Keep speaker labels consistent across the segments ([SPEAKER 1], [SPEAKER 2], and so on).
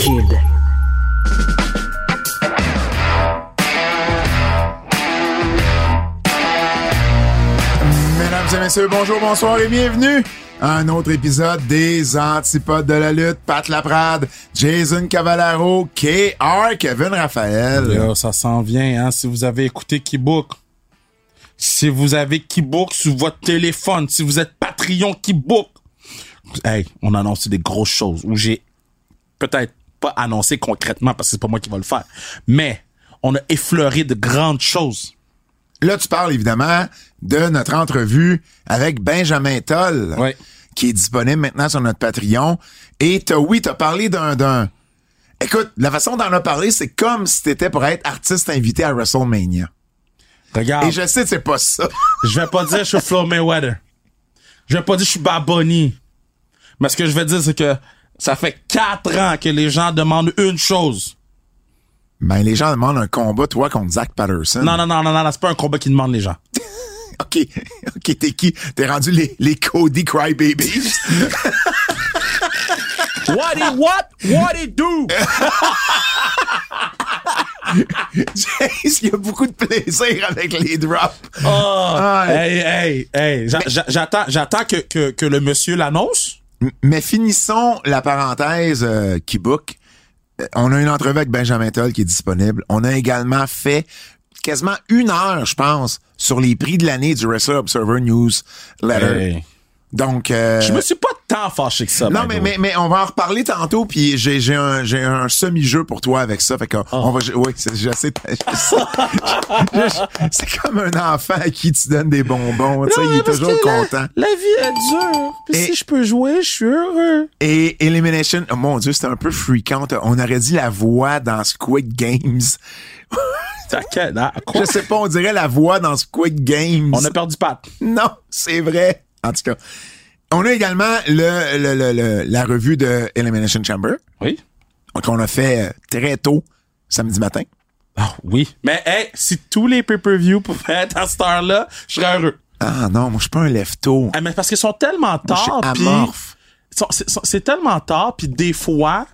[SPEAKER 1] Cube.
[SPEAKER 2] Mesdames et messieurs, bonjour, bonsoir et bienvenue à un autre épisode des Antipodes de la lutte. Pat Laprade, Jason Cavallaro, KR, Kevin Raphaël.
[SPEAKER 3] Là, Euh, ça s'en vient, hein. Si vous avez écouté Keybook, si vous avez Keybook sur votre téléphone, si vous êtes Patreon Keybook, hey, on a annoncé des grosses choses où j'ai peut-être pas annoncé concrètement parce que c'est pas moi qui va le faire, mais on a effleuré de grandes choses.
[SPEAKER 2] Là, tu parles évidemment de notre entrevue avec Benjamin Toll,
[SPEAKER 3] Ouais.
[SPEAKER 2] qui est disponible maintenant sur notre Patreon. Et t'as, oui, t'as parlé d'un, d'un... Écoute, la façon dont on a parlé, c'est comme si t'étais pour être artiste invité à WrestleMania.
[SPEAKER 3] Regarde,
[SPEAKER 2] Et
[SPEAKER 3] je...
[SPEAKER 2] je sais que c'est pas ça.
[SPEAKER 3] vais pas dire que je suis Flow Mayweather. Je vais pas dire que je suis Baboni. Mais ce que je vais dire, c'est que ça fait quatre ans que les gens demandent une chose.
[SPEAKER 2] Ben, les gens demandent un combat, toi, contre Zach Patterson.
[SPEAKER 3] Non, non, non, non, non, non, c'est pas un combat qui demande les gens.
[SPEAKER 2] OK, OK, t'es qui? T'es rendu les, les Cody Crybabies?
[SPEAKER 3] What it what? What it do?
[SPEAKER 2] Jace, il y a beaucoup de plaisir avec les drops.
[SPEAKER 3] Ah,
[SPEAKER 2] Ouais.
[SPEAKER 3] hey, hey, hey. j'a- j'a- J'attends, j'attends que, que, que le monsieur l'annonce.
[SPEAKER 2] M- Mais finissons la parenthèse euh, qui book. Euh, On a une entrevue avec Benjamin Toll qui est disponible. On a également fait quasiment une heure, je pense, sur les prix de l'année du Wrestler Observer News Letter.
[SPEAKER 3] Hey.
[SPEAKER 2] Donc, euh,
[SPEAKER 3] Je me suis pas tant fâché que ça.
[SPEAKER 2] non,
[SPEAKER 3] by the
[SPEAKER 2] mais,
[SPEAKER 3] way.
[SPEAKER 2] mais, mais on va en reparler tantôt, puis j'ai, j'ai un, j'ai un semi-jeu pour toi avec ça. Fait qu'on
[SPEAKER 3] Ah.
[SPEAKER 2] on va. Oui, c'est, je sais. je sais. Je- je- c'est comme un enfant à qui tu donnes des bonbons. tu sais,
[SPEAKER 3] Non,
[SPEAKER 2] il
[SPEAKER 3] mais
[SPEAKER 2] est
[SPEAKER 3] parce
[SPEAKER 2] toujours
[SPEAKER 3] que la-
[SPEAKER 2] content.
[SPEAKER 3] La, vie est dure. Puis
[SPEAKER 2] Et-
[SPEAKER 3] si je peux jouer, je suis heureux.
[SPEAKER 2] Et Elimination, oh mon Dieu, c'était un peu freakant. On aurait dit la voix dans Squid Games.
[SPEAKER 3] T'inquiète, hein, quoi?
[SPEAKER 2] Je sais pas, on dirait la voix dans Squid Games.
[SPEAKER 3] On a perdu Pat.
[SPEAKER 2] Non, c'est vrai. En tout cas, on a également le, le- le- le- la revue de Elimination Chamber
[SPEAKER 3] Oui.
[SPEAKER 2] qu'on a fait euh, très tôt samedi matin.
[SPEAKER 3] Ah, oui. Mais hey, si tous les pay-per-views pouvaient être à cette heure-là, je serais heureux.
[SPEAKER 2] Ah non, moi je suis pas un lefto.
[SPEAKER 3] Ah, mais parce qu'ils sont tellement
[SPEAKER 2] Moi, je suis
[SPEAKER 3] tard. puis-
[SPEAKER 2] amorphe.
[SPEAKER 3] sont- c'est- sont- C'est tellement tard, puis des fois,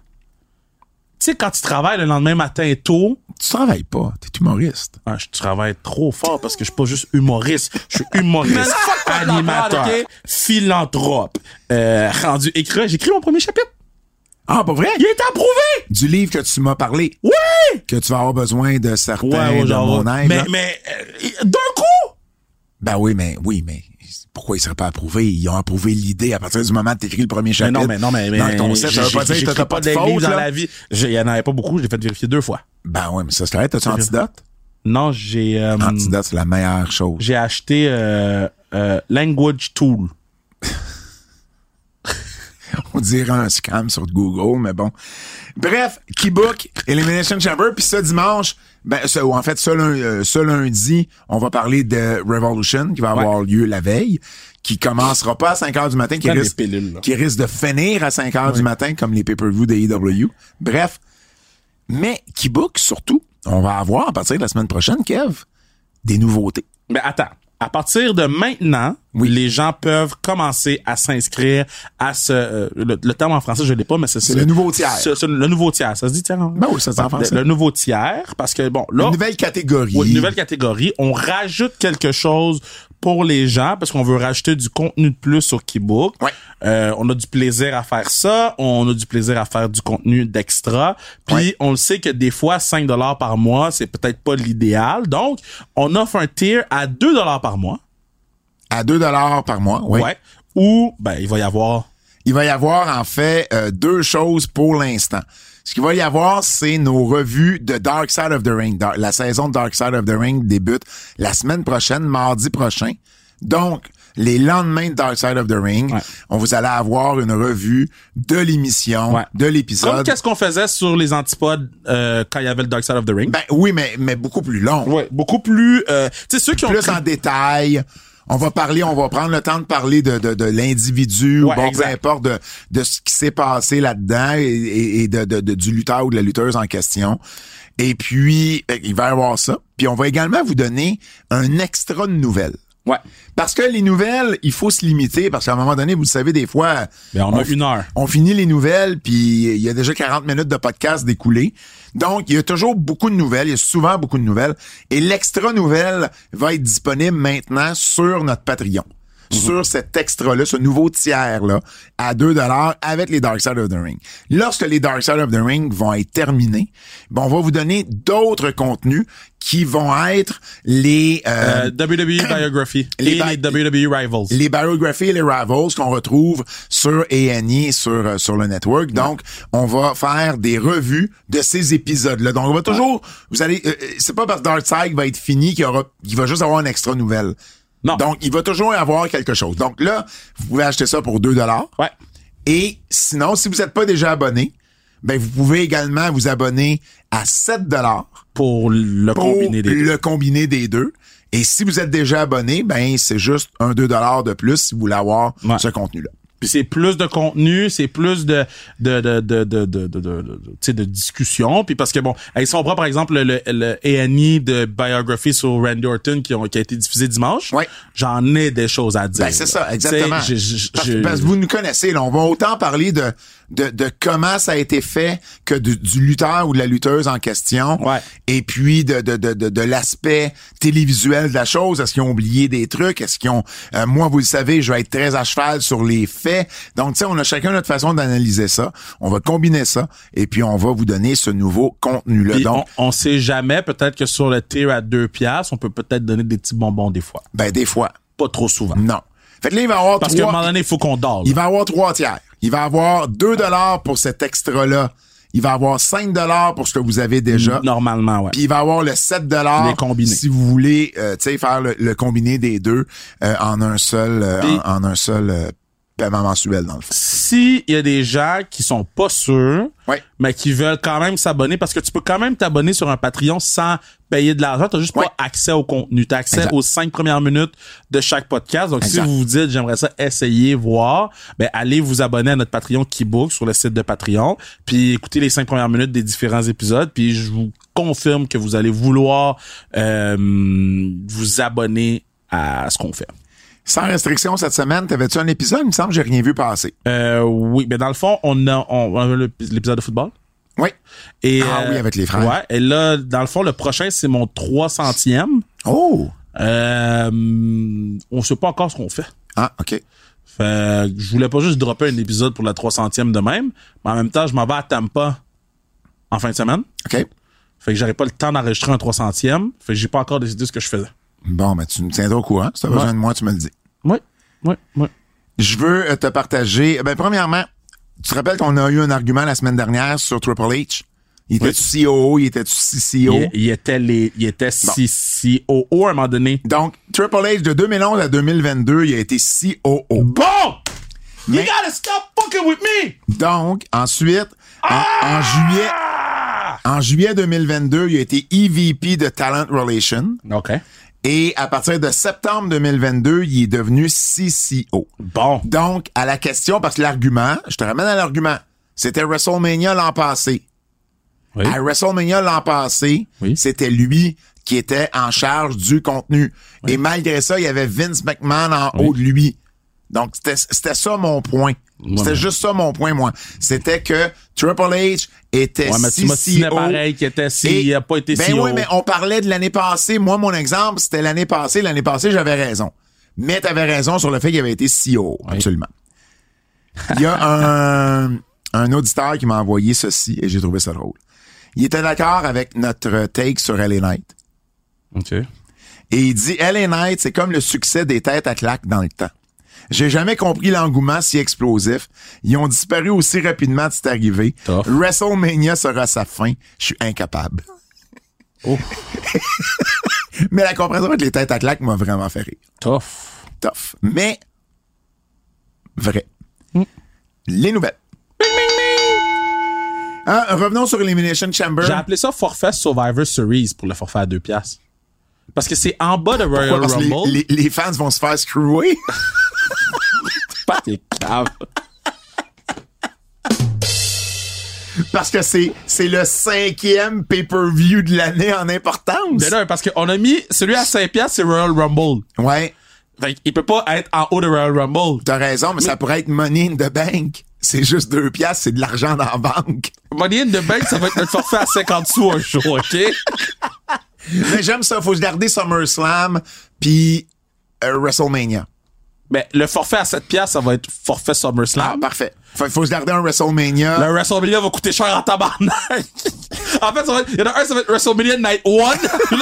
[SPEAKER 3] tu sais, quand tu travailles le lendemain matin tôt,
[SPEAKER 2] Tu travailles pas, t'es humoriste.
[SPEAKER 3] Ah, je travaille trop fort parce que je suis pas juste humoriste. Je suis humoriste, animateur, philanthrope, euh, rendu écrivain. J'écris mon premier chapitre.
[SPEAKER 2] Ah, pas vrai?
[SPEAKER 3] Il est approuvé!
[SPEAKER 2] Du livre que tu m'as parlé,
[SPEAKER 3] Oui!
[SPEAKER 2] que tu vas avoir besoin de certains
[SPEAKER 3] Ouais, ouais,
[SPEAKER 2] de
[SPEAKER 3] genre,
[SPEAKER 2] mon aide.
[SPEAKER 3] mais,
[SPEAKER 2] là.
[SPEAKER 3] mais, euh, d'un coup!
[SPEAKER 2] Ben oui, mais oui, mais pourquoi ils seraient pas approuvés? Ils ont approuvé l'idée à partir du moment où t'écris le premier
[SPEAKER 3] Mais
[SPEAKER 2] chapitre.
[SPEAKER 3] non, mais non, mais, mais,
[SPEAKER 2] Dans le concept, ça veut pas dire que
[SPEAKER 3] j'écris
[SPEAKER 2] t'as pas de
[SPEAKER 3] des
[SPEAKER 2] faute,
[SPEAKER 3] livres dans
[SPEAKER 2] là.
[SPEAKER 3] la vie. J'ai- Il y en avait pas beaucoup, je l'ai fait vérifier deux fois.
[SPEAKER 2] Ben oui, mais ça, c'est vrai. T'as-tu antidote?
[SPEAKER 3] Non, j'ai, euh,
[SPEAKER 2] Antidote, Ah, c'est la meilleure chose.
[SPEAKER 3] j'ai acheté, euh, euh, Language Tool.
[SPEAKER 2] On dirait un scam sur Google, mais bon. Bref, Keybook, Elimination Chamber, puis ce dimanche, ben, ce- ou en fait, ce, lun- euh, ce lundi, on va parler de Revolution, qui va avoir lieu la veille, qui commencera pas à 5 heures du matin, qui
[SPEAKER 3] Prends des
[SPEAKER 2] risque,
[SPEAKER 3] pilules, là.
[SPEAKER 2] qui risque de finir à 5 heures du matin, comme les pay-per-views des EW. Bref. Mais Keybook, surtout, on va avoir, à partir de la semaine prochaine, Kev, des nouveautés.
[SPEAKER 3] Mais attends, à partir de maintenant,
[SPEAKER 2] Oui.
[SPEAKER 3] les gens peuvent commencer à s'inscrire à ce... euh, le, le terme en français, je l'ai pas, mais c'est...
[SPEAKER 2] C'est le nouveau tiers.
[SPEAKER 3] c'est- c'est le nouveau tiers. Ça se dit tiers en Bah,
[SPEAKER 2] Ben oui, ça se dit en français.
[SPEAKER 3] Le, le nouveau tiers, parce que, bon, là...
[SPEAKER 2] Une nouvelle catégorie.
[SPEAKER 3] ouais, une nouvelle catégorie. On rajoute quelque chose pour les gens parce qu'on veut rajouter du contenu de plus sur Keybook.
[SPEAKER 2] Ouais.
[SPEAKER 3] Euh, on a du plaisir à faire ça. On a du plaisir à faire du contenu d'extra. Puis
[SPEAKER 2] Ouais.
[SPEAKER 3] on le sait que des fois, 5 dollars par mois, c'est peut-être pas l'idéal. Donc, on offre un tier à 2 dollars par mois.
[SPEAKER 2] à 2 dollars par mois. Oui.
[SPEAKER 3] Ouais. Ou, ben, il va y avoir...
[SPEAKER 2] Il va y avoir en fait euh, deux choses pour l'instant. Ce qu'il va y avoir, c'est nos revues de Dark Side of the Ring. Dar- la saison de Dark Side of the Ring débute la semaine prochaine, mardi prochain. Donc, les lendemains de Dark Side of the Ring,
[SPEAKER 3] Ouais.
[SPEAKER 2] on vous allez avoir une revue de l'émission,
[SPEAKER 3] Ouais.
[SPEAKER 2] de
[SPEAKER 3] Comme
[SPEAKER 2] l'épisode.
[SPEAKER 3] qu'est-ce qu'on faisait sur les antipodes euh, quand il y avait le Dark Side of the Ring.
[SPEAKER 2] Ben oui, mais, mais beaucoup plus long.
[SPEAKER 3] ouais, beaucoup plus. Euh, tu sais ceux qui ont
[SPEAKER 2] Ben, Plus en détail. On va parler, on va prendre le temps de parler de, de, de l'individu ou
[SPEAKER 3] Ouais,
[SPEAKER 2] bon, peu
[SPEAKER 3] exact.
[SPEAKER 2] importe de, de ce qui s'est passé là-dedans et, et- et de, de- de- du lutteur ou de la lutteuse en question. Et puis, euh, il va y avoir ça. Puis on va également vous donner un extra de nouvelles.
[SPEAKER 3] Ouais.
[SPEAKER 2] Parce que les nouvelles, il faut se limiter parce qu'à un moment donné, vous le savez, des fois,
[SPEAKER 3] Ben, on a une heure.
[SPEAKER 2] on finit les nouvelles, puis il y a déjà 40 minutes de podcast découlé. Donc, il y a toujours beaucoup de nouvelles, il y a souvent beaucoup de nouvelles. Et l'extra nouvelle va être disponible maintenant sur notre Patreon. Sur cet extra-là, ce nouveau tiers-là, à 2 avec les Dark Side of the Ring. Lorsque les Dark Side of the Ring vont être terminés, ben, on va vous donner d'autres contenus qui vont être les, euh,
[SPEAKER 3] Euh, WWE Biography
[SPEAKER 2] Les
[SPEAKER 3] et
[SPEAKER 2] bi-
[SPEAKER 3] les WWE Rivals.
[SPEAKER 2] les biographies et les rivals qu'on retrouve sur A&E, sur, euh, sur le network. Donc, on va faire des revues de ces épisodes-là. Donc, on va toujours, vous allez, euh, euh, c'est pas parce que Dark Side va être fini qu'il y aura, qu'il va juste avoir une extra nouvelle.
[SPEAKER 3] Non.
[SPEAKER 2] Donc, il va toujours y avoir quelque chose. Donc là, vous pouvez acheter ça pour 2 dollars.
[SPEAKER 3] Ouais.
[SPEAKER 2] Et sinon, si vous n'êtes pas déjà abonné, ben, vous pouvez également vous abonner à 7 dollars
[SPEAKER 3] Pour le
[SPEAKER 2] pour
[SPEAKER 3] combiner des deux.
[SPEAKER 2] le combiné des deux. Et si vous êtes déjà abonné, ben c'est juste un 2 dollars de plus si vous voulez avoir
[SPEAKER 3] Ouais.
[SPEAKER 2] ce contenu-là.
[SPEAKER 3] Puis c'est plus de contenu, c'est plus de de de de de de de, de, de, tu sais, de discussion. Puis parce que bon, ils sont par exemple le le A&E de biography sur Randy Orton qui ont qui a été diffusé dimanche.
[SPEAKER 2] Ouais.
[SPEAKER 3] J'en ai des choses à dire.
[SPEAKER 2] Ben, c'est
[SPEAKER 3] là.
[SPEAKER 2] ça, exactement.
[SPEAKER 3] Tu sais, j'ai- j'ai-
[SPEAKER 2] parce,
[SPEAKER 3] j'ai-
[SPEAKER 2] parce que vous nous connaissez, là, on va autant parler de, de, de comment ça a été fait que du, du lutteur ou de la lutteuse en question.
[SPEAKER 3] Ouais.
[SPEAKER 2] Et puis de, de, de, de, de l'aspect télévisuel de la chose. Est-ce qu'ils ont oublié des trucs? Est-ce qu'ils ont. euh, moi, vous le savez, je vais être très à cheval sur les faits. Donc, tu sais, on a chacun notre façon d'analyser ça. On va combiner ça et puis on va vous donner ce nouveau contenu-là.
[SPEAKER 3] Puis
[SPEAKER 2] Donc,
[SPEAKER 3] on, on sait jamais, peut-être que sur le tir à deux piastres, on peut peut-être donner des petits bonbons des fois.
[SPEAKER 2] ben des fois,
[SPEAKER 3] Pas trop souvent.
[SPEAKER 2] non. Fait que là, il va y avoir
[SPEAKER 3] Parce qu'à un
[SPEAKER 2] trois-
[SPEAKER 3] moment donné, il faut qu'on dort. là.
[SPEAKER 2] Il va avoir trois tiers. Il va avoir 2 dollars pour cet extra-là. Il va avoir 5 dollars pour ce que vous avez déjà.
[SPEAKER 3] Normalement, ouais.
[SPEAKER 2] Puis il va avoir le 7 dollars
[SPEAKER 3] Mm. Les combinés.
[SPEAKER 2] si vous voulez euh, tu sais, faire le, le combiné des deux euh, en un seul euh,
[SPEAKER 3] Puis-
[SPEAKER 2] en, en un seul euh, paiement mensuel dans le fond.
[SPEAKER 3] S'il y a des gens qui sont pas sûrs,
[SPEAKER 2] Ouais.
[SPEAKER 3] mais qui veulent quand même s'abonner, parce que tu peux quand même t'abonner sur un Patreon sans payer de l'argent, t'as juste
[SPEAKER 2] Ouais.
[SPEAKER 3] pas accès au contenu. T'as accès
[SPEAKER 2] Exact.
[SPEAKER 3] aux cinq premières minutes de chaque podcast. Donc,
[SPEAKER 2] Exact.
[SPEAKER 3] si vous vous dites, j'aimerais ça essayer, voir, ben, allez vous abonner à notre Patreon Keybook sur le site de Patreon, puis écoutez les cinq premières minutes des différents épisodes, puis je vous confirme que vous allez vouloir euh, vous abonner à ce qu'on fait.
[SPEAKER 2] Sans restriction cette semaine, t'avais-tu un épisode? Il me semble que j'ai rien vu passer.
[SPEAKER 3] Euh, oui, mais dans le fond, on a, on, on a le- l'épisode de football.
[SPEAKER 2] Oui.
[SPEAKER 3] Et, euh,
[SPEAKER 2] Ah oui, avec les frères.
[SPEAKER 3] Ouais, et là, dans le fond, le prochain, c'est mon 300e.
[SPEAKER 2] Oh!
[SPEAKER 3] Euh, on sait pas encore ce qu'on fait.
[SPEAKER 2] Ah, OK.
[SPEAKER 3] Fait que je voulais pas juste dropper un épisode pour la 300e de même, mais en même temps, je m'en vais à Tampa en fin de semaine.
[SPEAKER 2] OK.
[SPEAKER 3] Fait que j'aurais pas le temps d'enregistrer un 300e. Fait que j'ai pas encore décidé ce que je faisais.
[SPEAKER 2] Bon, ben tu me tiendras au courant. Si t'as besoin de moi, tu me le dis.
[SPEAKER 3] Oui, oui, oui.
[SPEAKER 2] Je veux euh, te partager. Ben, premièrement, tu te rappelles qu'on a eu un argument la semaine dernière sur Triple H? Il
[SPEAKER 3] Oui.
[SPEAKER 2] était-tu COO? Il était-tu CCO?
[SPEAKER 3] Il, il était les, il était CCOO à un moment donné.
[SPEAKER 2] Donc, Triple H, de 2011 à 2022, il a été COO.
[SPEAKER 3] Bon! You
[SPEAKER 2] Mais-
[SPEAKER 3] gotta stop fucking with me!
[SPEAKER 2] Donc, ensuite, en,
[SPEAKER 3] Ah!
[SPEAKER 2] en juillet, en juillet 2022, il a été EVP de Talent Relation.
[SPEAKER 3] OK.
[SPEAKER 2] Et à partir de septembre 2022, il est devenu CCO.
[SPEAKER 3] Bon.
[SPEAKER 2] Donc, à la question, parce que l'argument, je te ramène à l'argument, c'était WrestleMania l'an passé.
[SPEAKER 3] Oui.
[SPEAKER 2] À WrestleMania l'an passé,
[SPEAKER 3] Oui.
[SPEAKER 2] c'était lui qui était en charge du contenu. Et malgré ça, il y avait Vince McMahon en haut de lui. Donc, c'était c'était ça mon point. C'était
[SPEAKER 3] mais-
[SPEAKER 2] juste ça mon point, moi. C'était que Triple H était
[SPEAKER 3] Ouais, mais tu m'assinais
[SPEAKER 2] CCO.
[SPEAKER 3] pareil qu'il était si-
[SPEAKER 2] Et-
[SPEAKER 3] il a pas été E
[SPEAKER 2] ben
[SPEAKER 3] CEO.
[SPEAKER 2] oui, mais on parlait de l'année passée. Moi, mon exemple, c'était l'année passée. L'année passée, j'avais raison. Mais tu avais raison sur le fait qu'il avait été CEO. Absolument. Il y a un, un auditeur qui m'a envoyé ceci et j'ai trouvé ça drôle. Il était d'accord avec notre take sur LA Knight.
[SPEAKER 3] OK.
[SPEAKER 2] Et il dit LA Knight, c'est comme le succès des têtes à claque dans le temps. J'ai jamais compris l'engouement si explosif. Ils ont disparu aussi rapidement de cette arrivée.
[SPEAKER 3] Tough.
[SPEAKER 2] WrestleMania sera sa fin. Je suis incapable.
[SPEAKER 3] Oh,
[SPEAKER 2] Mais la comparaison avec les têtes à claque m'a vraiment fait rire.
[SPEAKER 3] tough.
[SPEAKER 2] tough, mais vrai.
[SPEAKER 3] Mm.
[SPEAKER 2] Les nouvelles. Hein, revenons sur Elimination Chamber.
[SPEAKER 3] J'ai appelé ça forfait Survivor Series pour le forfait à deux piastres. Parce que c'est en bas de Royal
[SPEAKER 2] Parce que les-
[SPEAKER 3] Rumble.
[SPEAKER 2] les- les fans vont se faire screwer.
[SPEAKER 3] Pas tes caves.
[SPEAKER 2] Parce que c'est, c'est le cinquième pay-per-view de l'année en importance.
[SPEAKER 3] Mais Ben non, parce qu'on a mis celui à 5 piastres, c'est Royal Rumble.
[SPEAKER 2] Ouais,
[SPEAKER 3] Fait qu'il peut pas être en haut de Royal Rumble.
[SPEAKER 2] t'as raison, mais, ça pourrait être Money in the Bank. C'est juste deux piastres, c'est de l'argent dans la banque.
[SPEAKER 3] Money in the Bank, ça va être notre forfait à 50 sous un jour, OK?
[SPEAKER 2] mais j'aime ça, faut garder SummerSlam puis euh, WrestleMania.
[SPEAKER 3] Mais Ben, le forfait à 7 piastres, ça va être forfait
[SPEAKER 2] Ah,
[SPEAKER 3] SummerSlam.
[SPEAKER 2] parfait. Faut, faut se garder un WrestleMania.
[SPEAKER 3] Le WrestleMania va coûter cher en tabarnak. en fait, ça va être- il y en a un, ça va être WrestleMania Night 1.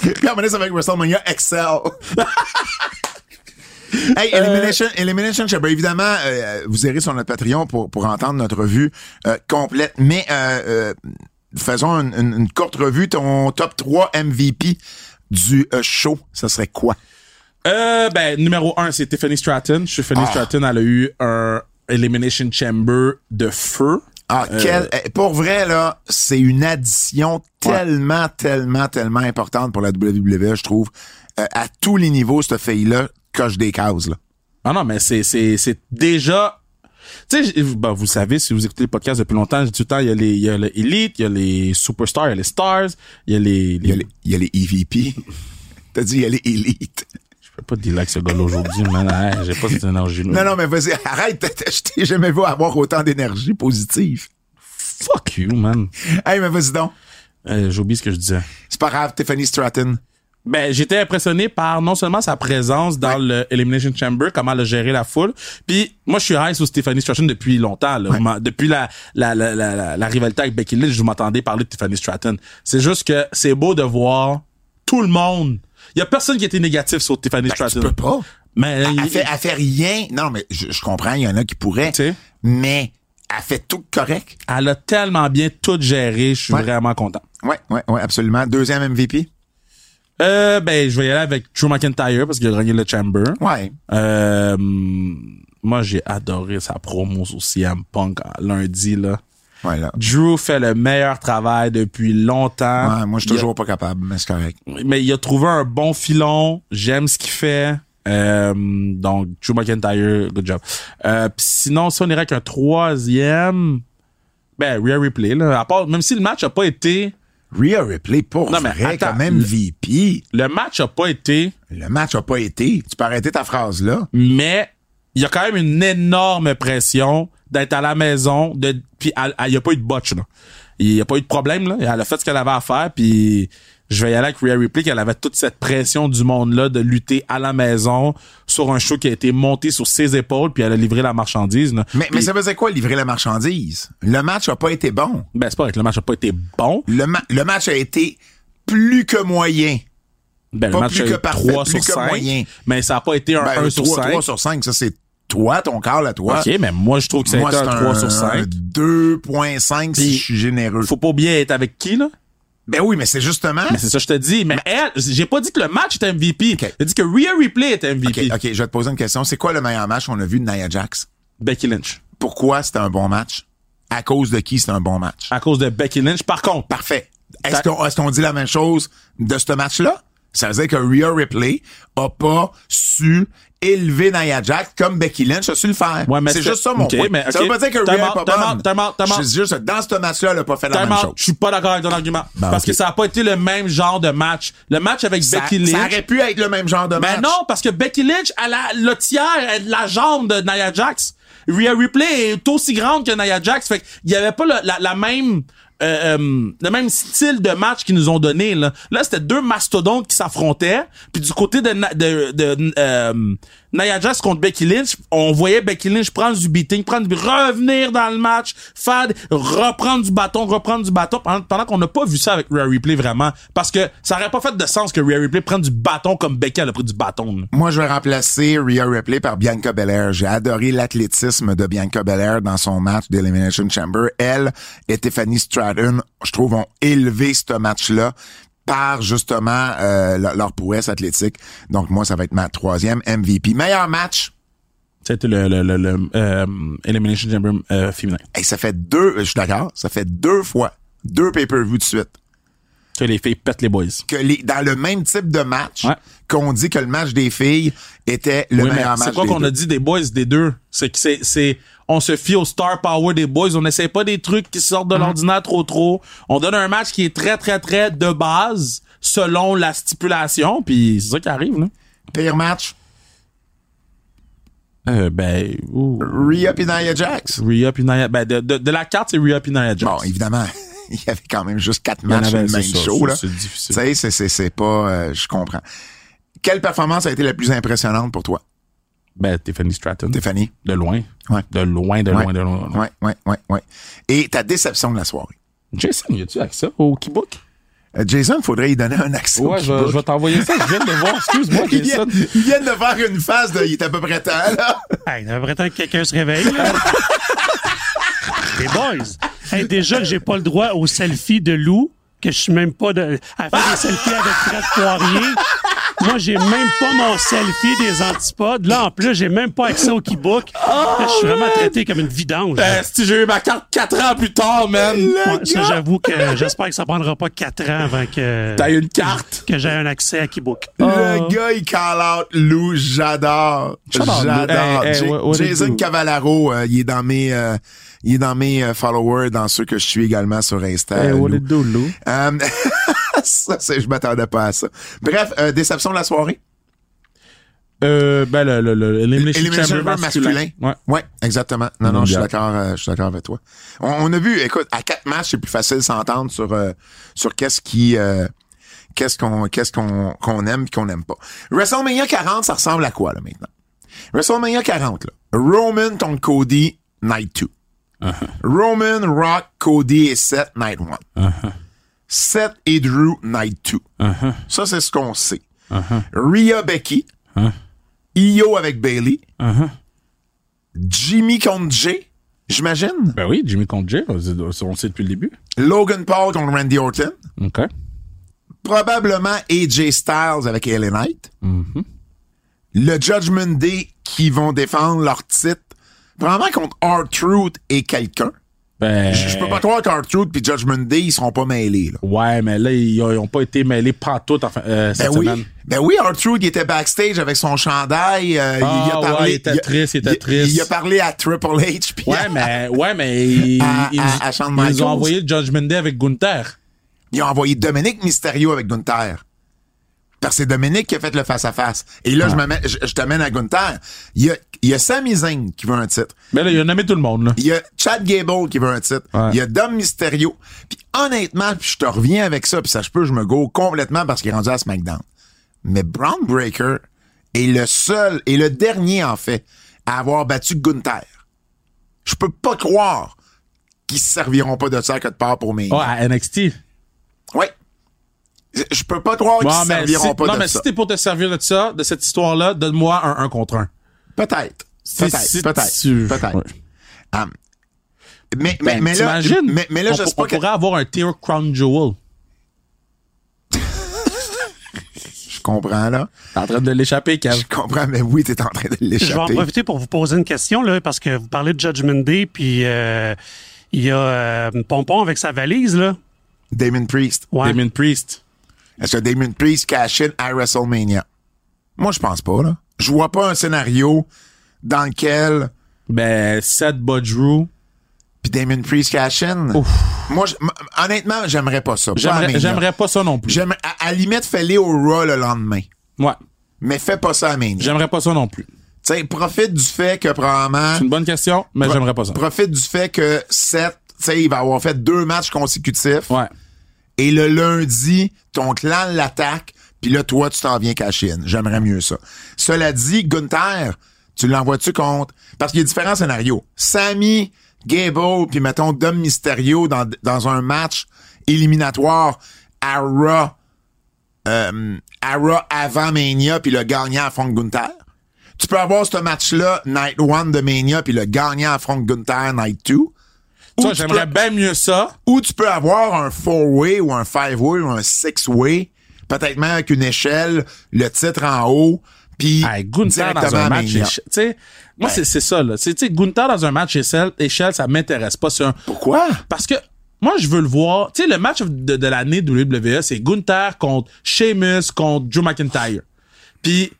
[SPEAKER 2] Puis à un moment donné, ça va être WrestleMania Excel. hey, Elimination, Elimination Chamber. Évidemment, euh, vous irez sur notre Patreon pour, pour entendre notre revue euh, complète. Mais euh, euh, faisons une, une- une courte revue. Ton top 3 MVP du euh, show, ça serait quoi?
[SPEAKER 3] Euh, ben, numéro 1, c'est Tiffany Stratton. Je suis Tiffany
[SPEAKER 2] Ah.
[SPEAKER 3] Stratton, elle a eu un Elimination Chamber de feu.
[SPEAKER 2] Ah, quel, eh, pour vrai, là, c'est une addition tellement, tellement, tellement importante pour la WWE, je trouve. Euh, à tous les niveaux, cette fille-là coche des cases. Là.
[SPEAKER 3] Ah non, mais c'est, c'est, c'est déjà. Tu sais, j'ai- ben, vous savez, si vous écoutez le podcast depuis longtemps, j'ai tout le temps, il y a les, il y a le Elite, il y a les Superstars, il y a les Stars, il y a les,
[SPEAKER 2] Il y a les, il y a les EVP. T'as dit, il y a les élites.
[SPEAKER 3] Je peux pas te dire là que ce gars-là aujourd'hui, man. Hey, j'ai pas cette énergie
[SPEAKER 2] Non, non, mais vas-y, arrête, t'as- t'as- je t'ai jamais vu avoir autant d'énergie positive.
[SPEAKER 3] Fuck you, man.
[SPEAKER 2] Hey, mais vas-y donc.
[SPEAKER 3] Euh, j'oublie ce que je disais.
[SPEAKER 2] C'est pas grave, Tiffany Stratton.
[SPEAKER 3] Ben, j'étais impressionné par non seulement sa présence dans le Elimination Chamber, comment elle a géré la foule. Puis moi, je suis high sur Stephanie Stratton depuis longtemps. là. Ma- Depuis la, la, la, la, la- la rivalité avec Becky Lynch, je m'entendais parler de Stephanie Stratton. C'est juste que c'est beau de voir tout le monde. Il y a personne qui était négatif sur Stephanie Stratton.
[SPEAKER 2] Ben, peux pas.
[SPEAKER 3] Mais
[SPEAKER 2] Elle,
[SPEAKER 3] il-
[SPEAKER 2] fait, elle fait rien. Non, mais je, je comprends, il y en a qui pourraient.
[SPEAKER 3] Tu sais.
[SPEAKER 2] Mais elle fait tout correct.
[SPEAKER 3] elle a tellement bien tout géré. Je suis
[SPEAKER 2] Ouais.
[SPEAKER 3] vraiment content.
[SPEAKER 2] Ouais, ouais, ouais, absolument. Deuxième MVP.
[SPEAKER 3] Euh, ben, je vais y aller avec Drew McIntyre parce qu'il a gagné le Chamber.
[SPEAKER 2] Ouais.
[SPEAKER 3] Euh, moi, j'ai adoré sa promo sur CM Punk euh, lundi, là.
[SPEAKER 2] Ouais, là.
[SPEAKER 3] Drew fait le meilleur travail depuis longtemps.
[SPEAKER 2] Ouais, moi, je suis toujours pas capable, mais c'est correct.
[SPEAKER 3] Il a- mais il a trouvé un bon filon. J'aime ce qu'il fait. Euh, donc, Drew McIntyre, good job. Euh, pis sinon, si on irait avec un troisième, ben, Rhea Ripley, là. À part, même si le match a pas été,
[SPEAKER 2] Rhea Ripley, pour
[SPEAKER 3] Non, mais
[SPEAKER 2] vrai,
[SPEAKER 3] attends,
[SPEAKER 2] quand même
[SPEAKER 3] le-
[SPEAKER 2] MVP.
[SPEAKER 3] le match a pas été,
[SPEAKER 2] Le match a pas été. Tu peux arrêter ta phrase là.
[SPEAKER 3] mais il y a quand même une énorme pression d'être à la maison de puis elle- elle- il y a pas eu de botch là. Il y a pas eu de problème là, elle a fait ce qu'elle avait à faire puis je vais y aller avec Rhea Ripley qu'elle avait toute cette pression du monde là de lutter à la maison sur un show qui a été monté sur ses épaules puis elle a livré la marchandise là.
[SPEAKER 2] Mais, mais
[SPEAKER 3] Puis-
[SPEAKER 2] ça faisait quoi, livrer la marchandise? Le match a pas été bon.
[SPEAKER 3] ben c'est pas vrai que le match a pas été bon,
[SPEAKER 2] Le, ma- le match a été plus que moyen.
[SPEAKER 3] ben
[SPEAKER 2] Pas
[SPEAKER 3] le match
[SPEAKER 2] plus
[SPEAKER 3] a
[SPEAKER 2] que
[SPEAKER 3] eu
[SPEAKER 2] parfait,
[SPEAKER 3] 3
[SPEAKER 2] plus
[SPEAKER 3] sur
[SPEAKER 2] que
[SPEAKER 3] 5,
[SPEAKER 2] moyen.
[SPEAKER 3] mais ça a pas été un
[SPEAKER 2] Ben,
[SPEAKER 3] 1 sur
[SPEAKER 2] 3,
[SPEAKER 3] 5.
[SPEAKER 2] 3 sur 5, ça c'est toi, ton call à toi.
[SPEAKER 3] OK, mais moi je trouve que ça a
[SPEAKER 2] Moi,
[SPEAKER 3] été
[SPEAKER 2] c'est
[SPEAKER 3] un 3 sur 5.
[SPEAKER 2] 2.5 si
[SPEAKER 3] Puis-
[SPEAKER 2] je suis généreux.
[SPEAKER 3] Faut pas bien être avec qui là
[SPEAKER 2] Ben oui, mais c'est justement...
[SPEAKER 3] Mais c'est ça, que je te dis. Mais elle, j'ai pas dit que le match était MVP.
[SPEAKER 2] Ok.
[SPEAKER 3] J'ai dit que Rhea Ripley était
[SPEAKER 2] OK,
[SPEAKER 3] MVP.
[SPEAKER 2] OK, je vais te poser une question. C'est quoi le meilleur match qu'on a vu de Nia Jax?
[SPEAKER 3] Becky Lynch.
[SPEAKER 2] Pourquoi c'était un bon match? À cause de qui c'était un bon match?
[SPEAKER 3] À cause de Becky Lynch. Par contre,
[SPEAKER 2] Parfait. Est-ce
[SPEAKER 3] Ça-
[SPEAKER 2] qu'on est-ce qu'on dit la même chose de ce match-là? Ça veut dire que Rhea Ripley a pas su élever Nia Jax comme Becky Lynch a su le faire.
[SPEAKER 3] Ouais, mais
[SPEAKER 2] c'est
[SPEAKER 3] est-ce
[SPEAKER 2] juste
[SPEAKER 3] que-
[SPEAKER 2] ça mon
[SPEAKER 3] Ok,
[SPEAKER 2] point.
[SPEAKER 3] mais
[SPEAKER 2] Ça
[SPEAKER 3] ok.
[SPEAKER 2] veut pas dire que
[SPEAKER 3] Time
[SPEAKER 2] Rhea est
[SPEAKER 3] out,
[SPEAKER 2] pas
[SPEAKER 3] time
[SPEAKER 2] bonne.
[SPEAKER 3] out, time out, time out.
[SPEAKER 2] C'est juste que dans ce match-là, elle a pas fait la
[SPEAKER 3] time
[SPEAKER 2] même
[SPEAKER 3] out, je
[SPEAKER 2] chose.
[SPEAKER 3] suis pas d'accord avec ton argument.
[SPEAKER 2] Bon,
[SPEAKER 3] parce
[SPEAKER 2] ok.
[SPEAKER 3] que ça a pas été le même genre de match. Le match avec
[SPEAKER 2] Ça,
[SPEAKER 3] Becky Lynch.
[SPEAKER 2] ça aurait pu être le même genre de match.
[SPEAKER 3] Ben non, parce que Becky Lynch, elle a le tiers, elle a la jambe de Nia Jax. Rhea Ripley est aussi grande que Nia Jax. Fait qu'il y avait pas le- la, la même, euh, euh, le même style de match qu'ils nous ont donné, là. Là, c'était deux mastodontes qui s'affrontaient. Puis du côté de, Na- de, de, euh, Nia Jax contre Becky Lynch, on voyait Becky Lynch prendre du beating, prendre, du- revenir dans le match, faire, reprendre du bâton, reprendre du bâton, pendant, pendant qu'on n'a pas vu ça avec Rhea Ripley vraiment. Parce que ça aurait pas fait de sens que Rhea Ripley prenne du bâton comme Becky elle a pris du bâton. là.
[SPEAKER 2] Moi, je vais remplacer Rhea Ripley par Bianca Belair. J'ai adoré l'athlétisme de Bianca Belair dans son match d'Elimination Chamber. Elle et Tiffany Stratton, je trouve, ont élevé ce match-là. par justement euh, le- leur prouesse athlétique. Donc moi, ça va être ma troisième MVP. Meilleur match.
[SPEAKER 3] C'était le, le, le, le, euh, Elimination Chamber euh, féminin.
[SPEAKER 2] Et ça fait deux, euh, je suis d'accord, ça fait deux fois, deux pay-per-views de suite,
[SPEAKER 3] Que les filles pètent les boys.
[SPEAKER 2] que les, dans le même type de match,
[SPEAKER 3] Ouais.
[SPEAKER 2] qu'on dit que le match des filles était le
[SPEAKER 3] Oui, mais
[SPEAKER 2] meilleur match
[SPEAKER 3] c'est quoi
[SPEAKER 2] des
[SPEAKER 3] qu'on
[SPEAKER 2] deux.
[SPEAKER 3] a dit des boys des deux? C'est que c'est, c'est, on se fie au star power des boys. On n'essaie pas des trucs qui sortent de
[SPEAKER 2] Mm-hmm.
[SPEAKER 3] l'ordinaire trop trop. On donne un match qui est très, très, très de base selon la stipulation. Puis c'est ça qui arrive, là.
[SPEAKER 2] Pire match,
[SPEAKER 3] Euh, ben, ouh.
[SPEAKER 2] Rhea puis Nia Jax.
[SPEAKER 3] Rhea puis Nia- Ben, de, de, de la carte, c'est Rhea puis Nia Jax.
[SPEAKER 2] Bon, évidemment, il y avait quand même juste quatre
[SPEAKER 3] y en
[SPEAKER 2] matchs dans
[SPEAKER 3] avait,
[SPEAKER 2] le
[SPEAKER 3] c'est
[SPEAKER 2] même
[SPEAKER 3] ça,
[SPEAKER 2] show.
[SPEAKER 3] ça,
[SPEAKER 2] là.
[SPEAKER 3] c'est difficile.
[SPEAKER 2] Tu sais, c'est- c'est- c'est pas... euh, je comprends. Quelle performance a été la plus impressionnante pour toi,
[SPEAKER 3] Ben, Tiffany Stratton.
[SPEAKER 2] Stéphanie?
[SPEAKER 3] De loin.
[SPEAKER 2] Ouais.
[SPEAKER 3] De loin, de loin, de loin. de loin.
[SPEAKER 2] Ouais, ouais, ouais, ouais. Et ta déception de la soirée?
[SPEAKER 3] Jason, y a-tu accès au Keybook?
[SPEAKER 2] Euh, Jason, faudrait y donner un accès au
[SPEAKER 3] Ouais, je,
[SPEAKER 2] kickbox.
[SPEAKER 3] je vais t'envoyer ça. Je viens de le voir. Excuse-moi,
[SPEAKER 2] Ils viennent,
[SPEAKER 3] Jason.
[SPEAKER 2] ils viennent de faire une phase de « il est à peu près temps », là.
[SPEAKER 4] Hey, il devrait être que quelqu'un se réveille. là. Les boys. Hey, déjà que j'ai pas le droit aux selfies de Lou, que je suis même pas de. à faire des selfies avec Fred Poirier. Moi, j'ai même pas mon selfie des antipodes. Là, en plus, j'ai même pas accès au keybook. Là, je suis vraiment traité comme une vidange.
[SPEAKER 3] Ben, si j'ai eu ma carte 4 ans plus tard, man.
[SPEAKER 4] Ouais, ça, j'avoue que j'espère que ça prendra pas quatre ans avant que,
[SPEAKER 3] T'as eu une carte.
[SPEAKER 4] que j'aie un accès à keybook.
[SPEAKER 2] Le gars, il call out Lou, j'adore.
[SPEAKER 3] Ah. out Lou.
[SPEAKER 2] J'adore.
[SPEAKER 3] Hey, hey,
[SPEAKER 2] Ja-
[SPEAKER 3] what- what it
[SPEAKER 2] Jason
[SPEAKER 3] do?
[SPEAKER 2] Cavallaro, euh, il est dans mes, euh, il est dans mes euh, followers, dans ceux que je suis également sur Insta. euh, Lou.
[SPEAKER 3] Lou?
[SPEAKER 2] Euh, ça, c'est, je m'attendais pas à ça. Bref, euh, déception de la soirée.
[SPEAKER 3] Euh, ben, le, le, le, l'Elimination
[SPEAKER 2] Elimination
[SPEAKER 3] Chamber
[SPEAKER 2] Chamber masculin.
[SPEAKER 3] Ouais.
[SPEAKER 2] Ouais, exactement. Non, non, je suis
[SPEAKER 3] Mondial.
[SPEAKER 2] d'accord, euh, je suis d'accord avec toi. On, on a vu, écoute, à quatre matchs, c'est plus facile de s'entendre sur, euh, sur qu'est-ce qui, euh, qu'est-ce qu'on, qu'est-ce qu'on, qu'on aime et qu'on n'aime pas. WrestleMania 40, ça ressemble à quoi, là, maintenant? WrestleMania 40, là. Roman contre Cody, night 2. Roman, Rock, Cody et Seth, night 1. Seth et Drew, night 2. Ça, c'est ce qu'on sait. Rhea Becky. Io avec Bailey. Jimmy contre Jay, j'imagine.
[SPEAKER 3] Ben oui, Jimmy contre Jay, on sait- on sait depuis le début.
[SPEAKER 2] Logan Paul contre Randy Orton.
[SPEAKER 3] OK.
[SPEAKER 2] Probablement AJ Styles avec LA Knight.
[SPEAKER 3] Mm-hmm.
[SPEAKER 2] Le Judgment Day qui vont défendre leur titre. Probablement contre R-Truth et quelqu'un.
[SPEAKER 3] Ben,
[SPEAKER 2] Je je peux pas croire qu'R-Truth et Judgment Day, ils seront pas mêlés. Là.
[SPEAKER 3] Ouais, mais là, ils ont, ils ont pas été mêlés pantoute enfin, euh, cette
[SPEAKER 2] Ben oui,
[SPEAKER 3] semaine.
[SPEAKER 2] ben oui, R-Truth, il était backstage avec son chandail. euh, il,
[SPEAKER 3] Ah
[SPEAKER 2] a
[SPEAKER 3] ouais,
[SPEAKER 2] parlé,
[SPEAKER 3] il était triste, il était triste.
[SPEAKER 2] Il a parlé à Triple H. puis
[SPEAKER 3] Ouais, mais, ouais, mais ils,
[SPEAKER 2] À-
[SPEAKER 3] ils,
[SPEAKER 2] à- à Shawn
[SPEAKER 3] ils
[SPEAKER 2] Michaels.
[SPEAKER 3] nous ont envoyé le Judgment Day avec Gunther.
[SPEAKER 2] Ils ont envoyé Dominique Mysterio avec Gunther. Parce que c'est Dominique qui a fait le face-à-face. Et là, je m'amène- je, je t'amène à Gunther. Il y a, il y a Sami Zayn qui veut un titre.
[SPEAKER 3] Mais là, ils ont nommé tout le monde, là.
[SPEAKER 2] Ben Il y a Chad Gable qui veut un titre.
[SPEAKER 3] Ouais.
[SPEAKER 2] Il y a Dom Mysterio. Puis honnêtement, puis je te reviens avec ça, puis ça je peux, je me go complètement parce qu'il est rendu à SmackDown. Mais Brown Breaker est le seul et le dernier, en fait, à avoir battu Gunther. Je peux pas croire qu'ils se serviront pas de ça que de part pour mes...
[SPEAKER 1] Oh,
[SPEAKER 3] Ouais, à NXT.
[SPEAKER 2] Ouais. Je- Je peux pas croire qu'ils
[SPEAKER 3] Ouais,
[SPEAKER 2] se
[SPEAKER 3] mais si,
[SPEAKER 2] serviront pas
[SPEAKER 3] non,
[SPEAKER 2] de
[SPEAKER 3] mais
[SPEAKER 2] ça.
[SPEAKER 3] si t'es pour te servir de ça, de cette histoire-là, donne-moi un un contre un.
[SPEAKER 2] Peut-être.
[SPEAKER 3] Si-
[SPEAKER 2] Peut-être.
[SPEAKER 3] si
[SPEAKER 2] peut-être.
[SPEAKER 3] tu-
[SPEAKER 2] Peut-être.
[SPEAKER 3] Ouais.
[SPEAKER 2] Hum. mais, mais,
[SPEAKER 3] Ben,
[SPEAKER 2] mais là,
[SPEAKER 3] t'imagines?
[SPEAKER 2] mais, mais là,
[SPEAKER 3] on,
[SPEAKER 2] je sais
[SPEAKER 3] on
[SPEAKER 2] pas que-
[SPEAKER 3] pourrait avoir un tier crown jewel.
[SPEAKER 2] Je comprends, là.
[SPEAKER 3] T'es en train de l'échapper, Kev.
[SPEAKER 2] Je comprends, mais oui, t'es en train de
[SPEAKER 4] Je vais en
[SPEAKER 2] l'échapper.
[SPEAKER 4] profiter pour vous poser une question, là, parce que vous parlez de Judgment Day, puis euh, il y a euh, Pompon avec sa valise, là.
[SPEAKER 2] Damon Priest.
[SPEAKER 4] Ouais. Euh,
[SPEAKER 3] Damien Priest.
[SPEAKER 2] Est-ce que Damon Priest cash in à WrestleMania? Moi, je pense pas, là. Je vois pas un scénario dans lequel
[SPEAKER 3] Ben, Seth Budgerow.
[SPEAKER 2] puis Damon Priest cash in. Moi, je- m- honnêtement, j'aimerais pas ça. Pas à
[SPEAKER 3] J'aimerais
[SPEAKER 2] Mania.
[SPEAKER 3] j'aimerais pas ça non plus.
[SPEAKER 2] J'aimerais- à, à la limite, fais-les au Raw le lendemain.
[SPEAKER 3] Ouais.
[SPEAKER 2] Mais fais pas ça à Mania.
[SPEAKER 3] J'aimerais pas ça non plus.
[SPEAKER 2] Tu sais, profite du fait que probablement.
[SPEAKER 3] C'est une bonne question, mais
[SPEAKER 2] pro-
[SPEAKER 3] j'aimerais pas ça.
[SPEAKER 2] Profite du fait que Seth, tu sais, il va avoir fait deux matchs consécutifs.
[SPEAKER 3] Ouais.
[SPEAKER 2] Et le lundi, ton clan l'attaque. Puis là, toi, tu t'en viens qu'à Chine. J'aimerais mieux ça. Cela dit, Gunther, tu l'envoies-tu contre? Parce qu'il y a différents scénarios. Sammy, Gable, puis mettons Dom Mysterio dans, dans un match éliminatoire à Raw, euh, à Raw avant Mania, puis le gagnant affronte Gunther. Tu peux avoir ce match-là, Night 1 de Mania, puis le gagnant affronte Gunther, Night 2.
[SPEAKER 1] Toi,
[SPEAKER 2] tu
[SPEAKER 1] j'aimerais
[SPEAKER 2] peux-
[SPEAKER 1] bien mieux ça.
[SPEAKER 2] Ou tu peux avoir un four-way ou un five-way ou un six-way, peut-être même avec une échelle, le titre en haut, puis
[SPEAKER 1] Hey, Gunther dans
[SPEAKER 2] directement
[SPEAKER 1] un
[SPEAKER 2] à
[SPEAKER 1] match
[SPEAKER 2] Mania.
[SPEAKER 1] échelle. Tu sais, moi, c'est c'est ça, là. C'est- Tu sais, Gunther dans un match échelle, échelle ça m'intéresse pas. C'est un-
[SPEAKER 2] Pourquoi?
[SPEAKER 1] Parce que moi, je veux le voir. Tu sais, le match de, de l'année WWE, c'est Gunther contre Sheamus contre Drew McIntyre. Puis,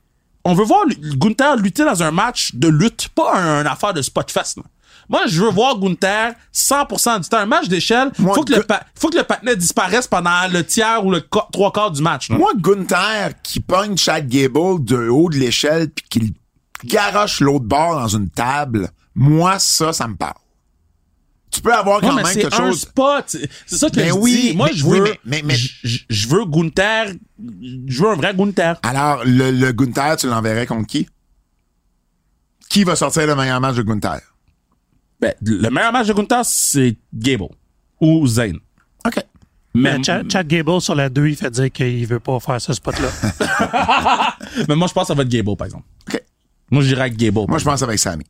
[SPEAKER 1] on veut voir lui- Gunther lutter dans un match de lutte, pas un, un affaire de spot fest. là. Moi, je veux voir Gunther 100% du temps. Un match d'échelle,
[SPEAKER 2] Moi,
[SPEAKER 1] faut que le
[SPEAKER 2] Gu-
[SPEAKER 1] pa- faut que le patinet disparaisse pendant le tiers ou le qu- trois quarts du match. là.
[SPEAKER 2] Moi, Gunther qui pogne Chad Gable de haut de l'échelle puis qu'il garoche l'autre bord dans une table, moi, ça, ça me parle. Tu peux avoir
[SPEAKER 1] Ouais,
[SPEAKER 2] quand
[SPEAKER 1] mais
[SPEAKER 2] même
[SPEAKER 1] c'est
[SPEAKER 2] quelque
[SPEAKER 1] un
[SPEAKER 2] chose...
[SPEAKER 1] spot. C'est ça que
[SPEAKER 2] Mais
[SPEAKER 1] je
[SPEAKER 2] oui,
[SPEAKER 1] dis. Moi,
[SPEAKER 2] mais-
[SPEAKER 1] je
[SPEAKER 2] oui,
[SPEAKER 1] veux,
[SPEAKER 2] mais- mais- mais-
[SPEAKER 1] je- je je veux Gunther, je veux un vrai Gunther.
[SPEAKER 2] Alors, le, le Gunther, tu l'enverrais contre qui? Qui va sortir le meilleur match de Gunther?
[SPEAKER 1] Ben, le meilleur match de Gunther, c'est Gable ou Zayn.
[SPEAKER 2] OK.
[SPEAKER 1] Mais,
[SPEAKER 4] Mais Chad, Chad Gable sur la 2, il fait dire qu'il veut pas faire ce spot-là.
[SPEAKER 1] mais moi, je pense que ça va être Gable, par exemple.
[SPEAKER 2] OK.
[SPEAKER 1] Moi, je dirais avec Gable. par
[SPEAKER 2] Moi, je pense avec Sammy.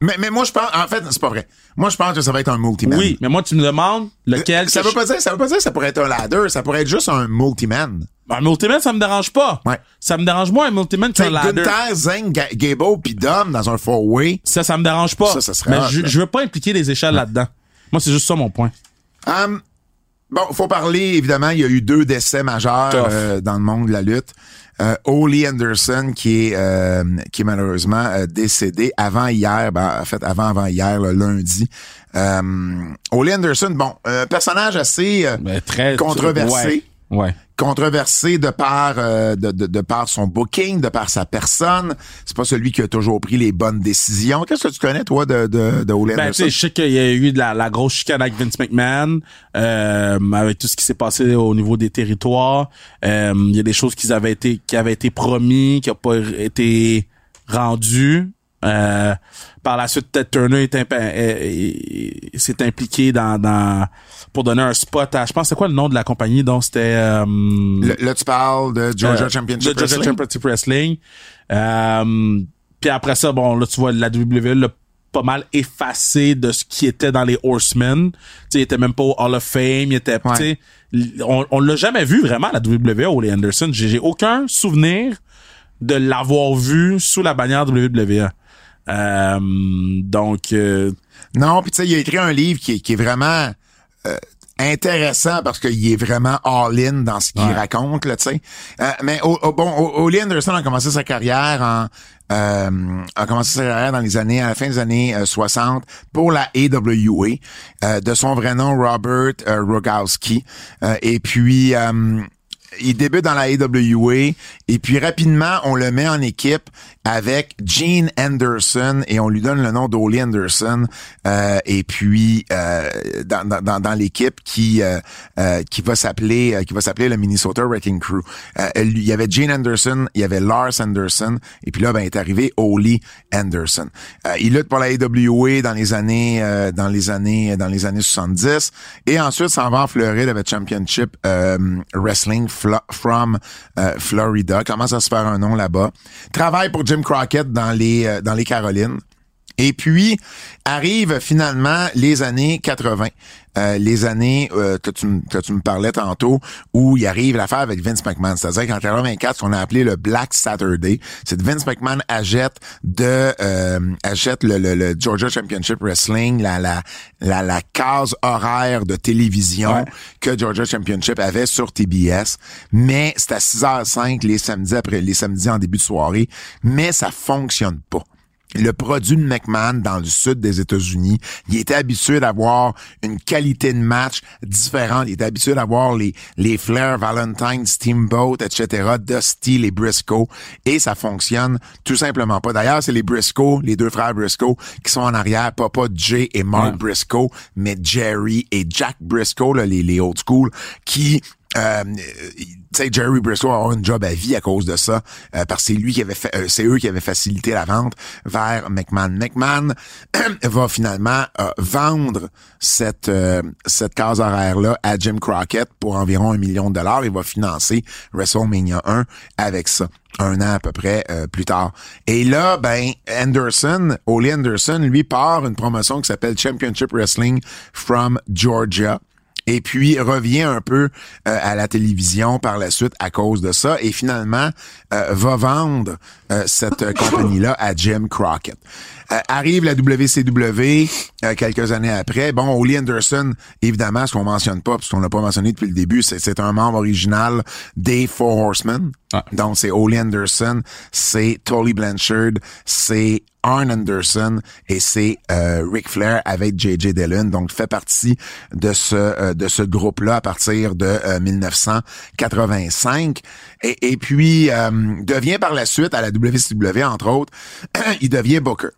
[SPEAKER 2] Mais, mais moi, je pense... En fait, c'est pas vrai. Moi, je pense que ça va être un multi-man. Euh,
[SPEAKER 1] exemple. Oui, mais moi, tu me demandes lequel.
[SPEAKER 2] Ça
[SPEAKER 1] que
[SPEAKER 2] veut,
[SPEAKER 1] je-
[SPEAKER 2] pas dire, ça veut pas dire que ça pourrait être un ladder. Ça pourrait être juste un multi-man.
[SPEAKER 1] Euh, Un multiman, ça me dérange pas.
[SPEAKER 2] Ouais.
[SPEAKER 1] Ah. Ça me dérange moins un multiman
[SPEAKER 2] Tu
[SPEAKER 1] qu'un
[SPEAKER 2] sais,
[SPEAKER 1] ladder.
[SPEAKER 2] Gunther, Zane, Ga- Gable puis Dom dans un four-way.
[SPEAKER 1] Ça, ça me dérange pas.
[SPEAKER 2] Ça, ça serait
[SPEAKER 1] mais
[SPEAKER 2] hot,
[SPEAKER 1] je,
[SPEAKER 2] là.
[SPEAKER 1] je veux pas impliquer les échelles là-dedans. Moi, c'est juste ça mon point.
[SPEAKER 2] Hum, bon, faut parler, évidemment, il y a eu deux décès majeurs
[SPEAKER 1] Tough.
[SPEAKER 2] euh, dans le monde de la lutte. Euh, Ole Anderson, qui est, euh, qui est malheureusement euh, décédé avant hier, ben, en fait, avant avant hier, le lundi. Euh, Ole Anderson, bon, euh, personnage assez euh,
[SPEAKER 1] Mais très
[SPEAKER 2] controversé.
[SPEAKER 1] Ouais. Ouais.
[SPEAKER 2] controversé de par euh, de, de, de par son booking, de par sa personne. C'est pas celui qui a toujours pris les bonnes décisions. Qu'est-ce que tu connais toi de de, de Ole
[SPEAKER 1] Ben, tu
[SPEAKER 2] Anderson
[SPEAKER 1] sais, je sais qu'il y a eu de la, la grosse chicane avec Vince McMahon, euh, avec tout ce qui s'est passé au niveau des territoires. Euh, Il y a des choses qui avaient été, qui avaient été promis, qui n'ont pas été rendues. Euh, par la suite, Ted Turner est impa- euh, euh, s'est impliqué dans, dans pour donner un spot à, je pense, c'est quoi le nom de la compagnie? Donc, c'était... euh,
[SPEAKER 2] Là, là, tu parles de Georgia
[SPEAKER 1] euh,
[SPEAKER 2] Championship
[SPEAKER 1] le Georgia
[SPEAKER 2] Wrestling.
[SPEAKER 1] Championship Wrestling. Euh, puis après ça, bon, là, tu vois, la WWE l'a pas mal effacé de ce qui était dans les Horsemen. Tu sais, il était même pas au Hall of Fame. Il était, tu
[SPEAKER 2] Ouais.
[SPEAKER 1] sais, l- on, on l'a jamais vu vraiment, la WWE, Ole Anderson. J'ai j'ai aucun souvenir de l'avoir vu sous la bannière WWE. Euh, donc, euh,
[SPEAKER 2] Non, puis tu sais, il a écrit un livre qui est, qui est vraiment euh, intéressant parce qu'il est vraiment all-in dans ce qu'il raconte, là, tu sais. Euh, mais au, au- bon, au- Ole Anderson a commencé sa carrière en euh, a commencé sa carrière dans les années à la fin des années euh, 60 pour la AWA euh, de son vrai nom Robert euh, Rogowski Euh, et puis euh, il débute dans la AWA et puis rapidement on le met en équipe avec Gene Anderson et on lui donne le nom d'Ole Anderson euh, et puis euh, dans, dans- dans- dans l'équipe qui euh, euh, qui va s'appeler euh, qui va s'appeler le Minnesota Wrecking Crew. Euh, lui, il y avait Gene Anderson, il y avait Lars Anderson et puis là ben est arrivé Ole Anderson. Euh, il lutte pour la AWA dans les années euh, dans les années dans les années 70 et ensuite s'en va en Floride avec Championship euh, Wrestling Fla- from euh, Florida, commence à se faire un nom là-bas. Travaille pour Jim Crockett dans les euh, dans les Carolines. Et puis arrivent finalement les années 80, euh, les années euh, que, tu, m- que tu me parlais tantôt, où il arrive l'affaire avec Vince McMahon. C'est-à-dire qu'en 84, ce qu'on a appelé le Black Saturday, c'est que Vince McMahon achète de euh, achète le, le- le Georgia Championship Wrestling, la la la, la case horaire de télévision que Georgia Championship avait sur TBS, mais c'est à 6h05 les samedis après les samedis en début de soirée, mais ça fonctionne pas le produit de McMahon dans le sud des États-Unis. Il était habitué d'avoir une qualité de match différente. Il était habitué d'avoir les, les Flair, Valentine, Steamboat, etc., Dusty, les Briscoe. Et ça fonctionne tout simplement pas. D'ailleurs, c'est les Briscoe, les deux frères Briscoe, qui sont en arrière. Papa Jay et Mark Briscoe, mais Jerry et Jack Briscoe, là, les, les old school, qui euh, il- tu sais, Jerry Briscoe va avoir une job à vie à cause de ça, euh, parce que c'est lui qui avait fait, euh, c'est eux qui avaient facilité la vente vers McMahon. McMahon va finalement euh, vendre cette euh, cette case horaire là à Jim Crockett pour environ un million de dollars. Il va financer WrestleMania 1 avec ça un an à peu près euh, plus tard. Et là, ben Anderson, Ole Anderson, lui part une promotion qui s'appelle Championship Wrestling from Georgia et puis revient un peu euh, à la télévision par la suite à cause de ça et finalement euh, va vendre euh, cette euh, compagnie-là à Jim Crockett. Euh, arrive la WCW euh, quelques années après. Bon, Ole Anderson, évidemment, ce qu'on mentionne pas, parce qu'on l'a pas mentionné depuis le début, c'est- c'est un membre original des Four Horsemen.
[SPEAKER 3] Ouais.
[SPEAKER 2] Donc, c'est Ole Anderson, c'est Tully Blanchard, c'est Arn Anderson et c'est euh, Ric Flair avec J.J. Dillon. Donc, fait partie de ce euh, de ce groupe-là à partir de euh, 1985. Et, et puis, euh, devient par la suite, à la WCW, entre autres, il devient Booker.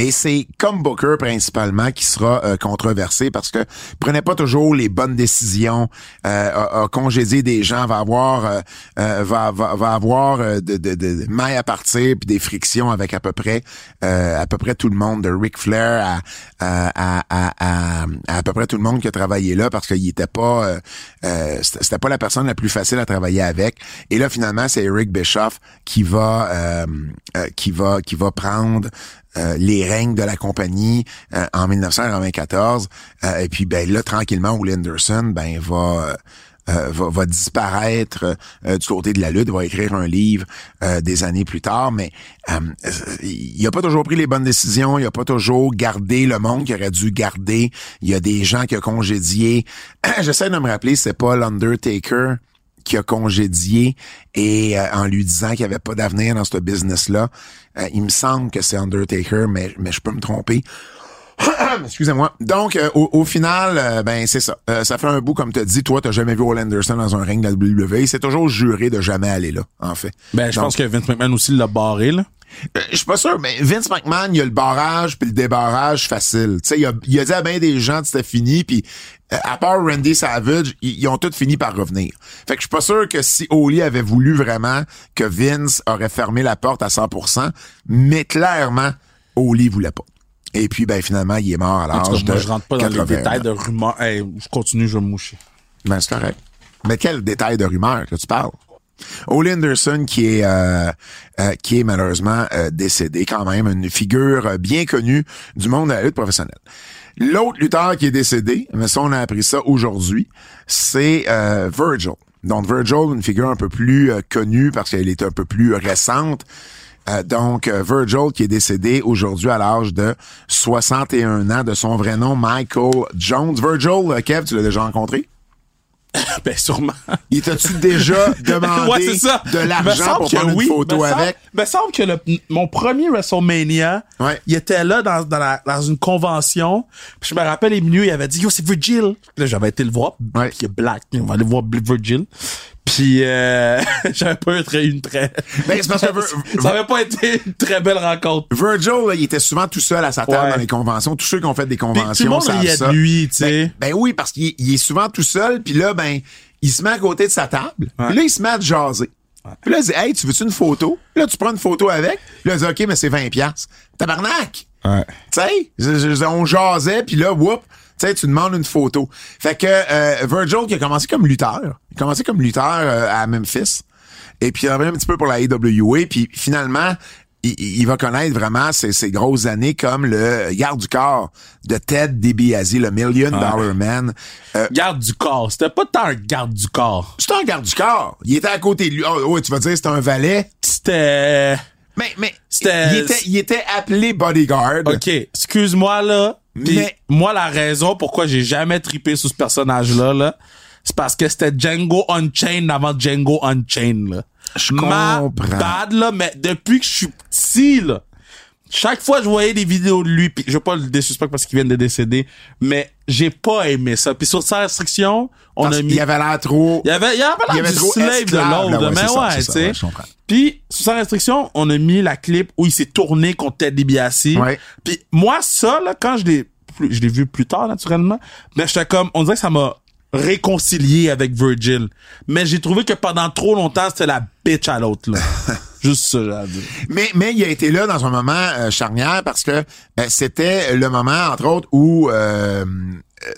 [SPEAKER 2] Et c'est comme Booker principalement qui sera euh, controversé parce que prenait pas toujours les bonnes décisions, euh, a, a congédié des gens, va avoir euh, euh, va, va, va avoir euh, de, de, de, de mailles à partir puis des frictions avec à peu près euh, à peu près tout le monde de Ric Flair à à, à, à, à à peu près tout le monde qui a travaillé là parce qu'il était pas euh, euh, c'était c'était pas la personne la plus facile à travailler avec et là finalement c'est Eric Bischoff qui va euh, euh, qui va qui va prendre euh, les règnes de la compagnie euh, en 1994. Euh, et puis ben là, tranquillement, Will Anderson ben va. euh, euh, va, va disparaître euh, du côté de la lutte, va écrire un livre euh, des années plus tard, mais euh, euh, il a pas toujours pris les bonnes décisions, il a pas toujours gardé le monde qu'il aurait dû garder. Il y a des gens qui a congédié. J'essaie de me rappeler, c'est pas l'Undertaker qui a congédié et euh, en lui disant qu'il n'y avait pas d'avenir dans ce business-là. Euh, il me semble que c'est Undertaker, mais, mais je peux me tromper. Excusez-moi. Donc, euh, au, au final, euh, ben c'est ça. Euh, ça fait un bout, comme tu dit, toi, t'as jamais vu Ole Anderson dans un ring de la WWE. C'est toujours juré de jamais aller là, en fait.
[SPEAKER 3] Ben, je
[SPEAKER 2] Donc,
[SPEAKER 3] pense que Vince McMahon aussi l'a barré, là.
[SPEAKER 2] euh, Je suis pas sûr, mais Vince McMahon, il a le barrage puis le débarrage facile. Tu sais, il a, il a dit à bien des gens que c'était fini, puis euh, à part Randy Savage, ils, ils ont tous fini par revenir. Fait que je suis pas sûr que si Oli avait voulu vraiment que Vince aurait fermé la porte à 100%, mais clairement, Oli voulait pas. Et puis, ben finalement, il est mort à
[SPEAKER 3] En tout
[SPEAKER 2] l'âge
[SPEAKER 3] cas,
[SPEAKER 2] de
[SPEAKER 3] moi, je rentre pas dans
[SPEAKER 2] 80
[SPEAKER 3] les détails
[SPEAKER 2] ans.
[SPEAKER 3] de rumeurs. Hey, je continue, je vais me moucher.
[SPEAKER 2] Ben, c'est correct. Mais quel détail de rumeur que tu parles? Ole Anderson, qui est euh, euh, qui est malheureusement euh, décédé, quand même une figure euh, bien connue du monde de la lutte professionnelle. L'autre lutteur qui est décédé, mais ça on a appris ça aujourd'hui, c'est euh, Virgil. Donc Virgil, une figure un peu plus euh, connue parce qu'elle est un peu plus récente. Euh, donc, euh, Virgil, qui est décédé aujourd'hui à l'âge de 61 ans, de son vrai nom, Michael Jones. Virgil, euh, Kev, tu l'as déjà rencontré?
[SPEAKER 3] Ben, sûrement.
[SPEAKER 2] Il t'a-tu déjà demandé
[SPEAKER 3] ouais, c'est ça.
[SPEAKER 2] de
[SPEAKER 3] Me
[SPEAKER 2] l'argent
[SPEAKER 3] semble
[SPEAKER 2] pour
[SPEAKER 3] que
[SPEAKER 2] prendre
[SPEAKER 3] oui.
[SPEAKER 2] une photo
[SPEAKER 3] Me semble-
[SPEAKER 2] avec?
[SPEAKER 3] Me semble que le, mon premier WrestleMania,
[SPEAKER 2] Ouais.
[SPEAKER 3] il était là dans, dans, la- dans une convention. Puis je me rappelle, il est venu, il avait dit, yo, c'est Virgil. Puis là, j'avais été le voir.
[SPEAKER 2] Ouais.
[SPEAKER 3] Puis il est black. On va aller voir Bl- Virgil. Puis euh, j'avais pas eu très- une très...
[SPEAKER 2] Ben, c'est parce que Vir-
[SPEAKER 3] ça avait pas été une très belle rencontre.
[SPEAKER 2] Virgil, là, il était souvent tout seul à sa table
[SPEAKER 3] Ouais.
[SPEAKER 2] dans les conventions. Tous ceux qui ont fait des conventions
[SPEAKER 3] tout le monde
[SPEAKER 2] savent
[SPEAKER 3] riait de
[SPEAKER 2] ça.
[SPEAKER 3] lui, tu sais.
[SPEAKER 2] Ben, ben oui, parce qu'il il est souvent tout seul, puis là, ben, il se met à côté de sa table, puis là, il se met à te jaser. Puis là, il dit « Hey, tu veux-tu une photo? » Là, tu prends une photo avec. Puis là, il dit « OK, mais c'est 20$. piastres. » Tabarnak!
[SPEAKER 3] Ouais.
[SPEAKER 2] Tu sais, je- je- je- on jasait, puis là, whoop, tu sais, tu demandes une photo. Fait que euh, Virgil, qui a commencé comme lutteur, il a commencé comme lutteur euh, à Memphis, et puis il a travaillé un petit peu pour la AWA, puis finalement, il, il- il va connaître vraiment ses, ses grosses années comme le garde du corps de Ted DiBiase, le Million Dollar Man. Euh,
[SPEAKER 3] Garde du corps. C'était pas tant un garde du corps.
[SPEAKER 2] c'est un garde du corps. Il était à côté de lui. Oh, ouais, tu vas dire c'était un valet.
[SPEAKER 3] C'était...
[SPEAKER 2] Mais, mais
[SPEAKER 3] C'était-
[SPEAKER 2] il, était, il était appelé bodyguard.
[SPEAKER 3] OK, excuse-moi là. Puis
[SPEAKER 2] Mais-
[SPEAKER 3] moi la raison pourquoi j'ai jamais tripé sur ce personnage là là, c'est parce que c'était Django Unchained avant Django Unchained là.
[SPEAKER 2] Je
[SPEAKER 3] Ma
[SPEAKER 2] comprends.
[SPEAKER 3] bad là, mais depuis que je suis petit là, chaque fois je voyais des vidéos de lui, puis je veux pas le désuspect parce qu'il vient de décéder, mais j'ai pas aimé ça. Puis sur sa restriction, on
[SPEAKER 2] Parce
[SPEAKER 3] a
[SPEAKER 2] qu'il
[SPEAKER 3] mis
[SPEAKER 2] avait l'air trop...
[SPEAKER 3] il y avait, il y avait pas
[SPEAKER 2] Il y
[SPEAKER 3] l'air
[SPEAKER 2] avait
[SPEAKER 3] du
[SPEAKER 2] trop
[SPEAKER 3] slave de
[SPEAKER 2] esclave,
[SPEAKER 3] l'autre,
[SPEAKER 2] là, ouais,
[SPEAKER 3] mais
[SPEAKER 2] c'est ça,
[SPEAKER 3] ouais,
[SPEAKER 2] c'est
[SPEAKER 3] tu
[SPEAKER 2] ça,
[SPEAKER 3] sais.
[SPEAKER 2] ouais, je comprends.
[SPEAKER 3] Puis, sous sa restriction, on a mis la clip où il s'est tourné contre Ted DiBiase.
[SPEAKER 2] Ouais.
[SPEAKER 3] Puis, moi, ça, là, quand je l'ai, plus- je l'ai vu plus tard, naturellement, ben, j'étais comme, on dirait que ça m'a réconcilié avec Virgil. Mais j'ai trouvé que pendant trop longtemps, c'était la bitch à l'autre, là. Juste ça, j'ai à dire.
[SPEAKER 2] Mais, mais il a été là dans un moment euh, charnière parce que euh, c'était le moment, entre autres, où euh,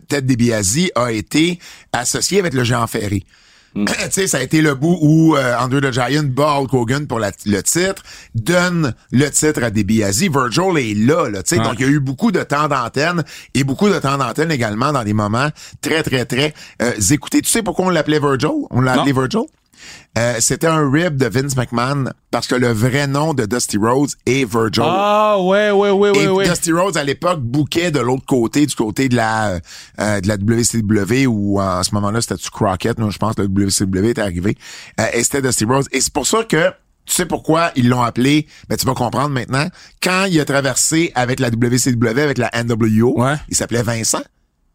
[SPEAKER 2] Ted DiBiase a été associé avec le géant Ferry. tu sais, ça a été le bout où euh, Andrew the Giant bat Hulk Hogan pour la- le titre, donne le titre à DiBiase. Virgil est là, là tu sais. Donc, il y a eu beaucoup de temps d'antenne et beaucoup de temps d'antenne également dans des moments très, très, très euh, écoutés. Tu sais pourquoi on l'appelait Virgil? On l'a
[SPEAKER 3] Non.
[SPEAKER 2] appelé Virgil? Euh, c'était un rib de Vince McMahon parce que le vrai nom de Dusty Rhodes est Virgil.
[SPEAKER 3] Ah, ouais, ouais, ouais,
[SPEAKER 2] Et
[SPEAKER 3] ouais, ouais.
[SPEAKER 2] Dusty Rhodes, à l'époque, bouquait de l'autre côté, du côté de la, euh, de la WCW, où euh, en ce moment-là, c'était du Crockett. Nous, je pense que la WCW était arrivée. Euh, et c'était Dusty Rhodes. Et c'est pour ça que, tu sais pourquoi ils l'ont appelé, mais tu vas comprendre maintenant. Quand il a traversé avec la WCW, avec la NWO,
[SPEAKER 3] Ouais.
[SPEAKER 2] il s'appelait Vincent,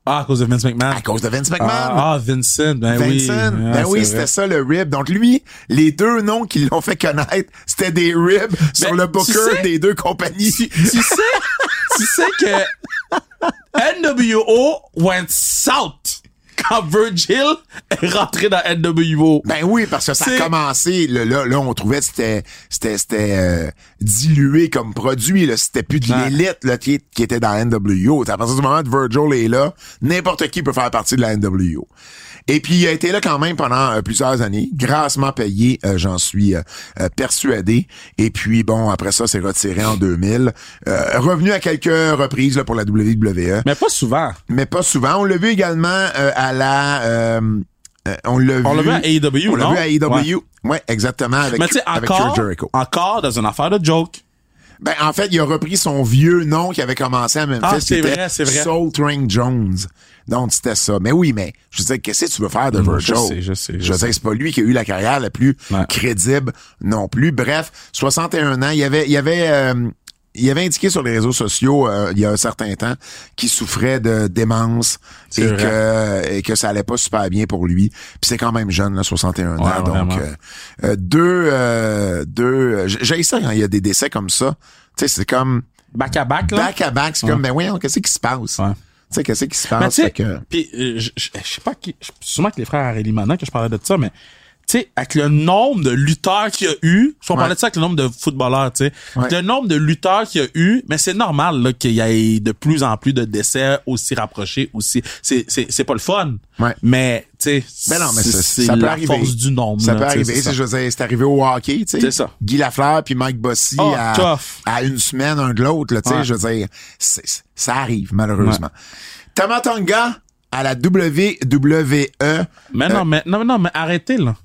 [SPEAKER 3] Ah, à cause de Vince McMahon.
[SPEAKER 2] à cause de Vince McMahon.
[SPEAKER 3] Ah, ah, Vincent, ben oui.
[SPEAKER 2] Vincent,
[SPEAKER 3] Ah,
[SPEAKER 2] ben oui,
[SPEAKER 3] c'est
[SPEAKER 2] c'était
[SPEAKER 3] vrai.
[SPEAKER 2] ça le rib. Donc lui, les deux noms qui l'ont fait connaître, c'était des ribs sur le booker
[SPEAKER 3] Ben, tu sais-
[SPEAKER 2] des deux compagnies.
[SPEAKER 3] tu, tu sais, tu sais que NWO went south quand Virgil est rentré dans NWO.
[SPEAKER 2] Ben oui, parce que ça a
[SPEAKER 3] C'est-
[SPEAKER 2] commencé. Là, là, là, on trouvait que c'était, c'était, c'était euh, dilué comme produit. Là. C'était plus de
[SPEAKER 3] Ouais.
[SPEAKER 2] l'élite là, qui, qui était dans la NWO. À partir du moment où Virgil est là, n'importe qui peut faire partie de la NWO. Et puis, il a été là quand même pendant euh, plusieurs années, grassement payé, euh, j'en suis euh, euh, persuadé. Et puis, bon, après ça, c'est retiré en 2000. Euh, revenu à quelques reprises là, pour la E. WWE
[SPEAKER 3] Mais pas souvent.
[SPEAKER 2] mais pas souvent. On l'a vu également euh, à la. euh, euh, on l'a vu.
[SPEAKER 3] On l'a vu à AEW,
[SPEAKER 2] On l'a
[SPEAKER 3] non?
[SPEAKER 2] vu à AEW. Ouais, exactement. Avec,
[SPEAKER 3] Mais tu sais,
[SPEAKER 2] avec
[SPEAKER 3] encore,
[SPEAKER 2] Chris Jericho.
[SPEAKER 3] encore dans une affaire de joke.
[SPEAKER 2] Ben, en fait, il a repris son vieux nom qui avait commencé à Memphis.
[SPEAKER 3] Ah,
[SPEAKER 2] qui
[SPEAKER 3] c'est
[SPEAKER 2] était
[SPEAKER 3] vrai, c'est vrai.
[SPEAKER 2] Soul Train Jones. Donc, c'était ça. Mais oui, mais je veux dire, qu'est-ce que tu veux faire de Virgil?
[SPEAKER 3] sais, je sais, je
[SPEAKER 2] Je veux dire, c'est pas lui qui a eu la carrière la plus
[SPEAKER 3] Ouais.
[SPEAKER 2] crédible non plus. Bref, 61 ans, il y avait, il y avait, euh, il avait indiqué sur les réseaux sociaux euh, il y a un certain temps qu'il souffrait de démence et
[SPEAKER 3] vrai.
[SPEAKER 2] que, et que ça allait pas super bien pour lui. Puis c'est quand même jeune, là, 61
[SPEAKER 3] Ouais,
[SPEAKER 2] ans. Donc,
[SPEAKER 3] Ah, vraiment.
[SPEAKER 2] euh, euh, deux, euh, deux. euh, j- J'ai ça quand il y a des décès comme ça. Tu sais, c'est comme
[SPEAKER 3] Back à back, là.
[SPEAKER 2] back à back. C'est comme, ben voyons, qu'est-ce qui se passe?
[SPEAKER 3] Ouais.
[SPEAKER 2] Tu sais, qu'est-ce qui se
[SPEAKER 3] Mais
[SPEAKER 2] passe?
[SPEAKER 3] tu sais,
[SPEAKER 2] Fait que-
[SPEAKER 3] puis euh, je je- je sais pas qui, je- sûrement que les frères Harry Manin que je parlais de ça, mais tu sais, avec le nombre de lutteurs qu'il y a eu, si on
[SPEAKER 2] Ouais.
[SPEAKER 3] parlait de ça avec le nombre de footballeurs, tu sais,
[SPEAKER 2] Ouais.
[SPEAKER 3] le nombre de lutteurs qu'il y a eu, mais c'est normal là, qu'il y ait de plus en plus de décès aussi rapprochés, aussi, c'est c'est c'est pas le fun,
[SPEAKER 2] Ouais.
[SPEAKER 3] mais tu sais,
[SPEAKER 2] Ben non, mais
[SPEAKER 3] c'est
[SPEAKER 2] ça,
[SPEAKER 3] c'est
[SPEAKER 2] ça peut
[SPEAKER 3] la
[SPEAKER 2] arriver.
[SPEAKER 3] force du nombre,
[SPEAKER 2] Ça
[SPEAKER 3] là,
[SPEAKER 2] peut
[SPEAKER 3] tu sais,
[SPEAKER 2] arriver.
[SPEAKER 3] c'est
[SPEAKER 2] C'est,
[SPEAKER 3] ça.
[SPEAKER 2] je veux dire, c'est arrivé au hockey, tu sais.
[SPEAKER 3] C'est ça.
[SPEAKER 2] Guy Lafleur puis Mike Bossy
[SPEAKER 3] Oh,
[SPEAKER 2] à,
[SPEAKER 3] tough.
[SPEAKER 2] à une semaine un de l'autre, là, tu sais.
[SPEAKER 3] Ouais.
[SPEAKER 2] Je veux dire, c'est- c'est- ça arrive, malheureusement. Tamatonga à la WWE.
[SPEAKER 3] Mais non, mais non, mais non, mais arrêtez là.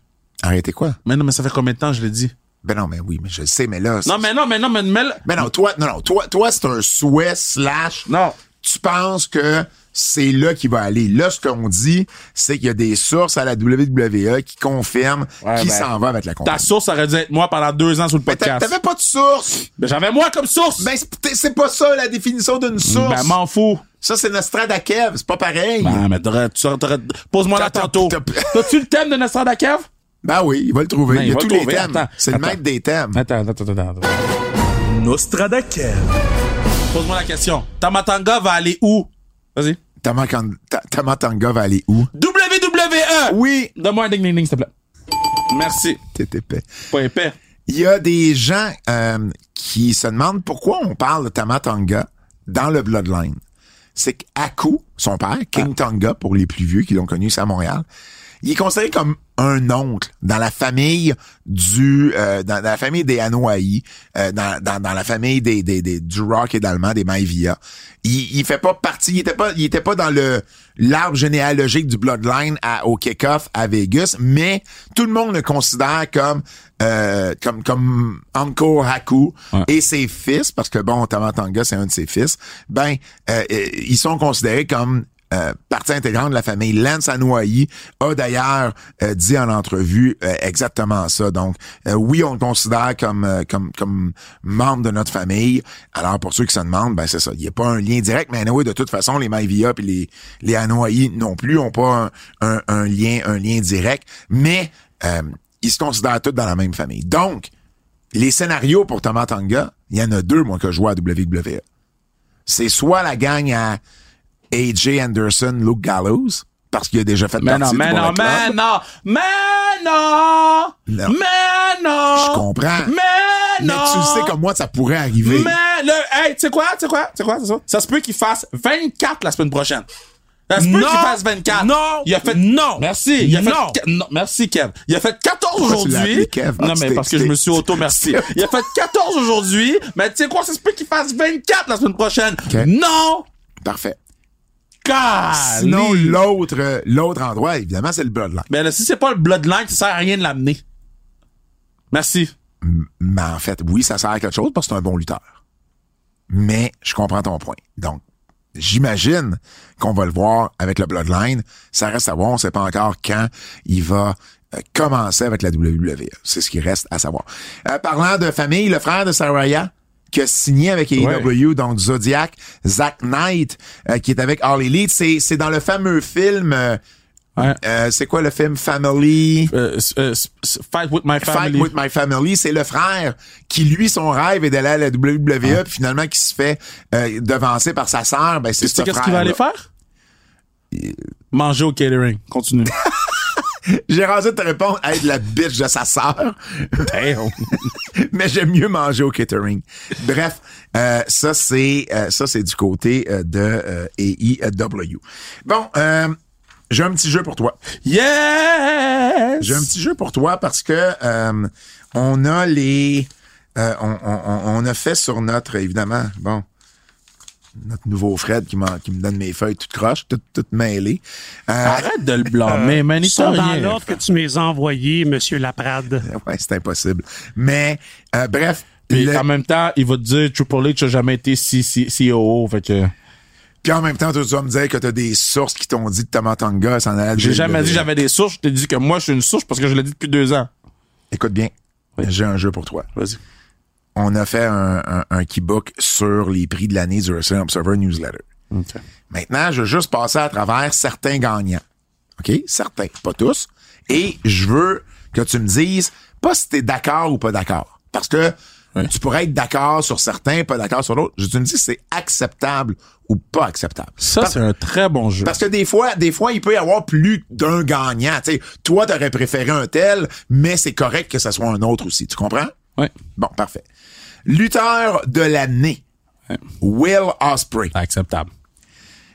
[SPEAKER 2] Arrêtez quoi?
[SPEAKER 3] Mais non, mais ça fait combien de temps je l'ai dit
[SPEAKER 2] Ben non, mais oui, mais je le sais, mais là. c'est-
[SPEAKER 3] Non, mais non, mais non, mais mais,
[SPEAKER 2] Ben non, toi, non, non, toi, toi, c'est un souhait slash.
[SPEAKER 3] Non.
[SPEAKER 2] Tu penses que c'est là qu'il va aller. Là, ce qu'on dit, c'est qu'il y a des sources à la WWE qui confirment qui
[SPEAKER 3] ben,
[SPEAKER 2] s'en va avec la
[SPEAKER 3] ta
[SPEAKER 2] compagnie.
[SPEAKER 3] source aurait dû être moi pendant deux ans sur le
[SPEAKER 2] Mais t'a-
[SPEAKER 3] podcast.
[SPEAKER 2] T'avais pas de source!
[SPEAKER 3] Ben, j'avais moi comme source.
[SPEAKER 2] Ben, c'est peut-être- c'est pas ça la définition d'une source.
[SPEAKER 3] Ben, m'en fous.
[SPEAKER 2] ça, c'est Nostradakev, c'est pas pareil.
[SPEAKER 3] Ben, mais t'aurais, tu aurais- t'aurais- pose-moi là
[SPEAKER 2] T'as-
[SPEAKER 3] tantôt.
[SPEAKER 2] t'as- t'as-
[SPEAKER 3] T'as-tu le thème de Nostradakev?
[SPEAKER 2] Ben oui, il va le trouver.
[SPEAKER 3] Ben,
[SPEAKER 2] il y
[SPEAKER 3] il
[SPEAKER 2] a
[SPEAKER 3] va
[SPEAKER 2] tous
[SPEAKER 3] le
[SPEAKER 2] les
[SPEAKER 3] trouver.
[SPEAKER 2] thèmes.
[SPEAKER 3] Attends,
[SPEAKER 2] C'est le
[SPEAKER 3] attends.
[SPEAKER 2] maître des thèmes.
[SPEAKER 3] Attends, attends, attends, attends. Nostradakev. Pose-moi la question. Tamatanga va aller où? Vas-y.
[SPEAKER 2] Tamakan- Ta- Tamatanga va aller où?
[SPEAKER 3] WWE!
[SPEAKER 2] Oui!
[SPEAKER 3] Donne-moi un ding ding ding, s'il te plaît. Merci.
[SPEAKER 2] T'es épais.
[SPEAKER 3] Pas épais.
[SPEAKER 2] Il y a des gens euh, qui se demandent pourquoi on parle de Tamatanga dans le Bloodline. C'est qu'Aku, son père, King Tonga, pour les plus vieux qui l'ont connu, c'est à Montréal, il est considéré comme un oncle dans la famille du euh, dans, dans la famille des Anoa'i, euh, dans, dans, dans la famille des, des, des- du rock et d'allemand, des Maivia. Il, il fait pas partie, il était pas, il était pas dans le l'arbre généalogique du Bloodline à, au kick-off à Vegas, mais tout le monde le considère comme euh, comme comme Uncle Haku et ses fils, parce que bon, Tamatanga, c'est un de ses fils, ben euh, euh, ils sont considérés comme euh, partie intégrante de la famille Lance Anoa'i a d'ailleurs euh, dit en entrevue euh, exactement ça. Donc, euh, oui, on le considère comme, euh, comme, comme membre de notre famille. Alors, pour ceux qui se demandent, ben c'est ça. Il n'y a pas un lien direct, mais anyway, de toute façon, les Maivia et les, les Anoa'i non plus ont pas un, un- un lien, un lien direct, mais euh, ils se considèrent tous dans la même famille. Donc, les scénarios pour Tamatanga, il y en a deux, moi, que je vois à E. WWE. C'est soit la gang à... AJ Anderson, Luke Gallows, parce qu'il a déjà fait
[SPEAKER 3] Mais non,
[SPEAKER 2] partie
[SPEAKER 3] mais
[SPEAKER 2] du
[SPEAKER 3] non,
[SPEAKER 2] Bullet
[SPEAKER 3] mais
[SPEAKER 2] Club.
[SPEAKER 3] non, mais non, mais
[SPEAKER 2] Non.
[SPEAKER 3] non.
[SPEAKER 2] Je comprends.
[SPEAKER 3] Mais
[SPEAKER 2] Mais
[SPEAKER 3] non.
[SPEAKER 2] tu sais comme moi, ça pourrait arriver.
[SPEAKER 3] Mais le, hey, tu sais quoi, tu sais quoi, tu sais quoi, c'est ça? Ça se peut qu'il fasse 24 la semaine prochaine. Ça se peut qu'il
[SPEAKER 5] Non.
[SPEAKER 3] fasse 24.
[SPEAKER 5] Non.
[SPEAKER 3] Il a fait,
[SPEAKER 5] Non.
[SPEAKER 3] Merci. Il a fait,
[SPEAKER 5] Non.
[SPEAKER 3] qu- non. Merci, Kev. Il a fait 14
[SPEAKER 2] Pourquoi tu l'as
[SPEAKER 3] aujourd'hui.
[SPEAKER 2] appelé Kev? Ah,
[SPEAKER 3] Non,
[SPEAKER 2] tu
[SPEAKER 3] mais
[SPEAKER 2] t'es-
[SPEAKER 3] parce que
[SPEAKER 2] tu
[SPEAKER 3] je
[SPEAKER 2] t'es-
[SPEAKER 3] me suis auto-merci. Il a fait 14 aujourd'hui. Mais tu sais quoi, ça se peut qu'il fasse 24 la semaine prochaine.
[SPEAKER 2] Ok.
[SPEAKER 3] Non.
[SPEAKER 2] Parfait.
[SPEAKER 3] God.
[SPEAKER 2] Sinon, l'autre, euh, l'autre endroit, évidemment, c'est le Bloodline.
[SPEAKER 3] Ben là, si c'est pas le bloodline, ça sert à rien de l'amener. Merci.
[SPEAKER 2] Mais en fait, oui, ça sert à quelque chose parce que c'est un bon lutteur. Mais je comprends ton point. Donc, j'imagine qu'on va le voir avec le Bloodline. Ça reste à voir. On sait pas encore quand il va euh, commencer avec la WWE. C'est ce qui reste à savoir. Euh, parlant de famille, le frère de Saraya qui a signé avec AEW, donc Zodiac, Zack Knight, euh, qui est avec All Elite, c'est c'est dans le fameux film... euh,
[SPEAKER 3] Ouais.
[SPEAKER 2] euh, c'est quoi le film Family?
[SPEAKER 3] Euh, s- euh, s- s- fight with my family.
[SPEAKER 2] Fight with my family, c'est le frère qui lui son rêve est d'aller à la WWE
[SPEAKER 3] Ah.
[SPEAKER 2] puis finalement qui se fait euh, devancer par sa sœur, ben c'est
[SPEAKER 3] tu sais
[SPEAKER 2] ce
[SPEAKER 3] qu'est-ce qu'il va aller
[SPEAKER 2] frère.
[SPEAKER 3] faire? Manger au catering. Continue.
[SPEAKER 2] J'ai rasé de te répondre à être la bitch de sa sœur, mais j'aime mieux manger au catering. Bref, euh, ça c'est euh, ça c'est du côté euh, de euh, AEW. Bon, euh, j'ai un petit jeu pour toi.
[SPEAKER 3] yes!
[SPEAKER 2] J'ai un petit jeu pour toi parce que euh, on a les. euh, on, on- on- on a fait sur notre, évidemment, bon, notre nouveau Fred qui, m'en- qui me donne mes feuilles toutes croches, toutes, toutes mêlées. Euh,
[SPEAKER 3] Arrête de le blâmer, man. Il
[SPEAKER 4] Ils sont
[SPEAKER 3] sait
[SPEAKER 4] dans
[SPEAKER 3] rien.
[SPEAKER 4] l'ordre que tu m'es envoyé, Monsieur Laprade.
[SPEAKER 2] ouais, c'est impossible. Mais, euh, bref.
[SPEAKER 3] Puis
[SPEAKER 2] le-
[SPEAKER 3] en même temps, il va te dire, Triple H a jamais été C- C- COO. Fait que,
[SPEAKER 2] puis en même temps, tu vas me dire que t'as des sources qui t'ont dit que Tamatanga s'en allait. à la
[SPEAKER 3] j'ai jamais
[SPEAKER 2] WWE.
[SPEAKER 3] dit que j'avais des sources. Je t'ai dit que moi, je suis une source parce que je l'ai dit depuis deux ans.
[SPEAKER 2] Écoute bien, j'ai un jeu pour toi.
[SPEAKER 3] Vas-y.
[SPEAKER 2] On a fait un, un, un keybook sur les prix de l'année du Wrestling Observer Newsletter. Maintenant, je veux juste passer à travers certains gagnants. OK? Certains, pas tous. Et je veux que tu me dises, pas si t'es d'accord ou pas d'accord. Parce que tu pourrais être d'accord sur certains, pas d'accord sur l'autre. Je- Tu me dis si c'est acceptable ou pas acceptable.
[SPEAKER 3] Ça,
[SPEAKER 2] Par-
[SPEAKER 3] c'est un très bon jeu.
[SPEAKER 2] parce que des fois, des fois, il peut y avoir plus d'un gagnant. Tu sais, toi, t'aurais préféré un tel, mais c'est correct que ça soit un autre aussi. Tu comprends?
[SPEAKER 3] Ouais.
[SPEAKER 2] Bon, parfait. Lutteur de l'année. Will Osprey.
[SPEAKER 3] Acceptable.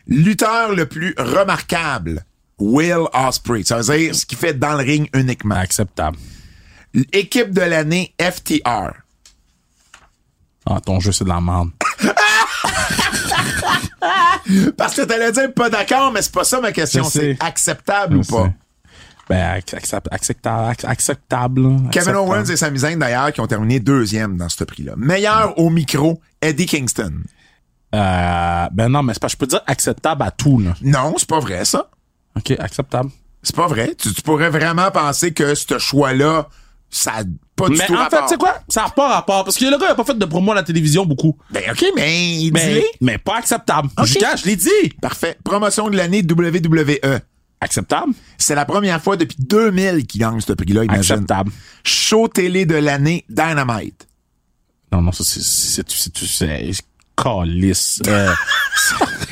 [SPEAKER 2] Lutteur le plus remarquable. Will Osprey. Ça veut dire ce qu'il fait dans le ring uniquement.
[SPEAKER 3] Acceptable.
[SPEAKER 2] L- Équipe de l'année FTR.
[SPEAKER 3] Ah, ton jeu, c'est de la merde.
[SPEAKER 2] Parce que t'allais dire pas d'accord, mais c'est pas ça ma question.
[SPEAKER 3] Je
[SPEAKER 2] C'est
[SPEAKER 3] sais.
[SPEAKER 2] acceptable ou
[SPEAKER 3] Je
[SPEAKER 2] pas?
[SPEAKER 3] sais. Ben, ac- accept- acceptable. ac- Acceptable. hein.
[SPEAKER 2] Kevin
[SPEAKER 3] Acceptable.
[SPEAKER 2] Owens et Sami Zayn, d'ailleurs, qui ont terminé deuxième dans ce prix-là. Meilleur au micro, Eddie Kingston.
[SPEAKER 3] Euh, ben non, mais c'est pas, je peux dire acceptable à tout, là.
[SPEAKER 2] Non, c'est pas vrai, ça.
[SPEAKER 3] OK, acceptable.
[SPEAKER 2] C'est pas vrai. Tu, tu pourrais vraiment penser que ce choix-là, ça a pas du
[SPEAKER 3] mais
[SPEAKER 2] tout
[SPEAKER 3] en fait,
[SPEAKER 2] rapport.
[SPEAKER 3] tu sais quoi? Ça n'a pas rapport. Parce que le gars, il a pas fait de promo à la télévision beaucoup. Ah,
[SPEAKER 2] Ben, OK, mais il
[SPEAKER 3] Mais,
[SPEAKER 2] dit...
[SPEAKER 3] mais pas acceptable. Je gars, je l'ai dit.
[SPEAKER 2] Parfait. Promotion de l'année WWE.
[SPEAKER 3] Acceptable.
[SPEAKER 2] C'est la première fois depuis 2000 qu'il gagne ce prix-là, imagine.
[SPEAKER 3] Acceptable.
[SPEAKER 2] Show télé de l'année, Dynamite.
[SPEAKER 3] Non, non, ça, c'est, c'est, c'est, c'est, c'est, c'est calice. Euh,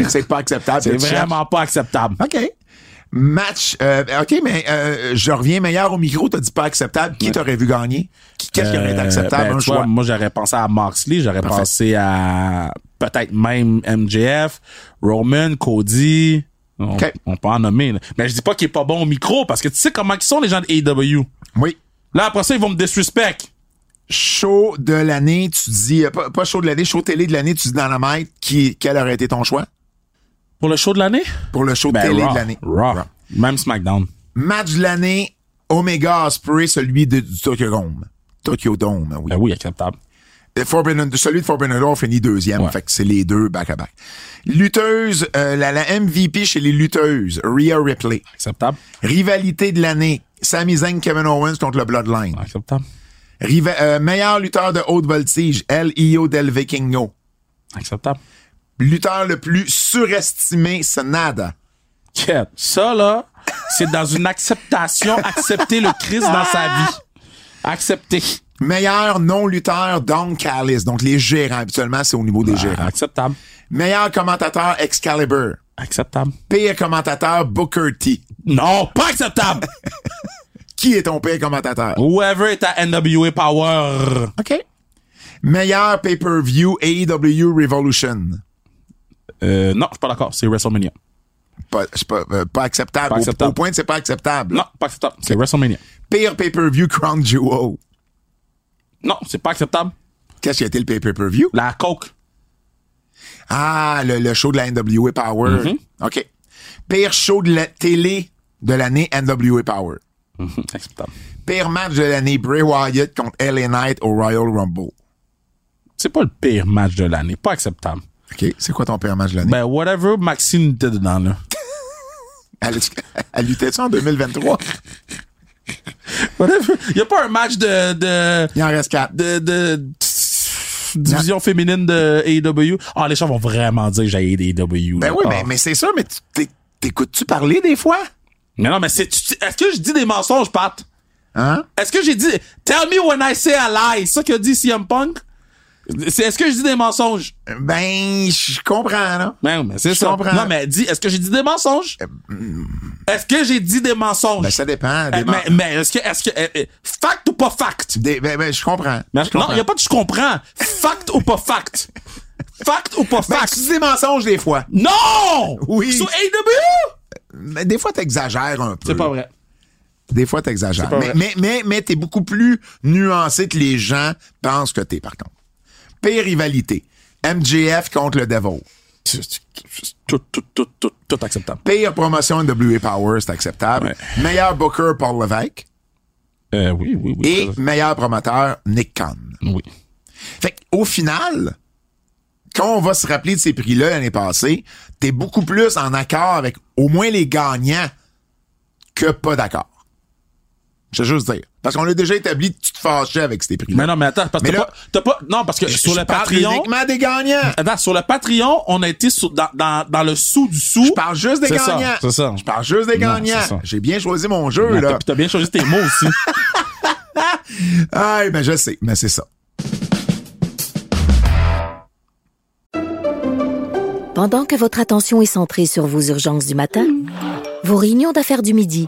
[SPEAKER 2] C'est pas acceptable.
[SPEAKER 3] c'est
[SPEAKER 2] Tu cherches.
[SPEAKER 3] vraiment pas acceptable.
[SPEAKER 2] OK. Match. euh, OK, mais euh, je reviens meilleur au micro. T'as dit pas acceptable. Qui t'aurait vu gagner? Qui- Qu'est-ce qui aurait été
[SPEAKER 3] Euh,
[SPEAKER 2] acceptable?
[SPEAKER 3] ben,
[SPEAKER 2] un
[SPEAKER 3] tu vois,
[SPEAKER 2] choix.
[SPEAKER 3] moi, j'aurais pensé à Moxley, j'aurais
[SPEAKER 2] Parfait.
[SPEAKER 3] pensé à peut-être même MJF, Roman, Cody. On,
[SPEAKER 2] Ok.
[SPEAKER 3] on peut en nommer. là. Mais je dis pas qu'il est pas bon au micro parce que tu sais comment ils sont les gens de AEW.
[SPEAKER 2] Oui.
[SPEAKER 3] Là, après ça, ils vont me disrespect.
[SPEAKER 2] Show de l'année, tu dis... euh, pas, pas show de l'année, show télé de l'année, tu dis Dynamite. Qui, quel aurait été ton choix
[SPEAKER 3] Pour le show de l'année?
[SPEAKER 2] pour le show télé
[SPEAKER 3] Ben, Raw,
[SPEAKER 2] de l'année?
[SPEAKER 3] Raw.
[SPEAKER 2] Raw.
[SPEAKER 3] Même SmackDown.
[SPEAKER 2] Match de l'année, Omega Osprey, celui de, du Tokyo Dome. Tokyo Dome, oui.
[SPEAKER 3] Ben oui, acceptable.
[SPEAKER 2] Et Forbidden- celui de Forbidden Door finit deuxième.
[SPEAKER 3] Ouais.
[SPEAKER 2] Fait que c'est les deux back-à-back. Lutteuse, euh, la, la MVP chez les lutteuses, Rhea Ripley.
[SPEAKER 3] Acceptable.
[SPEAKER 2] Rivalité de l'année, Sami Zayn, Kevin Owens contre le Bloodline.
[SPEAKER 3] Acceptable.
[SPEAKER 2] Riva- euh, meilleur lutteur de haute voltige, L.I.O. Del Vikingo.
[SPEAKER 3] Acceptable.
[SPEAKER 2] Lutteur le plus surestimé, c'est Nada.
[SPEAKER 3] Quête. Ça, là, c'est dans une acceptation, accepter le Christ dans sa vie. Accepter.
[SPEAKER 2] Meilleur non-lutteur, Don Callis. Donc les gérants, habituellement, c'est au niveau des gérants.
[SPEAKER 3] Acceptable.
[SPEAKER 2] Meilleur commentateur, Excalibur.
[SPEAKER 3] Acceptable.
[SPEAKER 2] Pire commentateur, Booker T.
[SPEAKER 3] Non, pas acceptable!
[SPEAKER 2] Qui est ton pire commentateur?
[SPEAKER 3] Whoever est à NWA Power.
[SPEAKER 2] OK. Meilleur pay-per-view AEW Revolution.
[SPEAKER 3] Euh, non, je suis pas d'accord. C'est WrestleMania.
[SPEAKER 2] Pas, c'est pas, euh, pas acceptable.
[SPEAKER 3] Pas
[SPEAKER 2] Au-
[SPEAKER 3] acceptable.
[SPEAKER 2] Au, point de c'est pas acceptable.
[SPEAKER 3] Non, pas acceptable. C'est WrestleMania.
[SPEAKER 2] Pire pay-per-view Crown Jewel.
[SPEAKER 3] Non, c'est pas acceptable.
[SPEAKER 2] Qu'est-ce qui a été le pay-per-view?
[SPEAKER 3] La coke.
[SPEAKER 2] Ah, le, le show de la NWA Power. OK. Pire show de la télé de l'année NWA Power.
[SPEAKER 3] Hmm, Acceptable.
[SPEAKER 2] Pire match de l'année Bray Wyatt contre LA Knight au Royal Rumble.
[SPEAKER 3] C'est pas le pire match de l'année. Pas acceptable.
[SPEAKER 2] OK. C'est quoi ton pire match de l'année?
[SPEAKER 3] Ben, whatever Maxime était dedans, là.
[SPEAKER 2] Elle, elle luttait-tu en 2023?
[SPEAKER 3] Whatever. Y a pas un match de, de,
[SPEAKER 2] Il en reste quatre.
[SPEAKER 3] de, de division féminine de AEW. Ah, les gens vont vraiment dire que j'ai AEW.
[SPEAKER 2] Ben
[SPEAKER 3] là.
[SPEAKER 2] oui,
[SPEAKER 3] Ah.
[SPEAKER 2] ben, mais c'est ça, mais tu- t'é- t'écoutes-tu parler des fois?
[SPEAKER 3] Mais non, mais c'est, tu- est-ce que je dis des mensonges, Pat?
[SPEAKER 2] Hein?
[SPEAKER 3] Est-ce que j'ai dit, tell me when I say a lie? C'est ça que dit CM Punk? C'est, est-ce que je dis des mensonges?
[SPEAKER 2] Ben, je comprends, là.
[SPEAKER 3] Non, mais c'est
[SPEAKER 2] Je
[SPEAKER 3] ça.
[SPEAKER 2] comprends. Eh, hmm.
[SPEAKER 3] Non, mais dis, est-ce que j'ai dit des mensonges? Est-ce que j'ai dit des mensonges?
[SPEAKER 2] Ben, ça dépend. des
[SPEAKER 3] Eh, mais,
[SPEAKER 2] men-
[SPEAKER 3] mais est-ce que, est-ce que, eh, eh, fact ou pas fact?
[SPEAKER 2] des- ben, ben, je comprends.
[SPEAKER 3] Non,
[SPEAKER 2] Je comprends.
[SPEAKER 3] il n'y a pas de je comprends. Fact ou pas fact? Fact ou pas
[SPEAKER 2] Ben,
[SPEAKER 3] fact?
[SPEAKER 2] tu dis des mensonges des fois.
[SPEAKER 3] Non!
[SPEAKER 2] Oui.
[SPEAKER 3] Sur AW!
[SPEAKER 2] Mais Ben, des fois, t'exagères un peu.
[SPEAKER 3] C'est pas vrai.
[SPEAKER 2] Des fois, t'exagères.
[SPEAKER 3] pas
[SPEAKER 2] Mais,
[SPEAKER 3] vrai.
[SPEAKER 2] mais, mais, mais t'es beaucoup plus nuancé que les gens pensent que t'es, par contre. Pire rivalité. MJF contre le Devil.
[SPEAKER 3] Tout, tout, tout, tout, tout acceptable.
[SPEAKER 2] Pire promotion NWA Power, c'est acceptable.
[SPEAKER 3] Ouais.
[SPEAKER 2] Meilleur booker, Paul Levesque.
[SPEAKER 3] Euh, oui, oui, oui.
[SPEAKER 2] Et meilleur promoteur, Nick Khan.
[SPEAKER 3] Oui.
[SPEAKER 2] Fait qu'au final, quand on va se rappeler de ces prix-là l'année passée, t'es beaucoup plus en accord avec au moins les gagnants que pas d'accord. Je veux juste dire. Parce qu'on l'a déjà établi, tu te fâchais avec ces prix-là.
[SPEAKER 3] Mais non, mais attends, parce que
[SPEAKER 2] Mais
[SPEAKER 3] t'as
[SPEAKER 2] là-
[SPEAKER 3] pas, t'as pas, non, parce que
[SPEAKER 2] Je-
[SPEAKER 3] sur
[SPEAKER 2] je
[SPEAKER 3] le
[SPEAKER 2] parle
[SPEAKER 3] Patreon,
[SPEAKER 2] uniquement des gagnants.
[SPEAKER 3] attends, sur le Patreon, on a été sous- dans, dans, dans le sous du sous.
[SPEAKER 2] Je parle juste des
[SPEAKER 3] C'est ça,
[SPEAKER 2] gagnants.
[SPEAKER 3] c'est ça.
[SPEAKER 2] Je parle juste des
[SPEAKER 3] Non, c'est ça.
[SPEAKER 2] gagnants. J'ai bien choisi mon jeu,
[SPEAKER 3] Mais t'as-
[SPEAKER 2] là.
[SPEAKER 3] puis t'as bien choisi tes mots aussi.
[SPEAKER 2] Ah, ben je sais, mais c'est ça.
[SPEAKER 6] Pendant que votre attention est centrée sur vos urgences du matin, vos réunions d'affaires du midi,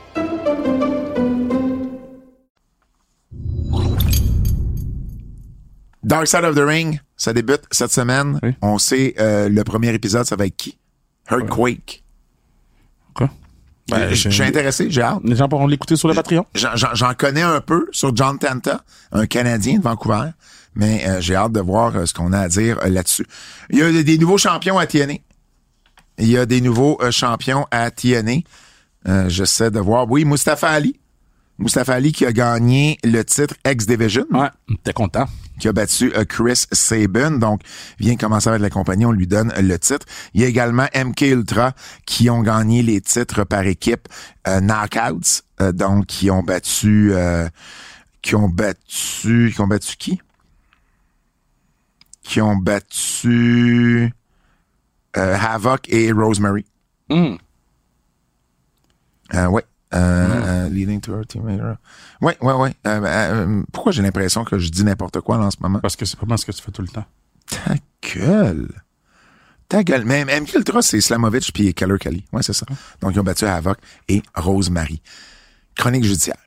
[SPEAKER 2] Dark Side of the Ring, ça débute cette semaine.
[SPEAKER 3] Oui.
[SPEAKER 2] On sait, euh, le premier épisode, ça va être qui? Earthquake.
[SPEAKER 3] Quoi? Ben,
[SPEAKER 2] Euh, je je suis intéressé, j'ai hâte.
[SPEAKER 3] Les gens pourront l'écouter sur le Patreon.
[SPEAKER 2] J'en- J'en j'en connais un peu sur John Tanta, un Canadien de Vancouver, mais euh, j'ai hâte de voir euh, ce qu'on a à dire euh, là-dessus. Il y a des- des nouveaux champions à TNA. Il y a des nouveaux euh, champions à TNA. Euh, J'essaie de voir. Oui, Mustafa Ali. Mustafa Ali qui a gagné le titre X-Division,
[SPEAKER 3] Ouais. T'es content.
[SPEAKER 2] qui a battu euh, Chris Sabin. Donc, vient commencer avec la compagnie, on lui donne euh, le titre. Il y a également MK Ultra qui ont gagné les titres par équipe euh, Knockouts. Euh, donc, qui ont battu... euh, qui ont battu... Qui ont battu qui? Qui ont battu... euh, Havoc et Rosemary. Euh, ouais. Euh, euh, leading to our team. hero. Ouais, ouais, ouais. Euh, euh, pourquoi j'ai l'impression que je dis n'importe quoi là, en ce moment?
[SPEAKER 3] Parce que c'est pas mal ce que tu fais tout le temps.
[SPEAKER 2] Ta gueule. Ta gueule. Mais MK Ultra, c'est Slamovic puis Keller Kelly. Ouais, c'est ça. Donc, ils ont battu Havoc et Rosemary. Chronique judiciaire.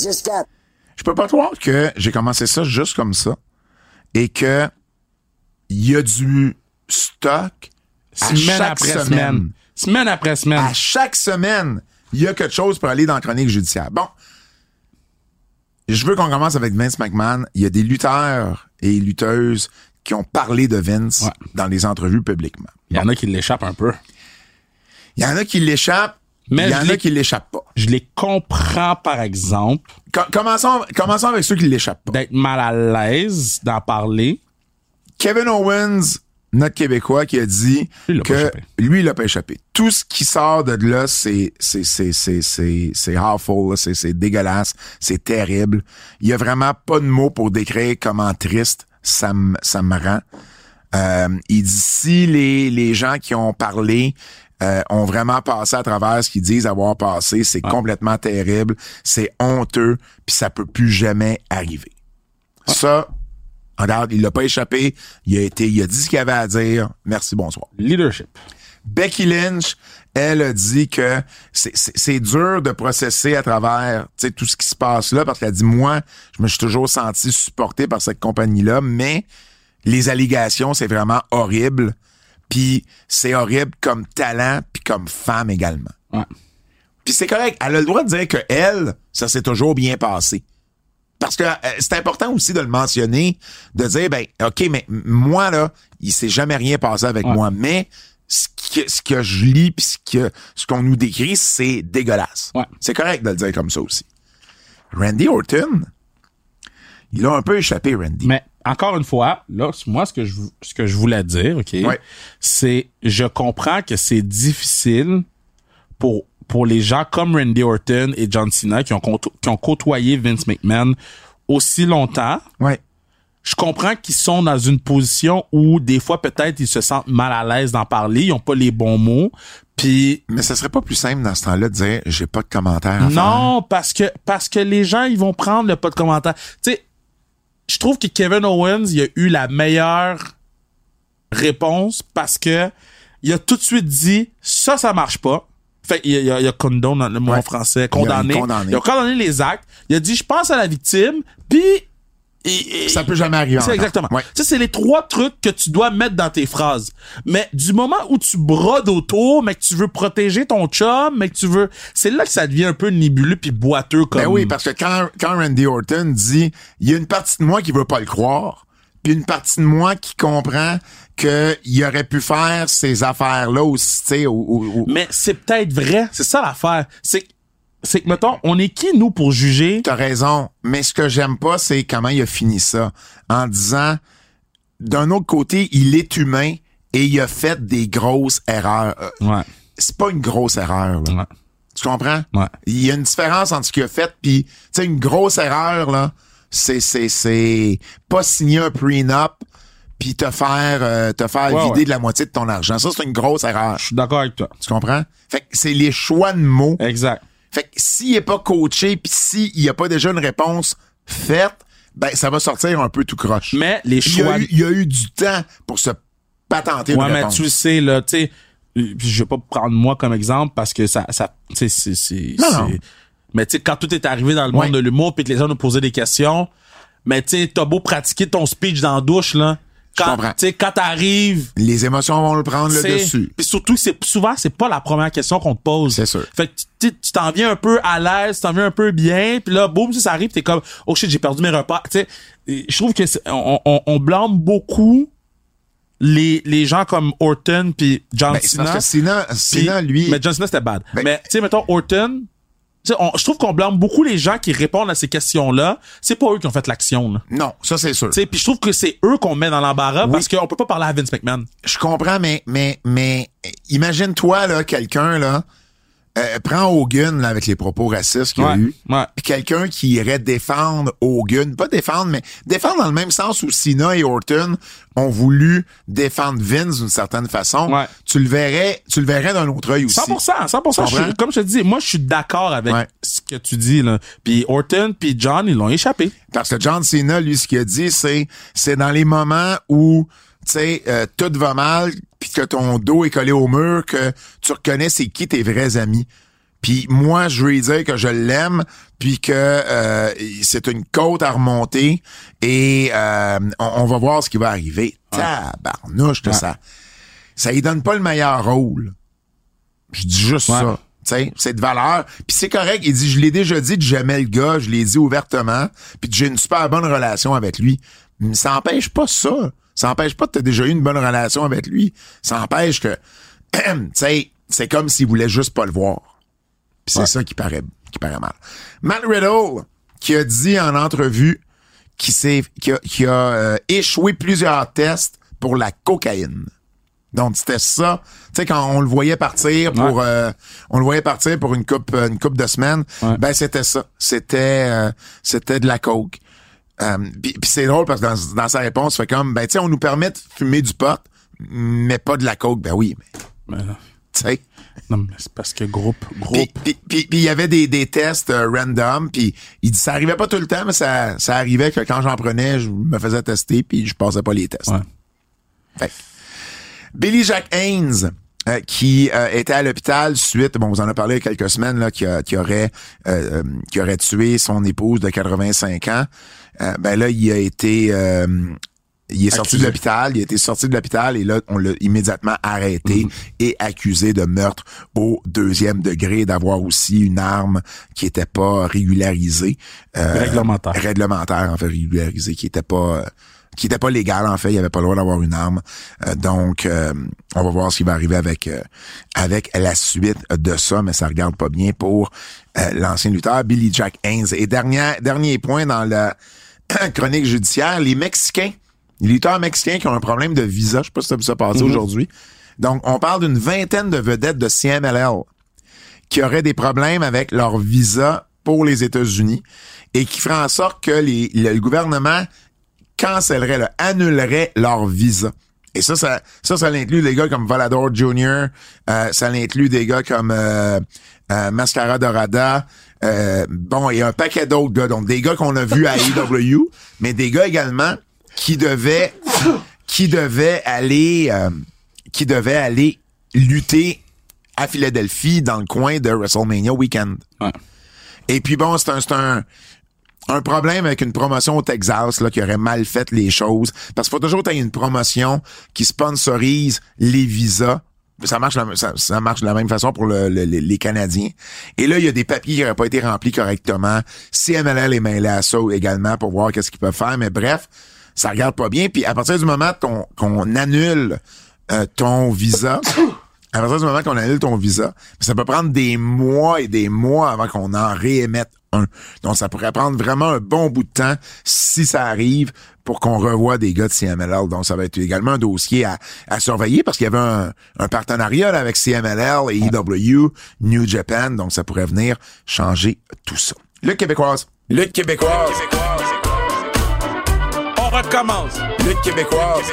[SPEAKER 1] Jusqu'à
[SPEAKER 2] Je peux pas croire que j'ai commencé ça juste comme ça et que il y a du stock à
[SPEAKER 3] Semaine
[SPEAKER 2] chaque
[SPEAKER 3] après semaine.
[SPEAKER 2] semaine.
[SPEAKER 3] semaine. après semaine.
[SPEAKER 2] À chaque semaine, il y a quelque chose pour aller dans la chronique judiciaire. Bon. Je veux qu'on commence avec Vince McMahon. Il y a des lutteurs et lutteuses qui ont parlé de Vince
[SPEAKER 3] Ouais.
[SPEAKER 2] dans les entrevues publiquement.
[SPEAKER 3] Il y en a qui l'échappent un peu.
[SPEAKER 2] Il y en a qui l'échappent,
[SPEAKER 3] Mais
[SPEAKER 2] il y
[SPEAKER 3] je
[SPEAKER 2] en a
[SPEAKER 3] l'ai-
[SPEAKER 2] qui l'échappent pas.
[SPEAKER 3] Je les comprends, par exemple,
[SPEAKER 2] Com- commençons, commençons avec ceux qui l'échappent pas.
[SPEAKER 3] d'être mal à l'aise d'en parler.
[SPEAKER 2] Kevin Owens notre Québécois qui a dit
[SPEAKER 3] Lui, il l'a pas
[SPEAKER 2] que
[SPEAKER 3] échappé.
[SPEAKER 2] lui, il l'a pas échappé. Tout ce qui sort de là, c'est c'est c'est c'est c'est c'est awful, là, c'est c'est dégueulasse, c'est terrible. Il y a vraiment pas de mots pour décrire comment triste ça me ça me rend. Euh, il dit si les les gens qui ont parlé euh, ont vraiment passé à travers ce qu'ils disent avoir passé, c'est complètement terrible, c'est honteux, puis ça peut plus jamais arriver. Ça, regarde, il l'a pas échappé. Il a été, il a dit ce qu'il avait à dire. Merci, bonsoir.
[SPEAKER 3] Leadership.
[SPEAKER 2] Becky Lynch, elle a dit que c'est- c'est c'est dur de processer à travers tu sais, tout ce qui se passe là parce qu'elle dit moi, je me suis toujours senti supporté par cette compagnie-là, mais les allégations, c'est vraiment horrible. Puis c'est horrible comme talent puis comme femme également.
[SPEAKER 3] Ouais.
[SPEAKER 2] Puis c'est correct, elle a le droit de dire que elle, ça s'est toujours bien passé. Parce que euh, c'est important aussi de le mentionner, de dire ben OK, mais m- moi là, il s'est jamais rien passé avec moi, mais ce que, ce que je lis puis ce que ce qu'on nous décrit, c'est dégueulasse.
[SPEAKER 3] Ouais.
[SPEAKER 2] C'est correct de le dire comme ça aussi. Randy Orton, il a un peu échappé Randy.
[SPEAKER 3] Mais encore une fois, là, moi, ce que je, ce que je voulais dire, OK,
[SPEAKER 2] Ouais.
[SPEAKER 3] c'est je comprends que c'est difficile pour, pour les gens comme Randy Orton et John Cena qui ont, côto- qui ont côtoyé Vince McMahon aussi longtemps.
[SPEAKER 2] Ouais.
[SPEAKER 3] Je comprends qu'ils sont dans une position où des fois peut-être ils se sentent mal à l'aise d'en parler, ils ont pas les bons mots, puis
[SPEAKER 2] Mais ce serait pas plus simple dans ce temps-là de dire j'ai pas de commentaire. à faire.
[SPEAKER 3] non, parce que parce que les gens ils vont prendre le pas de commentaire. Tu sais, je trouve que Kevin Owens il a eu la meilleure réponse parce que il a tout de suite dit ça ça marche pas. Fait il a, il a, il a condone le mot
[SPEAKER 2] Ouais.
[SPEAKER 3] en français condamné.
[SPEAKER 2] Il a condamné.
[SPEAKER 3] Il a condamné les actes. Il a dit je pense à la victime puis et- et-
[SPEAKER 2] Ça peut jamais arriver.
[SPEAKER 3] c'est
[SPEAKER 2] encore.
[SPEAKER 3] exactement.
[SPEAKER 2] Ouais.
[SPEAKER 3] Ça, c'est les trois trucs que tu dois mettre dans tes phrases. Mais du moment où tu brodes autour, mais que tu veux protéger ton chum, mais que tu veux, c'est là que ça devient un peu nébuleux puis boiteux comme.
[SPEAKER 2] Ben oui, parce que quand, quand Randy Orton dit, il y a une partie de moi qui veut pas le croire, puis une partie de moi qui comprend qu'il aurait pu faire ces affaires-là aussi, tu sais, au- au- au-
[SPEAKER 3] Mais c'est peut-être vrai. C'est ça l'affaire. C'est, que- c'est que mettons, on est qui nous pour juger
[SPEAKER 2] T'as raison, mais ce que j'aime pas, c'est comment il a fini ça, en disant, d'un autre côté, il est humain et il a fait des grosses erreurs. Euh,
[SPEAKER 3] Ouais.
[SPEAKER 2] C'est pas une grosse erreur, là.
[SPEAKER 3] Ouais.
[SPEAKER 2] Tu comprends?
[SPEAKER 3] Ouais.
[SPEAKER 2] Il y a une différence entre ce qu'il a fait puis tu sais une grosse erreur là, c'est c'est c'est pas signer un prenup puis te faire euh, te faire
[SPEAKER 3] Ouais,
[SPEAKER 2] vider
[SPEAKER 3] ouais.
[SPEAKER 2] de la moitié de ton argent. Ça c'est une grosse erreur.
[SPEAKER 3] Je suis d'accord avec toi.
[SPEAKER 2] Tu comprends Fait que c'est les choix de mots.
[SPEAKER 3] Exact.
[SPEAKER 2] Fait que s'il est pas coaché puis s'il y a pas déjà une réponse faite, ben ça va sortir un peu tout croche.
[SPEAKER 3] Mais les
[SPEAKER 2] il y
[SPEAKER 3] choix.
[SPEAKER 2] a eu, il y a eu du temps pour se patenter
[SPEAKER 3] Ouais,
[SPEAKER 2] une
[SPEAKER 3] mais
[SPEAKER 2] réponse.
[SPEAKER 3] tu le sais, là, tu sais, euh, je vais pas prendre moi comme exemple parce que ça, ça, tu sais, c'est, c'est,
[SPEAKER 2] Non,
[SPEAKER 3] c'est-
[SPEAKER 2] non.
[SPEAKER 3] mais tu sais, quand tout est arrivé dans le
[SPEAKER 2] Ouais.
[SPEAKER 3] monde de l'humour puis que les gens nous posaient des questions, mais tu sais, t'as beau pratiquer ton speech dans la douche, là, quand, tu
[SPEAKER 2] comprends.
[SPEAKER 3] sais, quand t'arrives,
[SPEAKER 2] Les émotions vont le prendre le
[SPEAKER 3] c'est-
[SPEAKER 2] dessus.
[SPEAKER 3] Puis surtout, que c'est souvent c'est pas la première question qu'on te pose.
[SPEAKER 2] C'est sûr.
[SPEAKER 3] Fait que tu- tu tu t'en viens un peu à l'aise, tu t'en viens un peu bien, puis là boum, ça, ça arrive, t'es comme oh shit, j'ai perdu mes repas. Tu sais, et je trouve que c'est- on, on, on blâme beaucoup les les gens comme Orton puis John
[SPEAKER 2] Ben, c'est
[SPEAKER 3] Cena.
[SPEAKER 2] parce que Cena,
[SPEAKER 3] puis-
[SPEAKER 2] Cena lui,
[SPEAKER 3] mais John Cena c'était bad.
[SPEAKER 2] Ben-
[SPEAKER 3] mais tu sais mettons Orton tu sais, on- je trouve qu'on blâme beaucoup les gens qui répondent à ces questions-là. C'est pas eux qui ont fait l'action, là.
[SPEAKER 2] non, ça c'est sûr.
[SPEAKER 3] Tu sais, Puis je trouve que c'est eux qu'on met dans l'embarras parce qu'on peut pas parler à Vince McMahon.
[SPEAKER 2] je comprends, mais, mais, mais, imagine-toi, là, quelqu'un, là, euh, prends Hogan, là, avec les propos racistes qu'il a
[SPEAKER 3] Ouais,
[SPEAKER 2] eu.
[SPEAKER 3] ouais.
[SPEAKER 2] Puis quelqu'un qui irait défendre Hogan, pas défendre, mais défendre dans le même sens où Cena et Orton ont voulu défendre Vince d'une certaine façon.
[SPEAKER 3] Ouais.
[SPEAKER 2] Tu le verrais, tu le verrais d'un autre œil aussi.
[SPEAKER 3] 100%, 100%. Je
[SPEAKER 2] Comprends?
[SPEAKER 3] suis- comme je te dis, moi, je suis d'accord avec
[SPEAKER 2] Ouais.
[SPEAKER 3] ce que tu dis, là. Puis Orton, puis John, ils l'ont échappé.
[SPEAKER 2] Parce que John Cena, lui, ce qu'il a dit, c'est c'est dans les moments où tu sais euh, tout va mal, puis que ton dos est collé au mur, que tu reconnais c'est qui tes vrais amis. Puis moi, je lui ai dit que je l'aime, puis que euh, c'est une côte à remonter, et euh, on, on va voir ce qui va arriver. Tabarnouche que ça. Ça lui donne pas le meilleur rôle. Je dis juste
[SPEAKER 3] Ouais.
[SPEAKER 2] ça. Tu sais, c'est de valeur. Puis c'est correct. Il dit, je l'ai déjà dit que j'aimais le gars, je l'ai dit ouvertement, puis que j'ai une super bonne relation avec lui. Mais ça empêche pas ça. Ça empêche pas que t'as déjà eu une bonne relation avec lui. Ça empêche que, tu sais, c'est comme s'il voulait juste pas le voir. Puis c'est ça qui paraît, qui paraît mal. Matt Riddle, qui a dit en entrevue qu'il s'est, qu'il a, qu'il a, euh, échoué plusieurs tests pour la cocaïne. Donc c'était ça, tu sais quand on le voyait partir pour
[SPEAKER 3] Ouais.
[SPEAKER 2] euh, on le voyait partir pour une coupe une coupe de semaines,
[SPEAKER 3] Ouais.
[SPEAKER 2] ben c'était ça, c'était euh, c'était de la coke. Euh, Puis puis c'est drôle parce que dans, dans sa réponse, fait comme ben tu sais on nous permet de fumer du pot, mais pas de la coke. Ben oui, mais
[SPEAKER 3] Mais non.
[SPEAKER 2] tu sais.
[SPEAKER 3] Non, mais c'est parce que groupe,
[SPEAKER 2] Puis
[SPEAKER 3] groupe.
[SPEAKER 2] puis- puis- puis il y avait des, des tests euh, random, puis il dit ça arrivait pas tout le temps, mais ça, ça arrivait que quand j'en prenais, je me faisais tester, puis je passais pas les tests.
[SPEAKER 3] Ouais.
[SPEAKER 2] Fait. que- Billy Jack Haynes, euh, qui euh, était à l'hôpital suite, bon, vous en a parlé il y a quelques semaines, là, qui, a- qui aurait euh, euh, qui aurait tué son épouse de 85 ans. Euh, ben là, il a été euh, il est sorti
[SPEAKER 3] Accusé.
[SPEAKER 2] de l'hôpital, il a été sorti de l'hôpital et là, on l'a immédiatement arrêté et accusé de meurtre au deuxième degré, d'avoir aussi une arme qui n'était pas régularisée. euh,
[SPEAKER 3] Réglementaire.
[SPEAKER 2] Réglementaire, en fait, régularisée, qui n'était pas euh, qui était pas légal en fait, il avait pas le droit d'avoir une arme. Euh, donc euh, on va voir ce qui va arriver avec euh, avec la suite de ça, mais ça regarde pas bien pour euh, l'ancien lutteur Billy Jack Haynes. Et dernier dernier point dans la euh, chronique judiciaire, les Mexicains, les lutteurs mexicains qui ont un problème de visa, je sais pas si ça vous a passé aujourd'hui. Donc on parle d'une vingtaine de vedettes de CMLL qui auraient des problèmes avec leur visa pour les États-Unis et qui ferait en sorte que les- le gouvernement cancellerait, là, annulerait leur visa. Et ça, ça, ça, ça l'inclut des gars comme Valador Jr., euh, ça l'inclut des gars comme euh, euh, Mascara Dorada, euh, bon, et un paquet d'autres gars, donc des gars qu'on a vus à AEW, mais des gars également qui devaient, qui devaient aller, euh, qui devaient aller lutter à Philadelphie dans le coin de WrestleMania Weekend.
[SPEAKER 3] Ouais.
[SPEAKER 2] Et puis bon, c'est un, c'est un, un problème avec une promotion au Texas là, qui aurait mal fait les choses. Parce qu'il faut toujours avoir une promotion qui sponsorise les visas. Ça marche, la- ça, ça marche de la même façon pour le- le- le- les Canadiens. Et là, il y a des papiers qui n'auraient pas été remplis correctement. CMLL est mêlé à ça également pour voir qu'est-ce qu'ils peuvent faire. Mais bref, ça regarde pas bien. Puis à partir du moment qu'on qu'on annule euh, ton visa, à partir du moment qu'on annule ton visa, ça peut prendre des mois et des mois avant qu'on en réémette un. Donc, ça pourrait prendre vraiment un bon bout de temps si ça arrive pour qu'on revoie des gars de CMLL. Donc, ça va être également un dossier à, à surveiller parce qu'il y avait un, un partenariat là, avec CMLL et EW, New Japan. Donc, ça pourrait venir changer tout ça. Le Québécoise. Le Québécoise.
[SPEAKER 3] On recommence.
[SPEAKER 2] Le Québécoise.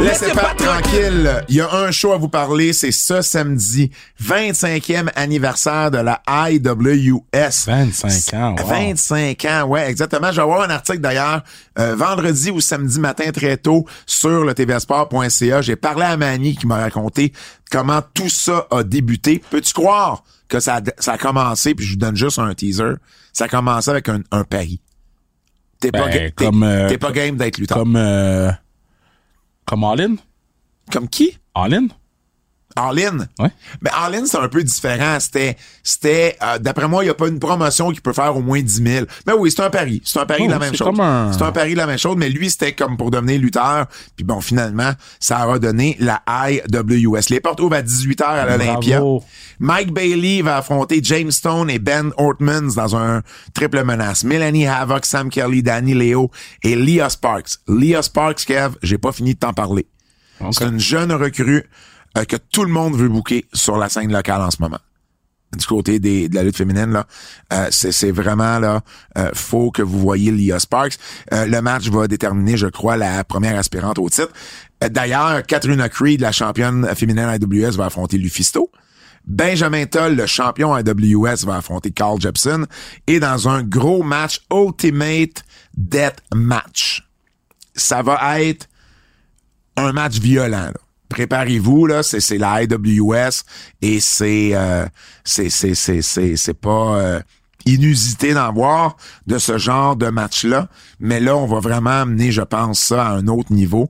[SPEAKER 2] Laissez pas tranquille. Il y a un show à vous parler, c'est ce samedi, 25e anniversaire de la IWS.
[SPEAKER 3] 25 ans, wow.
[SPEAKER 2] 25 ans, ouais, exactement. Je vais avoir un article d'ailleurs euh, vendredi ou samedi matin très tôt sur le tvsport.ca. J'ai parlé à Manny qui m'a raconté comment tout ça a débuté. Peux-tu croire que ça a, ça a commencé, puis je vous donne juste un teaser, ça a commencé avec un, un pari. T'es pas,
[SPEAKER 3] Ben,
[SPEAKER 2] ga- t'es-
[SPEAKER 3] comme, euh,
[SPEAKER 2] t'es pas game d'être lutteur. Comme,
[SPEAKER 3] Comme, euh, comme All-In.
[SPEAKER 2] qui?
[SPEAKER 3] All-In?
[SPEAKER 2] Arlene?
[SPEAKER 3] Ouais.
[SPEAKER 2] Mais en ligne, c'est un peu différent. C'était, c'était, euh, d'après moi, il n'y a pas une promotion qui peut faire au moins 10 000. Mais oui, c'est un pari. C'est un pari de la
[SPEAKER 3] Oh,
[SPEAKER 2] même
[SPEAKER 3] c'est
[SPEAKER 2] chose.
[SPEAKER 3] comme un-
[SPEAKER 2] C'est un pari de la même chose, mais lui, c'était comme pour devenir lutteur. Puis bon, finalement, ça a donné la IWS. Les portes ouvrent à 18h à l'Olympia.
[SPEAKER 3] Bravo.
[SPEAKER 2] Mike Bailey va affronter James Stone et Ben Ortmans dans un triple menace. Melanie Havoc, Sam Kelly, Danny Leo et Leah Sparks. Leah Sparks, Kev, j'ai pas fini de t'en parler. C'est une jeune recrue euh, que tout le monde veut bouquer sur la scène locale en ce moment. Du côté des, de la lutte féminine, là, euh, c'est c'est vraiment là, euh, faut que vous voyez Lia Sparks. Euh, le match va déterminer, je crois, la première aspirante au titre. Euh, D'ailleurs, Katrina Creed, la championne féminine IWS, va affronter Lufisto. Benjamin Toll, le champion AWS, va affronter Carl Jepson. Et dans un gros match, Ultimate Death Match. Ça va être un match violent. là. Préparez-vous là, c'est c'est la IWS et c'est euh, c'est c'est c'est c'est c'est pas euh, inusité d'en voir de ce genre de match là, mais là on va vraiment amener je pense ça à un autre niveau.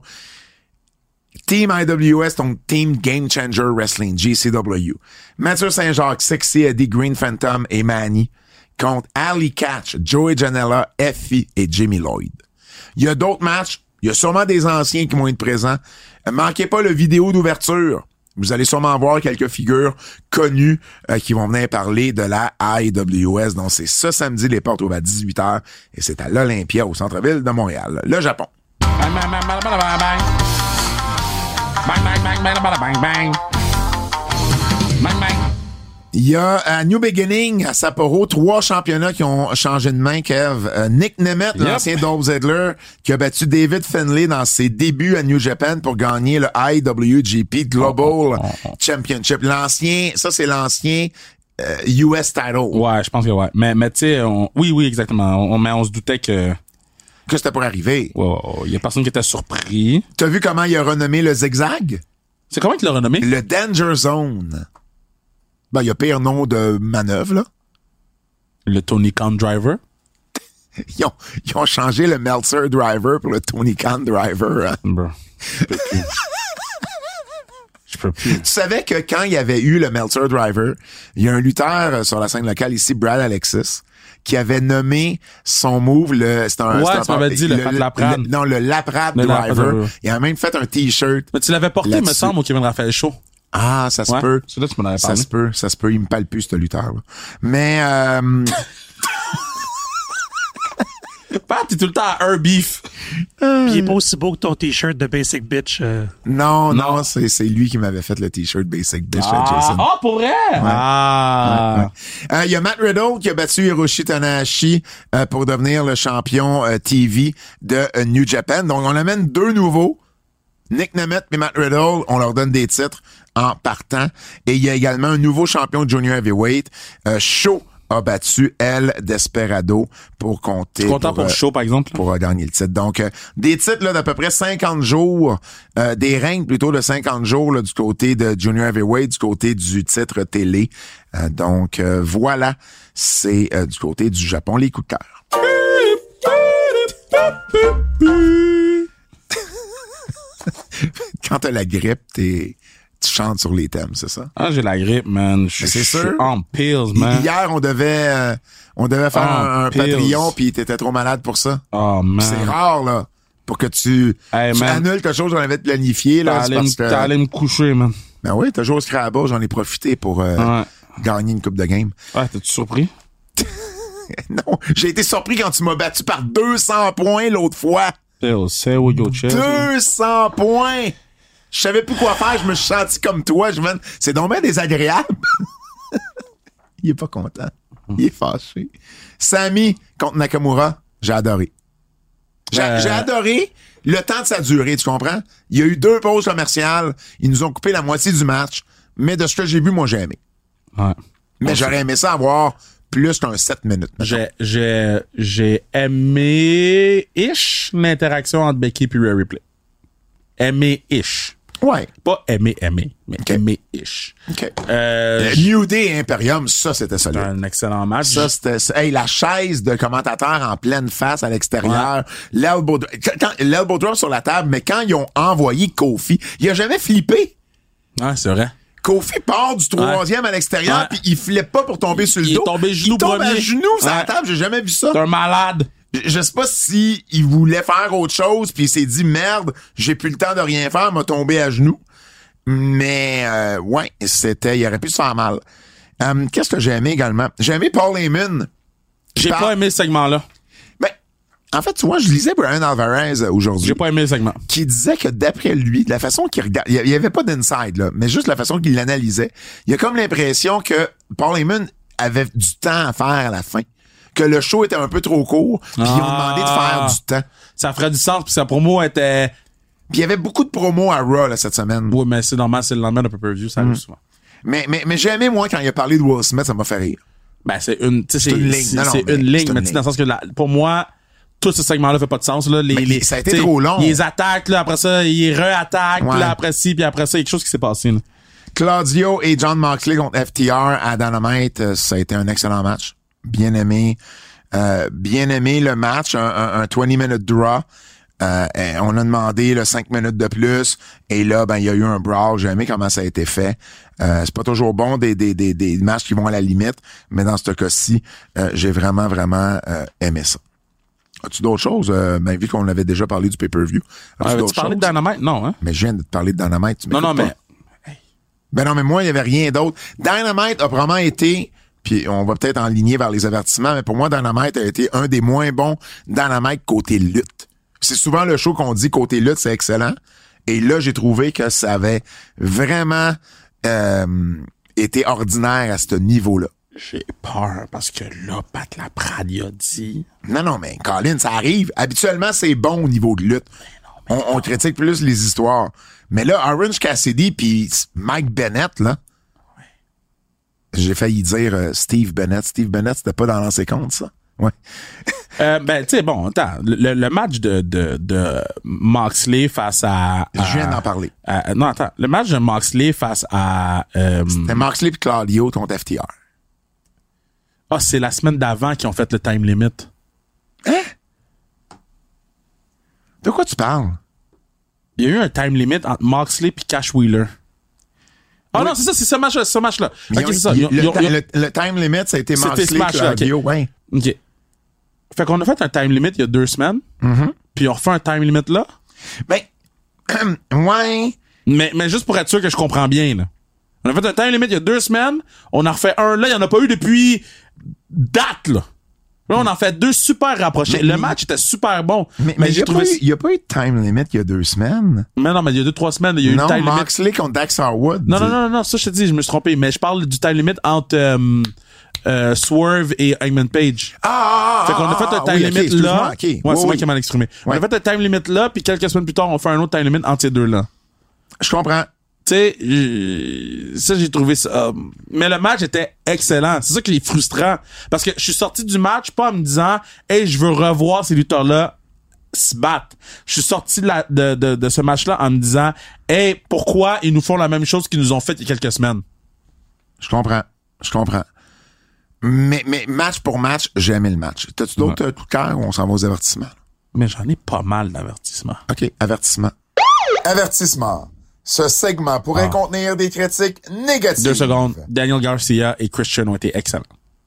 [SPEAKER 2] Team IWS, donc Team Game Changer Wrestling, GCW. Mathieu Saint-Jacques, Sexy Eddie, Green Phantom et Manny contre Ali Catch, Joey Janela, Effie et Jimmy Lloyd. Il y a d'autres matchs. Il y a sûrement des anciens qui vont être présents. Euh, Manquez pas le vidéo d'ouverture. Vous allez sûrement voir quelques figures connues euh, qui vont venir parler de la IWS. Donc, c'est ce samedi, les portes ouvrent à 18h et c'est à l'Olympia, au centre-ville de Montréal. Le Japon.
[SPEAKER 3] Ah, Bang, bang, bang, bada, bada, bang, bang. Bang, bang, bang, bada, bada, bang, bang. Bang, bang.
[SPEAKER 2] Il y a à New Beginning, à Sapporo, trois championnats qui ont changé de main, Kev. Euh, Nick Nemeth,
[SPEAKER 3] Yep.
[SPEAKER 2] l'ancien Dolph Ziggler, qui a battu David Finlay dans ses débuts à New Japan pour gagner le IWGP
[SPEAKER 3] Oh,
[SPEAKER 2] Global Championship. L'ancien, ça c'est l'ancien euh, US title.
[SPEAKER 3] Ouais, je pense que ouais. Mais, mais tu sais, on... oui, oui, exactement. On, mais on se doutait que.
[SPEAKER 2] Que c'était pour arriver.
[SPEAKER 3] Il y a personne qui était surpris.
[SPEAKER 2] T'as vu comment il a renommé le zigzag?
[SPEAKER 3] C'est comment qu'il l'a renommé?
[SPEAKER 2] Le Danger Zone. Ben, il y a pire nom de manœuvre, là.
[SPEAKER 3] Le Tony Khan Driver.
[SPEAKER 2] Ils ont, ils ont changé le Meltzer Driver pour le Tony Khan Driver. hein.
[SPEAKER 3] Bro. Je peux plus. Je peux plus.
[SPEAKER 2] Tu savais que quand il y avait eu le Meltzer Driver, il y a un lutteur euh, sur la scène locale ici, Brad Alexis, qui avait nommé son move le. c'est un-
[SPEAKER 3] Ouais,
[SPEAKER 2] c'est un-
[SPEAKER 3] tu m'avais dit le Pat Laprade.
[SPEAKER 2] le- non, le Laprade
[SPEAKER 3] Le Laprade
[SPEAKER 2] Driver.
[SPEAKER 3] Driver.
[SPEAKER 2] Il a même fait un T-shirt.
[SPEAKER 3] Mais tu l'avais porté, me
[SPEAKER 2] Là-dessus.
[SPEAKER 3] semble, au Kevin Raphaël Show.
[SPEAKER 2] Ah, ça se
[SPEAKER 3] Ouais.
[SPEAKER 2] peut.
[SPEAKER 3] Celui-là, tu m'en avais
[SPEAKER 2] Ça
[SPEAKER 3] parlé.
[SPEAKER 2] se peut, ça se peut. Il me parle plus, ce lutteur-là. Mais. euh,
[SPEAKER 3] Pat, t'es tout le temps à un beef.
[SPEAKER 4] Puis il est pas aussi beau que ton t-shirt de Basic Bitch. euh.
[SPEAKER 2] Non, non, c'est c'est lui qui m'avait fait le t-shirt Basic Bitch à Jason.
[SPEAKER 3] Ah, pour vrai? Ah.
[SPEAKER 2] Euh, Il y a Matt Riddle qui a battu Hiroshi Tanahashi euh, pour devenir le champion euh, TV de euh, New Japan. Donc, on amène deux nouveaux. Nick Nemeth et Matt Riddle, on leur donne des titres en partant. Et il y a également un nouveau champion de junior heavyweight. Euh, Show a battu El Desperado pour compter.
[SPEAKER 3] Je suis content pour
[SPEAKER 2] euh,
[SPEAKER 3] le show, par exemple.
[SPEAKER 2] pour euh, gagner le titre. Donc, euh, des titres là, d'à peu près 50 jours, euh, des règnes plutôt de 50 jours là, du côté de Junior Heavyweight, du côté du titre télé. Euh, donc, euh, voilà, c'est euh, du côté du Japon, les coups de cœur. Quand t'as la grippe, t'es- tu chantes sur les thèmes, c'est ça?
[SPEAKER 3] Ah, j'ai la grippe, man. Je
[SPEAKER 2] Mais c'est
[SPEAKER 3] suis je
[SPEAKER 2] sûr.
[SPEAKER 3] suis en pills, man.
[SPEAKER 2] Hier, on devait, euh, on devait faire
[SPEAKER 3] Ben. Ah,
[SPEAKER 2] un, un
[SPEAKER 3] pills.
[SPEAKER 2] Patreon, puis t'étais trop malade pour ça.
[SPEAKER 3] Oh,
[SPEAKER 2] C'est
[SPEAKER 3] man.
[SPEAKER 2] rare, là. Pour que tu,
[SPEAKER 3] Hey,
[SPEAKER 2] tu
[SPEAKER 3] man.
[SPEAKER 2] annules quelque chose qu'on avait planifié,
[SPEAKER 3] T'es
[SPEAKER 2] là. c'est
[SPEAKER 3] allé
[SPEAKER 2] parce
[SPEAKER 3] me- t'es
[SPEAKER 2] que-
[SPEAKER 3] allé me coucher, man.
[SPEAKER 2] Ben oui, t'as joué au Scrabble, j'en ai profité pour euh,
[SPEAKER 3] Ouais.
[SPEAKER 2] gagner une coupe de game.
[SPEAKER 3] Ouais, t'es-tu surpris?
[SPEAKER 2] non, j'ai été surpris quand tu m'as battu par 200 points l'autre fois.
[SPEAKER 3] Pills, say what your chest.
[SPEAKER 2] 200 points! Je savais plus quoi faire, je me suis senti comme toi. Je me dis, c'est donc bien désagréable. Il est pas content. Il est fâché. Sami contre Nakamura, j'ai adoré. J'ai
[SPEAKER 3] Euh.
[SPEAKER 2] j'ai adoré le temps de sa durée, tu comprends? Il y a eu deux pauses commerciales. Ils nous ont coupé la moitié du match. Mais de ce que j'ai vu, moi, j'ai aimé.
[SPEAKER 3] Ouais.
[SPEAKER 2] Mais j'aurais aimé ça avoir plus qu'un 7 minutes.
[SPEAKER 3] J'ai, j'ai, j'ai aimé ish l'interaction entre Becky et Rhea Ripley. Aimé ish.
[SPEAKER 2] Ouais.
[SPEAKER 3] Pas aimé, aimé, mais
[SPEAKER 2] Ok.
[SPEAKER 3] aimé ish.
[SPEAKER 2] OK.
[SPEAKER 3] Euh,
[SPEAKER 2] Euh, New Day et Imperium, ça, c'était solide.
[SPEAKER 3] un excellent match.
[SPEAKER 2] Eh. Ça, c'était, ça- hey, la chaise de commentateur en pleine face à l'extérieur, l'elbow, dro- quand- quand- l'elbow drop sur la table, mais quand ils ont envoyé Kofi, il a jamais flippé.
[SPEAKER 3] ouais, c'est vrai.
[SPEAKER 2] Kofi part du troisième à l'extérieur,
[SPEAKER 3] Ouais.
[SPEAKER 2] puis il flippe pas pour tomber sur le
[SPEAKER 3] il est
[SPEAKER 2] dos.
[SPEAKER 3] tombé genou
[SPEAKER 2] il tombe à
[SPEAKER 3] premier.
[SPEAKER 2] genoux sur la
[SPEAKER 3] Ouais.
[SPEAKER 2] table, j'ai jamais vu ça.
[SPEAKER 3] T'es un malade.
[SPEAKER 2] Je- Je sais pas si il voulait faire autre chose, puis il s'est dit merde, j'ai plus le temps de rien faire, il m'a tombé à genoux. Mais euh, ouais, c'était, il aurait pu se faire mal. Euh, qu'est-ce que j'ai aimé également? J'ai aimé Paul Heyman. qui
[SPEAKER 3] J'ai
[SPEAKER 2] parle-
[SPEAKER 3] pas aimé ce segment-là.
[SPEAKER 2] Ben, en fait, tu vois, je lisais Brian Alvarez euh, aujourd'hui
[SPEAKER 3] J'ai pas aimé le segment.
[SPEAKER 2] qui disait que d'après lui, de la façon qu'il regarde, il y avait pas d'inside, là, mais juste la façon qu'il l'analysait, il a comme l'impression que Paul Heyman avait du temps à faire à la fin. Que le show était un peu trop court, puis ils ont demandé de faire
[SPEAKER 3] Ah.
[SPEAKER 2] du temps.
[SPEAKER 3] Ça ferait du sens, puis sa promo était...
[SPEAKER 2] Puis il y avait beaucoup de promos à Raw là, cette semaine.
[SPEAKER 3] Ouais, mais c'est normal, c'est le lendemain d'un pay-per-view,
[SPEAKER 2] Hmm.
[SPEAKER 3] ça arrive souvent.
[SPEAKER 2] Mais, mais, mais j'ai aimé, moi, quand il a parlé de Will Smith, ça m'a fait rire.
[SPEAKER 3] Ben, c'est une, tu sais, c'est
[SPEAKER 2] une ligne.
[SPEAKER 3] c'est-
[SPEAKER 2] Non, non,
[SPEAKER 3] c'est
[SPEAKER 2] mais
[SPEAKER 3] une
[SPEAKER 2] c'est
[SPEAKER 3] ligne,
[SPEAKER 2] une
[SPEAKER 3] mais tu sais,
[SPEAKER 2] ligne.
[SPEAKER 3] dans le sens que la- pour moi, tout ce segment-là fait pas de sens, là. Les,
[SPEAKER 2] Mais
[SPEAKER 3] les-
[SPEAKER 2] ça a été
[SPEAKER 3] tu sais,
[SPEAKER 2] trop long.
[SPEAKER 3] Ils les attaquent, là, après ça, ils re-attaquent,
[SPEAKER 2] Ouais.
[SPEAKER 3] là, après ci, puis après ça, il y a quelque chose qui s'est passé, là.
[SPEAKER 2] Claudio et John Moxley contre FTR à Dynamite, euh, ça a été un excellent match. Bien aimé. Euh, bien aimé le match, un, un- un 20-minute draw. Euh, et on a demandé le 5 minutes de plus. Et là, ben, il y a eu un brawl. J'ai aimé comment ça a été fait. Euh, c'est pas toujours bon des, des, des, des matchs qui vont à la limite, mais dans ce cas-ci, euh, j'ai vraiment, vraiment euh, aimé ça. As-tu d'autres choses? Euh, ben, vu qu'on avait déjà parlé du pay-per-view. As-tu
[SPEAKER 3] Avais-tu
[SPEAKER 2] d'autres
[SPEAKER 3] parlé de
[SPEAKER 2] choses?
[SPEAKER 3] Dynamite? Non, hein?
[SPEAKER 2] Mais je viens de te parler de Dynamite. tu
[SPEAKER 3] Non, non,
[SPEAKER 2] m'écoutes
[SPEAKER 3] mais
[SPEAKER 2] pas. Ben non, mais moi, il n'y avait rien d'autre. Dynamite a probablement été, puis on va peut-être enligner vers les avertissements, mais pour moi, Dynamite a été un des moins bons Dynamite côté lutte. C'est souvent le show qu'on dit côté lutte, c'est excellent. Et là, j'ai trouvé que ça avait vraiment euh, été ordinaire à ce niveau-là.
[SPEAKER 3] J'ai peur parce que là, Pat Laprade, il a dit.
[SPEAKER 2] Non, non, mais Colin, ça arrive. Habituellement, c'est bon au niveau de lutte. on, on critique plus les histoires. Mais là, Orange Cassidy puis Mike Bennett, là, j'ai failli dire euh, Steve Bennett. Steve Bennett, c'était pas dans l'ancien compte, ça? Ouais.
[SPEAKER 3] Euh, ben, tu sais, bon, attends. Le, le match de, de, de Moxley face à.
[SPEAKER 2] Je viens
[SPEAKER 3] à-
[SPEAKER 2] d'en parler.
[SPEAKER 3] à- non, attends. Le match de Moxley face à. euh,
[SPEAKER 2] C'était Marsley puis Claudio, ton FTR.
[SPEAKER 3] Ah, c'est la semaine d'avant qu'ils ont fait le time limit.
[SPEAKER 2] De quoi tu parles?
[SPEAKER 3] Il y a eu un time limit entre Moxley et Cash Wheeler. Ah non, c'est ça, c'est ce match-là. Ce match -là.
[SPEAKER 2] Mais
[SPEAKER 3] Ok,
[SPEAKER 2] ils ont-
[SPEAKER 3] c'est ça.
[SPEAKER 2] ils-
[SPEAKER 3] Ils ont-
[SPEAKER 2] le,
[SPEAKER 3] ils ont-
[SPEAKER 2] ti-
[SPEAKER 3] ils ont-
[SPEAKER 2] le- le time limit, ça a été
[SPEAKER 3] C'était
[SPEAKER 2] Marsley
[SPEAKER 3] ce match-là,
[SPEAKER 2] Claudio, ouais.
[SPEAKER 3] OK. Fait qu'on a fait un time limit il y a deux semaines. Puis on refait un time limit là.
[SPEAKER 2] Ben, ouais.
[SPEAKER 3] Mais, mais juste pour être sûr que je comprends bien, là. On a fait un time limit il y a deux semaines. On en refait un là. Il n'y en a pas eu depuis date, là. Là, on en fait deux super rapprochés.
[SPEAKER 2] Mais-
[SPEAKER 3] le match était super bon.
[SPEAKER 2] Mais, mais il n'y
[SPEAKER 3] Ben, j'ai
[SPEAKER 2] a,
[SPEAKER 3] trouvé.
[SPEAKER 2] pas eu- il y a pas eu de time limit il y a deux semaines.
[SPEAKER 3] Mais non, mais il y a deux, trois semaines, il y a eu
[SPEAKER 2] non,
[SPEAKER 3] le time limit.
[SPEAKER 2] Moxley contre Dax Harwood.
[SPEAKER 3] Non, non, non, non, non, ça, je te dis, je me suis trompé. Mais je parle du time limit entre euh, euh, Swerve et Eggman Page.
[SPEAKER 2] Ah, ah, ah,
[SPEAKER 3] Fait qu'on a
[SPEAKER 2] ah,
[SPEAKER 3] fait un
[SPEAKER 2] ah,
[SPEAKER 3] time
[SPEAKER 2] oui, ok,
[SPEAKER 3] limit
[SPEAKER 2] excuse-moi,
[SPEAKER 3] là.
[SPEAKER 2] ok.
[SPEAKER 3] Ouais,
[SPEAKER 2] Oui,
[SPEAKER 3] c'est moi
[SPEAKER 2] oui.
[SPEAKER 3] qui ai mal exprimé. On a
[SPEAKER 2] Ouais.
[SPEAKER 3] fait un time limit là, puis quelques semaines plus tard, on fait un autre time limit entre ces deux-là.
[SPEAKER 2] Je comprends.
[SPEAKER 3] Tu sais, j'ai- ça, j'ai trouvé ça. euh, mais le match était excellent. Ah, C'est ça qui est frustrant. Parce que je suis sorti du match pas en me disant, hey, je veux revoir ces lutteurs-là se battre. Je suis sorti de, la- de, de, de ce match-là en me disant, hey, pourquoi ils nous font la même chose qu'ils nous ont fait il y a quelques semaines?
[SPEAKER 2] Je comprends. Je comprends. Mais, mais match pour match, j'ai aimé le match. T'as-tu d'autres euh, coups de cœur ou on s'en va aux avertissements?
[SPEAKER 3] Mais j'en ai pas mal d'avertissements.
[SPEAKER 2] OK, avertissement. Ah.
[SPEAKER 5] Avertissement. Ce segment pourrait contenir des critiques négatives.
[SPEAKER 3] Deux secondes. Daniel Garcia et Christian ont été excellents.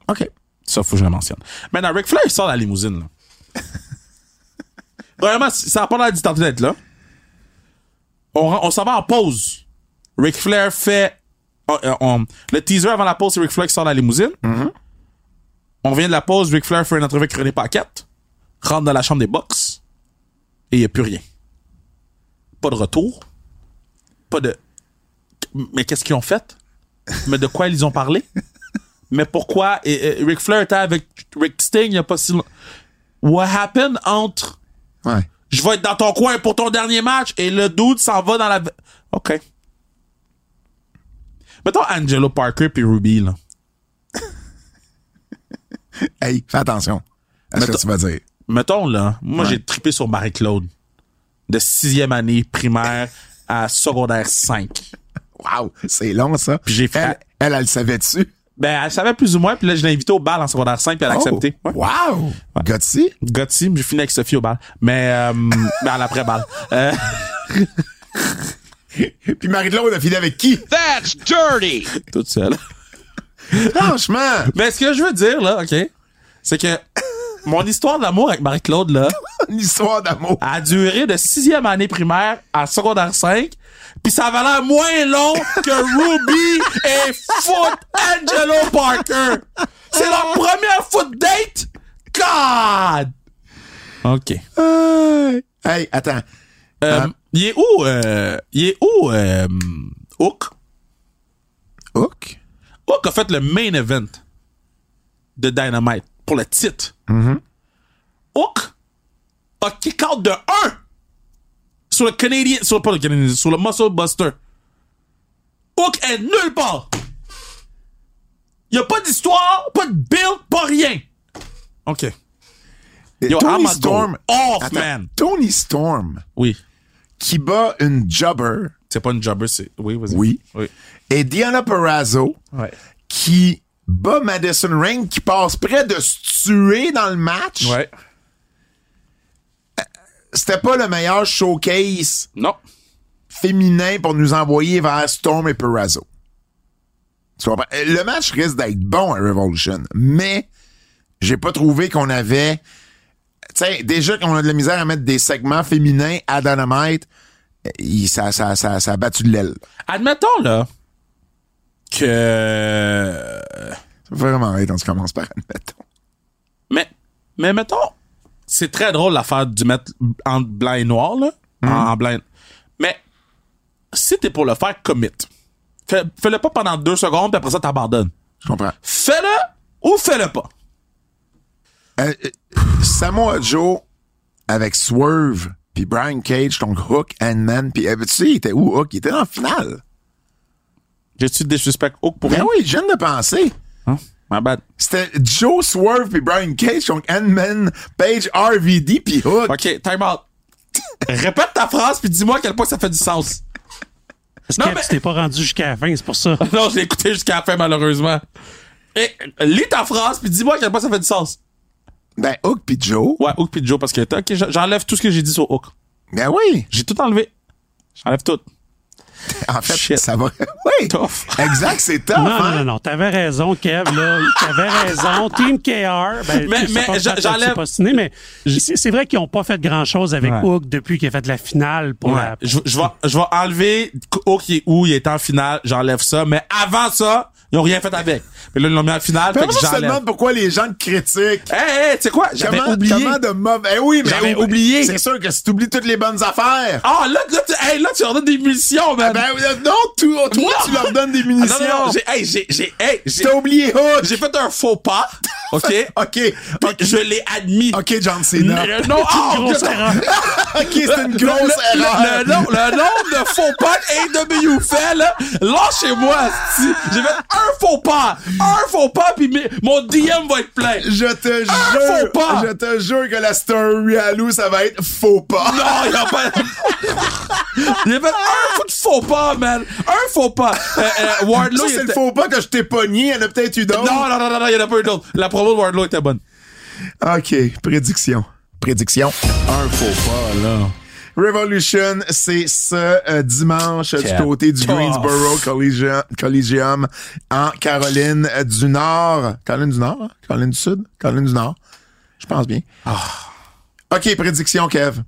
[SPEAKER 2] OK.
[SPEAKER 3] Ça, faut que je le mentionne. Maintenant, Ric Flair il sort de la limousine. Là. Premièrement, ça n'a pas l'air d'y tenter d'être là. On, ren- on s'en va en pause. Ric Flair fait... on- euh, on- le teaser avant la pause, c'est Ric Flair qui sort de la limousine. On revient de la pause, Ric Flair fait une entrevue avec René Paquette, rentre dans la chambre des box et il n'y a plus rien. Pas de retour. Pas de... Mais qu'est-ce qu'ils ont fait? Mais de quoi ils ont parlé? Mais pourquoi et, et Ric Flair était avec Rick Sting il n'y a pas si longtemps. What happened entre
[SPEAKER 2] Ouais.
[SPEAKER 3] je vais être dans ton coin pour ton dernier match et le dude s'en va dans la. OK. Mettons Angelo Parker puis Ruby, là.
[SPEAKER 2] Hey, fais attention à ce
[SPEAKER 3] Mettons-
[SPEAKER 2] que tu vas dire.
[SPEAKER 3] Mettons, là, moi,
[SPEAKER 2] Ouais.
[SPEAKER 3] j'ai trippé sur Marie-Claude de sixième année primaire à secondaire 5.
[SPEAKER 2] Wow, c'est long, ça.
[SPEAKER 3] Puis j'ai fait-
[SPEAKER 2] Elle, elle, elle le savait dessus.
[SPEAKER 3] Ben, elle savait plus ou moins, puis là, je l'ai invitée au bal en secondaire 5, puis elle a accepté.
[SPEAKER 2] Oh,
[SPEAKER 3] Ouais.
[SPEAKER 2] Wow! Gotti?
[SPEAKER 3] Gotti, j'ai fini avec Sophie au bal. Mais, euh, ben, à l'après-bal. Euh,
[SPEAKER 2] Puis Marie-Claude a fini avec qui?
[SPEAKER 3] toute seule.
[SPEAKER 2] Franchement!
[SPEAKER 3] Mais ce que je veux dire, là, OK, c'est que mon histoire d'amour avec Marie-Claude, là,
[SPEAKER 2] Une histoire d'amour.
[SPEAKER 3] a duré de sixième année primaire à secondaire 5, puis ça va l'air moins long que Ruby et Foot Angelo Parker. C'est leur première foot date? God! OK.
[SPEAKER 2] Euh, Hey, attends.
[SPEAKER 3] Euh, Il est où, euh, il est où, euh, Hook?
[SPEAKER 2] Hook?
[SPEAKER 3] Hook a fait le main event de Dynamite pour le titre. Hook a kick out de 1 sur le Canadien, sur, pas le Canadien, sur le Muscle Buster. Hook est nulle part. Il a pas d'histoire, pas de build, pas rien. OK. Yo, I'm a go off,
[SPEAKER 2] Attends,
[SPEAKER 3] man.
[SPEAKER 2] Tony Storm,
[SPEAKER 3] Oui.
[SPEAKER 2] qui bat une jobber,
[SPEAKER 3] C'est pas une jobber, c'est. Oui, vas-y.
[SPEAKER 2] Oui.
[SPEAKER 3] Oui.
[SPEAKER 2] et Diana Perazzo,
[SPEAKER 3] Ouais.
[SPEAKER 2] qui bat Madison Rain, qui passe près de se tuer dans le match.
[SPEAKER 3] Ouais.
[SPEAKER 2] C'était pas le meilleur showcase
[SPEAKER 3] Non.
[SPEAKER 2] féminin pour nous envoyer vers Storm et Perazzo. Tu comprends? Euh, Le match risque d'être bon à Revolution, mais j'ai pas trouvé qu'on avait. Tu sais, déjà qu'on a de la misère à mettre des segments féminins à Dynamite, euh, il- ça, ça, ça, ça a battu de l'aile.
[SPEAKER 3] Admettons, là, que.
[SPEAKER 2] Ça fait Vraiment, rire quand tu commences par admettons.
[SPEAKER 3] Mais, mais mettons, c'est très drôle l'affaire du mettre en blanc et noir, là. En, en blanc. et- Mais si t'es pour le faire, commit. Fais- Fais-le pas pendant deux secondes, puis après ça, t'abandonnes.
[SPEAKER 2] Je comprends.
[SPEAKER 3] Fais-le ou fais-le pas.
[SPEAKER 2] Euh, euh, Samoa Joe avec Swerve puis Brian Cage contre Hook, Handman puis euh, tu sais il était où Hook il était en finale.
[SPEAKER 3] J'ai-tu des suspects Hook pour
[SPEAKER 2] Ben
[SPEAKER 3] rien?
[SPEAKER 2] oui, je viens de penser.
[SPEAKER 3] Hein? My bad.
[SPEAKER 2] C'était Joe Swerve puis Brian Cage contre Handman, Page RVD puis Hook.
[SPEAKER 3] OK, time out. Répète ta phrase, puis dis-moi à quel point ça fait du sens.
[SPEAKER 4] Parce
[SPEAKER 3] Non,
[SPEAKER 4] que
[SPEAKER 3] mais-
[SPEAKER 4] tu t'es pas rendu jusqu'à la fin, c'est pour ça.
[SPEAKER 3] Non, je l'ai écouté jusqu'à la fin, malheureusement. Et, euh, lis ta phrase, puis dis-moi à quel point ça fait du sens.
[SPEAKER 2] Ben Hook puis Joe.
[SPEAKER 3] Ouais, Hook puis Joe, parce que... t'as- OK, j- j'enlève tout ce que j'ai dit sur Hook.
[SPEAKER 2] Ben oui.
[SPEAKER 3] J'ai tout enlevé. J'enlève tout.
[SPEAKER 2] En fait,
[SPEAKER 3] Shit.
[SPEAKER 2] ça va. oui.
[SPEAKER 3] Tough.
[SPEAKER 2] Exact, c'est tough.
[SPEAKER 4] Non,
[SPEAKER 2] hein?
[SPEAKER 4] non, non, non, t'avais raison, Kev, là. T'avais raison. Team KR, ben,
[SPEAKER 3] Mais-
[SPEAKER 4] tu sais
[SPEAKER 3] mais
[SPEAKER 4] pas,
[SPEAKER 3] j'a-
[SPEAKER 4] peut-être
[SPEAKER 3] j'enlève-
[SPEAKER 4] c'est pas signé, mais c'est c'est vrai qu'ils ont pas fait grand-chose avec
[SPEAKER 3] Ouais.
[SPEAKER 4] Hook depuis qu'il a fait la finale pour
[SPEAKER 3] Ouais.
[SPEAKER 4] la...
[SPEAKER 3] Je, je vais, je vais enlever Hook qui est où, il est en finale, j'enlève ça. Mais avant ça, ils ont rien fait avec. Mais là, ils l'ont mis en finale, fait
[SPEAKER 2] Comment ça,
[SPEAKER 3] que
[SPEAKER 2] je te
[SPEAKER 3] j'enlève.
[SPEAKER 2] demande pourquoi les gens te critiquent?
[SPEAKER 3] Hey, hey, tu sais quoi? J'avais
[SPEAKER 2] Comment,
[SPEAKER 3] oublié.
[SPEAKER 2] comment de mauvais. Eh oui, mais
[SPEAKER 3] J'avais
[SPEAKER 2] oublie-
[SPEAKER 3] oublié.
[SPEAKER 2] C'est sûr que si t'oublies toutes les bonnes affaires.
[SPEAKER 3] Ah, là, là, tu, hey, là, tu leur donnes des munitions, man.
[SPEAKER 2] Ben euh, non, tu- toi, tu leur donnes des
[SPEAKER 3] Ah,
[SPEAKER 2] munitions.
[SPEAKER 3] non, non, non, j'ai, hey, j'ai, j'ai, hey, j'ai,
[SPEAKER 2] T'as oublié Hook.
[SPEAKER 3] j'ai fait un faux pas. OK?
[SPEAKER 2] OK.
[SPEAKER 3] Puis Je l'ai admis.
[SPEAKER 2] OK, John Cena.
[SPEAKER 3] Le- Non, oh,
[SPEAKER 4] Grosse
[SPEAKER 3] putain.
[SPEAKER 4] erreur.
[SPEAKER 2] OK, c'est une
[SPEAKER 3] Le-
[SPEAKER 2] grosse
[SPEAKER 3] le,
[SPEAKER 2] erreur.
[SPEAKER 3] Le, le nom- le nombre de faux pas que AW fait, là, lâchez-moi, asti. J'ai fait un faux pas, un faux pas, puis mes- mon DM va être plein.
[SPEAKER 2] je te
[SPEAKER 3] Un
[SPEAKER 2] jure,
[SPEAKER 3] Ah, faux pas.
[SPEAKER 2] je te jure que la story à Lou, ça va être faux pas.
[SPEAKER 3] Non, il a pas... J'ai fait un fou de faux pas, man. Un faux pas. Euh, euh, Wardlow,
[SPEAKER 2] Ça,
[SPEAKER 3] il
[SPEAKER 2] c'est le
[SPEAKER 3] était-
[SPEAKER 2] faux pas que je t'ai pogné. Il y en a peut-être eu d'autres.
[SPEAKER 3] Non, non, non, non, non, il y en a pas eu d'autre. La promo de Wardlow était bonne.
[SPEAKER 2] OK, prédiction. Prédiction.
[SPEAKER 3] Un faux pas, là.
[SPEAKER 2] Revolution, c'est ce euh, dimanche euh, du
[SPEAKER 3] Quel
[SPEAKER 2] côté du
[SPEAKER 3] tough.
[SPEAKER 2] Greensboro Collegium, Collegium en Caroline euh, du Nord. Caroline du Nord? hein? Caroline du Sud? Caroline du Nord. Je pense bien.
[SPEAKER 3] Ah.
[SPEAKER 2] OK, prédiction, Kev.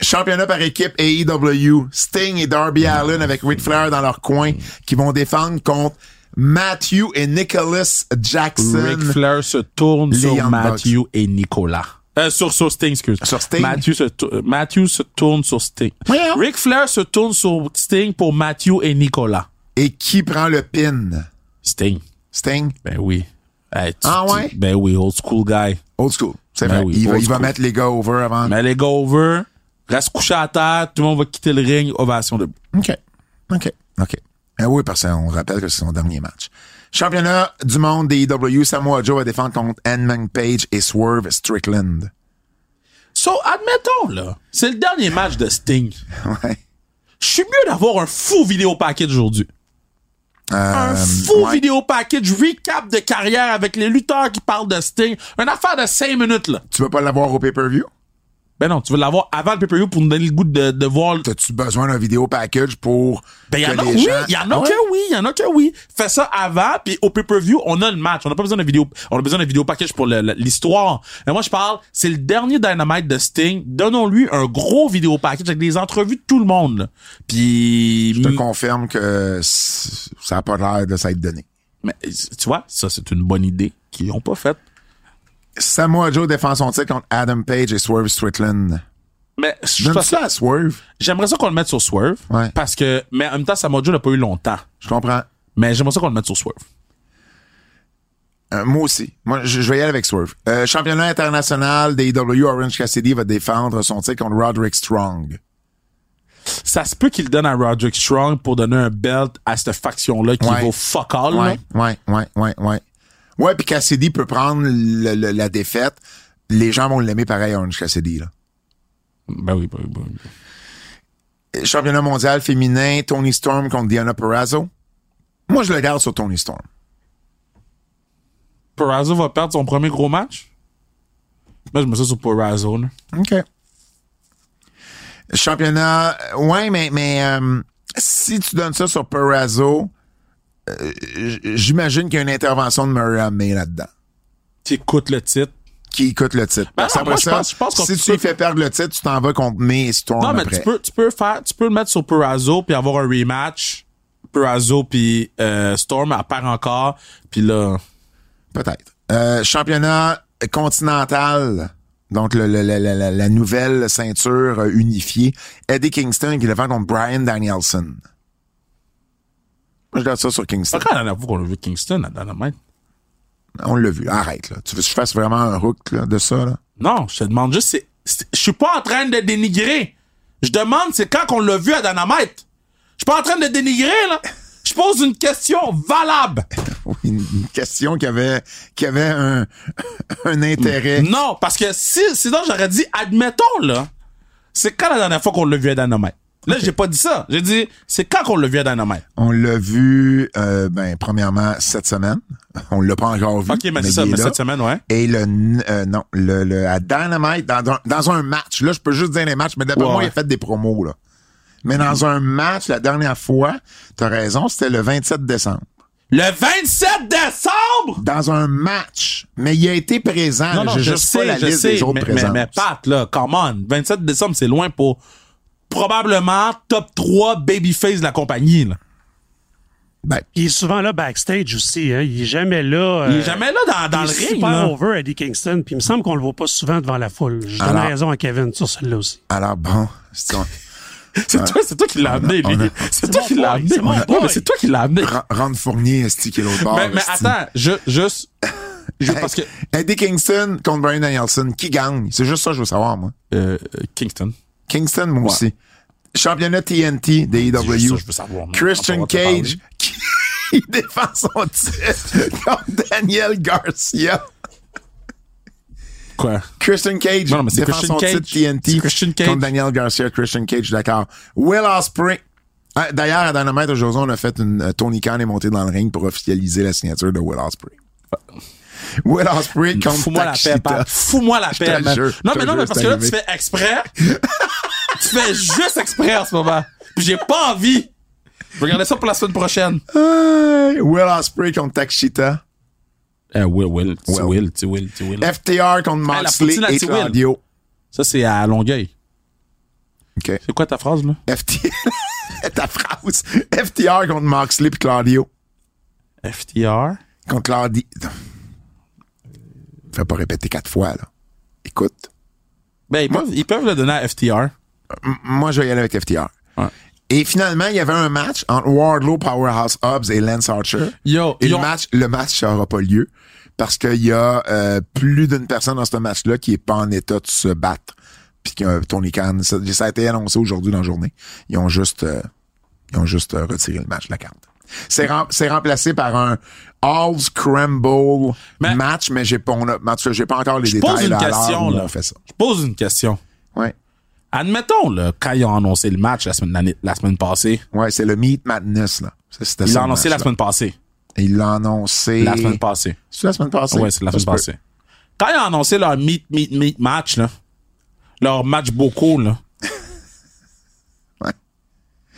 [SPEAKER 2] Championnat par équipe AEW. Sting et Darby Allen avec Ric Flair dans leur coin qui vont défendre contre Matthew et Nicholas Jackson.
[SPEAKER 3] Ric Flair se tourne
[SPEAKER 2] Young Bucks.
[SPEAKER 3] sur Matthew et Nicolas. Euh, sur, sur Sting, excuse.
[SPEAKER 2] Sur Sting.
[SPEAKER 3] Matthew se, tou- euh, Matthew se tourne sur Sting.
[SPEAKER 2] Voyons.
[SPEAKER 3] Ric Flair se tourne sur Sting pour Matthew et Nicolas.
[SPEAKER 2] Et qui prend le pin?
[SPEAKER 3] Sting.
[SPEAKER 2] Sting?
[SPEAKER 3] Ben oui. Hey, tu-
[SPEAKER 2] Ah
[SPEAKER 3] tu-
[SPEAKER 2] ouais?
[SPEAKER 3] ben oui, old school guy.
[SPEAKER 2] Old school. C'est
[SPEAKER 3] Ben
[SPEAKER 2] vrai.
[SPEAKER 3] oui,
[SPEAKER 2] il va,
[SPEAKER 3] old
[SPEAKER 2] il va
[SPEAKER 3] school. Ben,
[SPEAKER 2] mettre les gars over avant.
[SPEAKER 3] Mais les gars over, reste couché à terre, tout le monde va quitter le ring, ovation debout.
[SPEAKER 2] OK. OK. OK. Ah oui, parce qu'on rappelle que c'est son dernier match. Championnat du monde des IW, Samoa Joe va défendre contre Edmund Page et Swerve Strickland.
[SPEAKER 3] So, admettons, là, c'est le dernier match de Sting.
[SPEAKER 2] Ouais.
[SPEAKER 3] Je suis mieux d'avoir un fou vidéo package aujourd'hui. un fou
[SPEAKER 2] Euh, ouais.
[SPEAKER 3] vidéo package recap de carrière avec les lutteurs qui parlent de Sting. Une affaire de 5 minutes, là.
[SPEAKER 2] Tu vas pas l'avoir au pay-per-view?
[SPEAKER 3] Ben non, tu veux l'avoir avant le pay-per-view pour nous donner le goût de, de voir.
[SPEAKER 2] T'as-tu besoin d'un vidéo package pour
[SPEAKER 3] Ben, y en
[SPEAKER 2] que
[SPEAKER 3] a,
[SPEAKER 2] les
[SPEAKER 3] oui,
[SPEAKER 2] gens...
[SPEAKER 3] y en
[SPEAKER 2] Ah
[SPEAKER 3] a
[SPEAKER 2] ouais?
[SPEAKER 3] que oui, y en a que oui. Fais ça avant, puis au pay-per-view, on a le match. On n'a pas besoin d'un vidéo, on a besoin d'un vidéo package pour le- le- l'histoire. Mais moi, je parle, c'est le dernier Dynamite de Sting. Donnons-lui un gros vidéo package avec des entrevues de tout le monde, là. Puis,
[SPEAKER 2] Je te confirme que c- ça a pas l'air de s'être donné.
[SPEAKER 3] mais, tu vois, ça, c'est une bonne idée qu'ils n'ont pas faite.
[SPEAKER 2] Samoa Joe défend son titre contre Adam Page et Swerve Strickland.
[SPEAKER 3] Mais, je suis
[SPEAKER 2] J'aime
[SPEAKER 3] pas
[SPEAKER 2] ça à Swerve.
[SPEAKER 3] J'aimerais ça qu'on le mette sur Swerve.
[SPEAKER 2] Ouais.
[SPEAKER 3] Parce que, mais en même temps, Samoa Joe l'a pas eu longtemps.
[SPEAKER 2] Je comprends.
[SPEAKER 3] Mais j'aimerais ça qu'on le mette sur Swerve.
[SPEAKER 2] Euh, moi aussi. Moi, je, je vais y aller avec Swerve. Euh, championnat international des IW, Orange Cassidy va défendre son titre contre Roderick Strong.
[SPEAKER 3] Ça se peut qu'il le donne à Roderick Strong pour donner un belt à cette faction-là qui
[SPEAKER 2] Ouais.
[SPEAKER 3] vaut fuck all. là.
[SPEAKER 2] Ouais, ouais, ouais, ouais, ouais. Ouais, puis Cassidy peut prendre le- le- la défaite. Les gens vont l'aimer pareil, Orange Cassidy. Là.
[SPEAKER 3] Ben oui, ben oui, ben oui.
[SPEAKER 2] Euh, Championnat mondial féminin, Tony Storm contre Diana Perazzo. Moi, je le garde sur Tony Storm.
[SPEAKER 3] Perazzo va perdre son premier gros match? Moi, je me suis sur Perazzo. là.
[SPEAKER 2] OK. Championnat. euh, Ouais, mais, mais euh, si tu donnes ça sur Perazzo, euh, j- j'imagine qu'il y a une intervention de Maria May là-dedans.
[SPEAKER 3] Qui écoute le titre.
[SPEAKER 2] Qui écoute le titre.
[SPEAKER 3] Ben
[SPEAKER 2] Parce
[SPEAKER 3] non,
[SPEAKER 2] après
[SPEAKER 3] moi, je
[SPEAKER 2] ça,
[SPEAKER 3] pense- je pense qu'on
[SPEAKER 2] si
[SPEAKER 3] peut-
[SPEAKER 2] tu lui fais perdre le titre, tu t'en vas contre May et Storm
[SPEAKER 3] Non, mais
[SPEAKER 2] après.
[SPEAKER 3] tu peux, tu peux faire, tu peux le mettre sur Perazzo puis avoir un rematch. Perazzo puis euh, Storm, elle perd encore. Puis là,
[SPEAKER 2] Peut-être. Euh, championnat continental donc le- le- le- le- la, la nouvelle ceinture euh, unifiée. Eddie Kingston qui défend contre Brian Danielson. Je regarde ça sur Kingston.
[SPEAKER 1] C'est quand la dernière fois qu'on a vu Kingston à Dynamite?
[SPEAKER 2] On l'a vu. Arrête, là. Tu veux que je fasse vraiment un hook là, de ça, là?
[SPEAKER 1] Non, je te demande juste, c'est- c'est- je suis pas en train de dénigrer. Je demande, c'est quand qu'on l'a vu à Dynamite. Je suis pas en train de dénigrer, là. Je pose une question valable.
[SPEAKER 2] Oui, une, une question qui avait, qui avait un, un intérêt.
[SPEAKER 1] Non, parce que si, sinon j'aurais dit, admettons, là, c'est quand la dernière fois qu'on l'a vu à Dynamite? Là, j'ai pas dit ça. J'ai dit, c'est quand qu'on l'a vu à Dynamite?
[SPEAKER 2] On l'a vu, euh, ben, premièrement, cette semaine. On l'a pas encore vu.
[SPEAKER 1] Ok, mais c'est ça,
[SPEAKER 2] il est
[SPEAKER 1] mais
[SPEAKER 2] là.
[SPEAKER 1] cette semaine, ouais.
[SPEAKER 2] Et le, n- euh, non, le, le, à Dynamite, dans, dans- dans un match, là, je peux juste dire les matchs, mais d'après
[SPEAKER 1] Ouais,
[SPEAKER 2] moi,
[SPEAKER 1] ouais. Mm-hmm.
[SPEAKER 2] il a fait des promos, là. Mais dans un match, la dernière fois, t'as raison, c'était le 27 décembre.
[SPEAKER 1] Le 27 décembre!
[SPEAKER 2] Dans un match, mais il a été présent. là. J'ai juste pas la
[SPEAKER 1] Oh. je
[SPEAKER 2] liste des autres
[SPEAKER 1] mais, mais,
[SPEAKER 2] présents.
[SPEAKER 1] mais Pat, là, come on. 27 décembre, c'est loin pour probablement top 3 babyface de la compagnie. Là.
[SPEAKER 2] Ben,
[SPEAKER 4] Il est souvent là backstage aussi. Hein. Il est jamais là.
[SPEAKER 1] Il
[SPEAKER 4] euh,
[SPEAKER 1] est jamais là dans, dans
[SPEAKER 4] il
[SPEAKER 1] le
[SPEAKER 4] est
[SPEAKER 1] ring.
[SPEAKER 4] super
[SPEAKER 1] là.
[SPEAKER 4] over, Eddie Kingston. Puis il me semble qu'on le voit pas souvent devant la foule. Je donne
[SPEAKER 2] Alors-
[SPEAKER 4] raison à Kevin sur celle-là aussi.
[SPEAKER 2] alors bon, c'est-
[SPEAKER 1] C'est toi, c'est toi qui l'as amené,
[SPEAKER 2] on a-
[SPEAKER 1] lui. C'est toi
[SPEAKER 4] mon
[SPEAKER 1] qui l'as
[SPEAKER 4] boy,
[SPEAKER 1] amené.
[SPEAKER 4] c'est mon
[SPEAKER 1] Ouais,
[SPEAKER 4] boy.
[SPEAKER 1] mais c'est toi qui l'as amené.
[SPEAKER 2] Ra- Rand Fournier, est-ce qui est l'autre bord?
[SPEAKER 1] Mais, mais
[SPEAKER 2] esti.
[SPEAKER 1] attends, je, juste. je- parce que.
[SPEAKER 2] Eddie Kingston contre Brian Danielson, qui gagne? C'est juste ça que je veux savoir, moi.
[SPEAKER 1] euh, Kingston.
[SPEAKER 2] Kingston, moi aussi. Championnat TNT des
[SPEAKER 1] juste ça
[SPEAKER 2] EW.
[SPEAKER 1] que je veux savoir, moi. On
[SPEAKER 2] Christian
[SPEAKER 1] va te
[SPEAKER 2] Cage, qui il défend son titre contre Daniel Garcia.
[SPEAKER 1] Quoi?
[SPEAKER 2] Christian Cage
[SPEAKER 1] Non, non, mais c'est
[SPEAKER 2] défend
[SPEAKER 1] Christian
[SPEAKER 2] son
[SPEAKER 1] Cage.
[SPEAKER 2] titre TNT
[SPEAKER 1] C'est Christian Cage.
[SPEAKER 2] contre Daniel Garcia, Christian Cage, d'accord. Will Ospreay. Ah, D'ailleurs, à Dynamite, aujourd'hui, on a fait une... euh, Tony Khan est monté dans le ring pour officialiser la signature de Will Ospreay. Will Ospreay contre
[SPEAKER 1] Fous-moi Ah. la paix,
[SPEAKER 2] Takshita.
[SPEAKER 1] Pat. Fous-moi la
[SPEAKER 2] te
[SPEAKER 1] paix, man.
[SPEAKER 2] jure,
[SPEAKER 1] Non,
[SPEAKER 2] je
[SPEAKER 1] mais
[SPEAKER 2] te
[SPEAKER 1] non, mais
[SPEAKER 2] jure,
[SPEAKER 1] parce
[SPEAKER 2] c'est
[SPEAKER 1] que là, tu
[SPEAKER 2] arrivé.
[SPEAKER 1] fais exprès. tu fais juste exprès en ce moment. Puis j'ai pas envie. Je vais garder ça pour la semaine prochaine.
[SPEAKER 2] Hey, Will Ospreay contre Takshita.
[SPEAKER 1] Euh, Will, Will, tu
[SPEAKER 2] Will.
[SPEAKER 1] Will, tu Will, tu Will.
[SPEAKER 2] FTR contre
[SPEAKER 1] Ah, la
[SPEAKER 2] Moxley
[SPEAKER 1] poutine à
[SPEAKER 2] et
[SPEAKER 1] T. Will.
[SPEAKER 2] Claudio.
[SPEAKER 1] Ça, c'est à Longueuil.
[SPEAKER 2] OK.
[SPEAKER 1] C'est quoi ta phrase, là?
[SPEAKER 2] FTR. Ta phrase. FTR contre Moxley puis Claudio.
[SPEAKER 1] FTR.
[SPEAKER 2] Contre Claudio. Fais pas répéter quatre fois, là. Écoute.
[SPEAKER 1] Ben, ils peuvent, ils peuvent le donner à FTR.
[SPEAKER 2] M- moi, je vais y aller avec FTR.
[SPEAKER 1] Ouais.
[SPEAKER 2] Et finalement, il y avait un match entre Wardlow, Powerhouse Hobbs et Lance Archer.
[SPEAKER 1] Yo,
[SPEAKER 2] et
[SPEAKER 1] ils
[SPEAKER 2] le
[SPEAKER 1] ont-
[SPEAKER 2] match, le match n'aura pas lieu parce qu'il y a euh, plus d'une personne dans ce match-là qui est pas en état de se battre. Puis que euh, Tony Khan, ça, ça a été annoncé aujourd'hui dans la journée. Ils ont juste, euh, ils ont juste euh, retiré le match, la carte. C'est rem- c'est remplacé par un All Scramble
[SPEAKER 1] Mais-
[SPEAKER 2] match, mais j'ai pas, on a- en tout cas, j'ai pas encore les
[SPEAKER 1] Je
[SPEAKER 2] détails.
[SPEAKER 1] pose une
[SPEAKER 2] là, à l'heure
[SPEAKER 1] question,
[SPEAKER 2] où
[SPEAKER 1] là.
[SPEAKER 2] On fait ça.
[SPEAKER 1] Je pose une question.
[SPEAKER 2] Ouais,
[SPEAKER 1] Admettons, là, quand ils ont annoncé le match la semaine, l'année- la semaine passée,
[SPEAKER 2] ouais, c'est le Meat Madness là. Ça, c'était
[SPEAKER 1] ils
[SPEAKER 2] ça,
[SPEAKER 1] l'ont
[SPEAKER 2] le
[SPEAKER 1] annoncé la
[SPEAKER 2] match-là.
[SPEAKER 1] semaine passée.
[SPEAKER 2] Il l'a annoncé.
[SPEAKER 1] La semaine passée.
[SPEAKER 2] C'est la semaine passée.
[SPEAKER 1] Ouais, c'est la
[SPEAKER 2] Ça
[SPEAKER 1] semaine
[SPEAKER 2] se peut.
[SPEAKER 1] passée. Quand ils ont annoncé leur meet, meet, meet match, là, leur match beaucoup, là,
[SPEAKER 2] Ouais.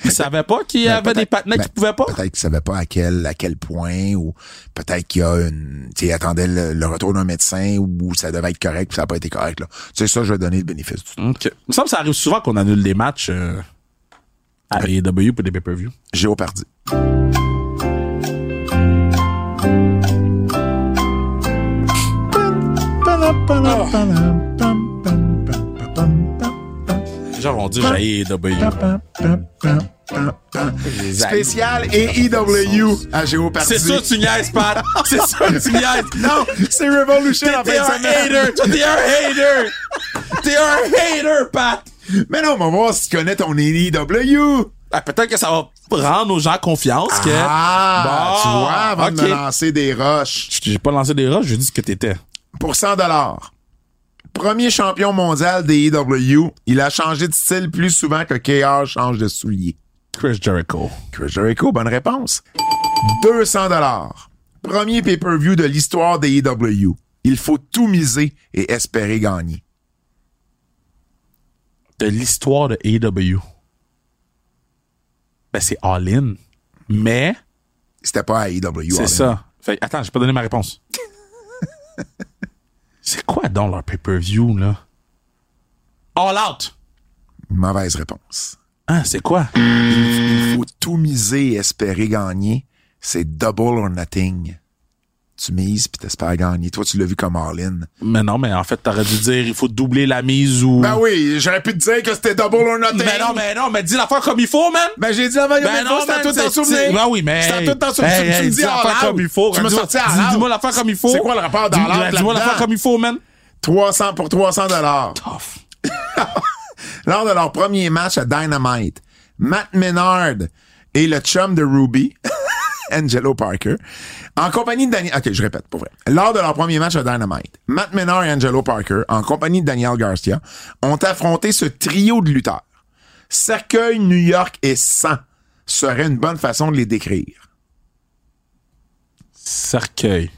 [SPEAKER 1] ils savaient pas qu'il y
[SPEAKER 2] Ben,
[SPEAKER 1] avait
[SPEAKER 2] peut-être-
[SPEAKER 1] des partenaires qui
[SPEAKER 2] ben,
[SPEAKER 1] pouvaient pas.
[SPEAKER 2] Peut-être qu'ils savaient pas à quel, à quel point, ou peut-être qu'il y a une, tu sais, ils attendaient le, le retour d'un médecin, ou ça devait être correct, puis ça n'a pas été correct, là. Tu sais, ça, je vais donner le bénéfice du doute.
[SPEAKER 1] Ok. Il me semble que ça arrive souvent qu'on annule des matchs euh, à AEW pour des pay-per-view.
[SPEAKER 2] Géopardi.
[SPEAKER 1] Genre, on dit E j'ai AEW.
[SPEAKER 2] Spécial et EW à Géopardi.
[SPEAKER 1] C'est sûr que tu niaises, Pat. C'est sûr que tu niaises.
[SPEAKER 2] Non, c'est Revolution en
[SPEAKER 1] T'es
[SPEAKER 2] fin
[SPEAKER 1] un
[SPEAKER 2] de semaine.
[SPEAKER 1] hater. Toi, T'es un hater. T'es un hater, Pat.
[SPEAKER 2] Mais non, on va voir si tu connais ton EW.
[SPEAKER 1] Ah, Peut-être que ça va rendre aux gens confiance que.
[SPEAKER 2] Ah,
[SPEAKER 1] Bon,
[SPEAKER 2] tu vois, avant de
[SPEAKER 1] ok.
[SPEAKER 2] me lancer des roches.
[SPEAKER 1] Je- J'ai pas lancé des roches, j'ai dit ce que t'étais.
[SPEAKER 2] Pour 100 dollars. Premier champion mondial des EW, il a changé de style plus souvent que KR change de soulier.
[SPEAKER 1] Chris Jericho.
[SPEAKER 2] Chris Jericho, bonne réponse. 200 dollars. Premier pay-per-view de l'histoire des EW. Il faut tout miser et espérer gagner.
[SPEAKER 1] De l'histoire de AEW. Ben, c'est all-in. Mais,
[SPEAKER 2] C'était pas à E EW.
[SPEAKER 1] c'est
[SPEAKER 2] Allen.
[SPEAKER 1] ça. Fait, attends, j'ai pas donné ma réponse. c'est quoi dans leur pay-per-view, là? All out!
[SPEAKER 2] Une mauvaise réponse.
[SPEAKER 1] Hein, c'est quoi?
[SPEAKER 2] Il faut tout miser et espérer gagner. C'est double or nothing. tu mises puis t'espères gagner. Toi, tu l'as vu comme all-in.
[SPEAKER 1] Mais non, mais en fait, t'aurais dû dire, il faut doubler la mise ou...
[SPEAKER 2] Ben oui, j'aurais pu te dire que c'était double or nothing.
[SPEAKER 1] mais Ben non, mais non, mais dis l'affaire comme il faut, man!
[SPEAKER 2] Ben j'ai dit avant,
[SPEAKER 1] Ben non,
[SPEAKER 2] c'est à
[SPEAKER 1] man,
[SPEAKER 2] tout t'en
[SPEAKER 1] c'est-
[SPEAKER 2] souvenir.
[SPEAKER 1] c'est- ben oui, mais-
[SPEAKER 2] C'est à tout t'en souvenir.
[SPEAKER 1] Hey,
[SPEAKER 2] tu
[SPEAKER 1] hey,
[SPEAKER 2] me dis
[SPEAKER 1] dis
[SPEAKER 2] en
[SPEAKER 1] l'affaire
[SPEAKER 2] out.
[SPEAKER 1] comme il faut.
[SPEAKER 2] Tu me
[SPEAKER 1] dis-moi-
[SPEAKER 2] sorti à
[SPEAKER 1] dis-
[SPEAKER 2] out.
[SPEAKER 1] Dis-moi l'affaire comme il faut.
[SPEAKER 2] C'est quoi le rapport dans
[SPEAKER 1] Dis-
[SPEAKER 2] l'art
[SPEAKER 1] Dis-moi l'affaire
[SPEAKER 2] là-dedans?
[SPEAKER 1] comme il faut, man.
[SPEAKER 2] 300 pour 300 dollars. Lors de leur premier match à Dynamite, Matt Menard et le chum de Ruby, Angelo Parker, en compagnie de Daniel... OK, je répète, pour vrai. Lors de leur premier match à Dynamite, Matt Menard et Angelo Parker, en compagnie de Daniel Garcia, ont affronté ce trio de lutteurs. Cercueil, New York et sang serait une bonne façon de les décrire.
[SPEAKER 1] Cercueil.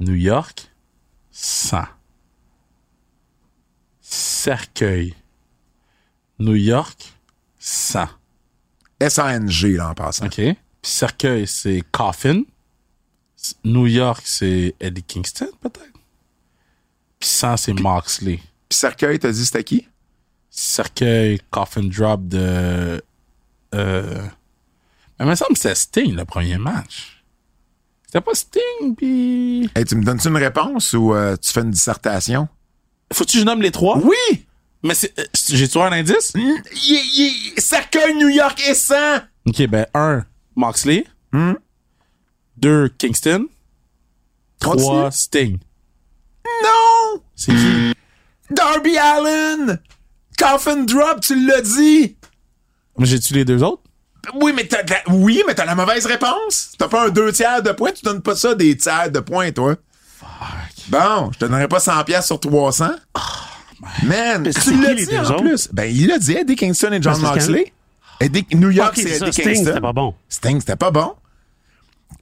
[SPEAKER 1] New York. 100. Cercueil. New York. 100.
[SPEAKER 2] S-A-N-G, là, en passant.
[SPEAKER 1] OK. Puis cercueil, c'est Coffin. S- New York, c'est Eddie Kingston, peut-être. Puis 100, c'est Moxley.
[SPEAKER 2] Puis Cercueil, t'as dit c'était qui?
[SPEAKER 1] Cercueil, Coffin Drop de. Euh... Mais il me semble que c'était Sting, le premier match. C'était pas Sting, puis.
[SPEAKER 2] Hey, tu me donnes-tu une réponse ou euh, tu fais une dissertation?
[SPEAKER 1] Faut-tu que je nomme les trois?
[SPEAKER 2] Oui!
[SPEAKER 1] Mais c'est- euh, j'ai trouvé un indice?
[SPEAKER 2] Mm, y- y- cercueil New York et 100!
[SPEAKER 1] Ok, ben, un, Moxley. Deux, Kingston. Trois, Sting.
[SPEAKER 2] Non!
[SPEAKER 1] C'est qui?
[SPEAKER 2] Darby Allen! Coffin Drop, tu l'as dit!
[SPEAKER 1] Mais J'ai-tu les deux autres?
[SPEAKER 2] Oui, mais t'as de la, oui, mais t'as la mauvaise réponse. T'as pas un deux tiers de points, tu donnes pas ça des tiers de points, toi. Bon, je te donnerais pas 100 pièces sur 300. Man,
[SPEAKER 4] Ah, Mais c'est
[SPEAKER 2] tu
[SPEAKER 4] qui
[SPEAKER 2] l'as
[SPEAKER 4] les
[SPEAKER 2] dit
[SPEAKER 4] deux
[SPEAKER 2] en
[SPEAKER 4] autres?
[SPEAKER 2] plus. Ben, il l'a dit, Eddie Kingston et John
[SPEAKER 4] Parce que-
[SPEAKER 2] Moxley. Eddie- New York, c'est
[SPEAKER 4] Ok, Ah, c'est ça,
[SPEAKER 2] Eddie
[SPEAKER 4] Sting,
[SPEAKER 2] Kingston.
[SPEAKER 4] c'était pas bon.
[SPEAKER 2] Sting, c'était pas bon.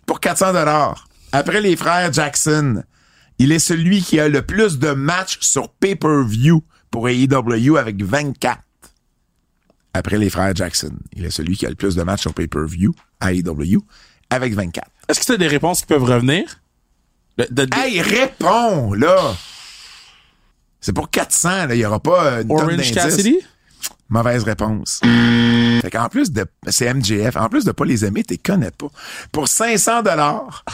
[SPEAKER 2] Pour 400 dollars. Après les frères Jackson, il est celui qui a le plus de matchs sur pay-per-view pour AEW avec 24. Après les frères Jackson, il est celui qui a le plus de matchs sur pay-per-view à AEW avec 24.
[SPEAKER 1] Est-ce que c'est des réponses qui peuvent revenir? Le- de- de-
[SPEAKER 2] Hey, réponds, là! C'est pour 400, là. Il y aura pas euh, une tonne
[SPEAKER 1] Orange
[SPEAKER 2] d'indices.
[SPEAKER 1] Cassidy?
[SPEAKER 2] Mauvaise réponse. Fait qu'en plus de, c'est MJF, en plus de pas les aimer, t'es connais pas. Pour 500 dollars,
[SPEAKER 1] Ah,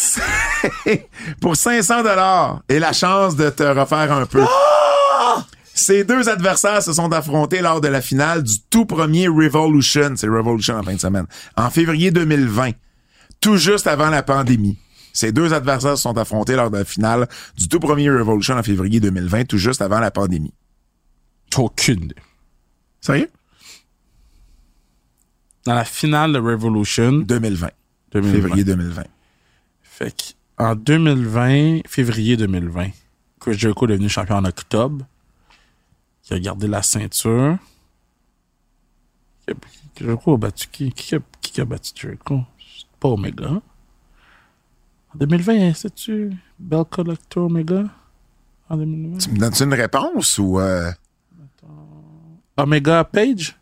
[SPEAKER 2] pour 500 dollars et la chance de te refaire un peu.
[SPEAKER 1] Ah!
[SPEAKER 2] Ces deux adversaires se sont affrontés lors de la finale du tout premier Revolution. C'est Revolution en fin de semaine. En février 2020, tout juste avant la pandémie. Ces deux adversaires se sont affrontés lors de la finale du tout premier Revolution en février 2020, tout juste avant la pandémie.
[SPEAKER 1] Aucune idée.
[SPEAKER 2] Sérieux?
[SPEAKER 1] Dans la finale de Revolution.
[SPEAKER 2] 2020.
[SPEAKER 1] 2020.
[SPEAKER 2] Février 2020.
[SPEAKER 1] Fait que, en 2020, février 2020, Chris Jericho est devenu champion en octobre. Qui a gardé la ceinture. Qui a- qui- Jericho a battu qui? Qui a, qui a battu Jericho? C'est pas Omega. En 2020, c'est-tu Bell Collector Omega? En 2020?
[SPEAKER 2] Tu me donnes-tu une réponse ou euh,
[SPEAKER 1] Omega Page?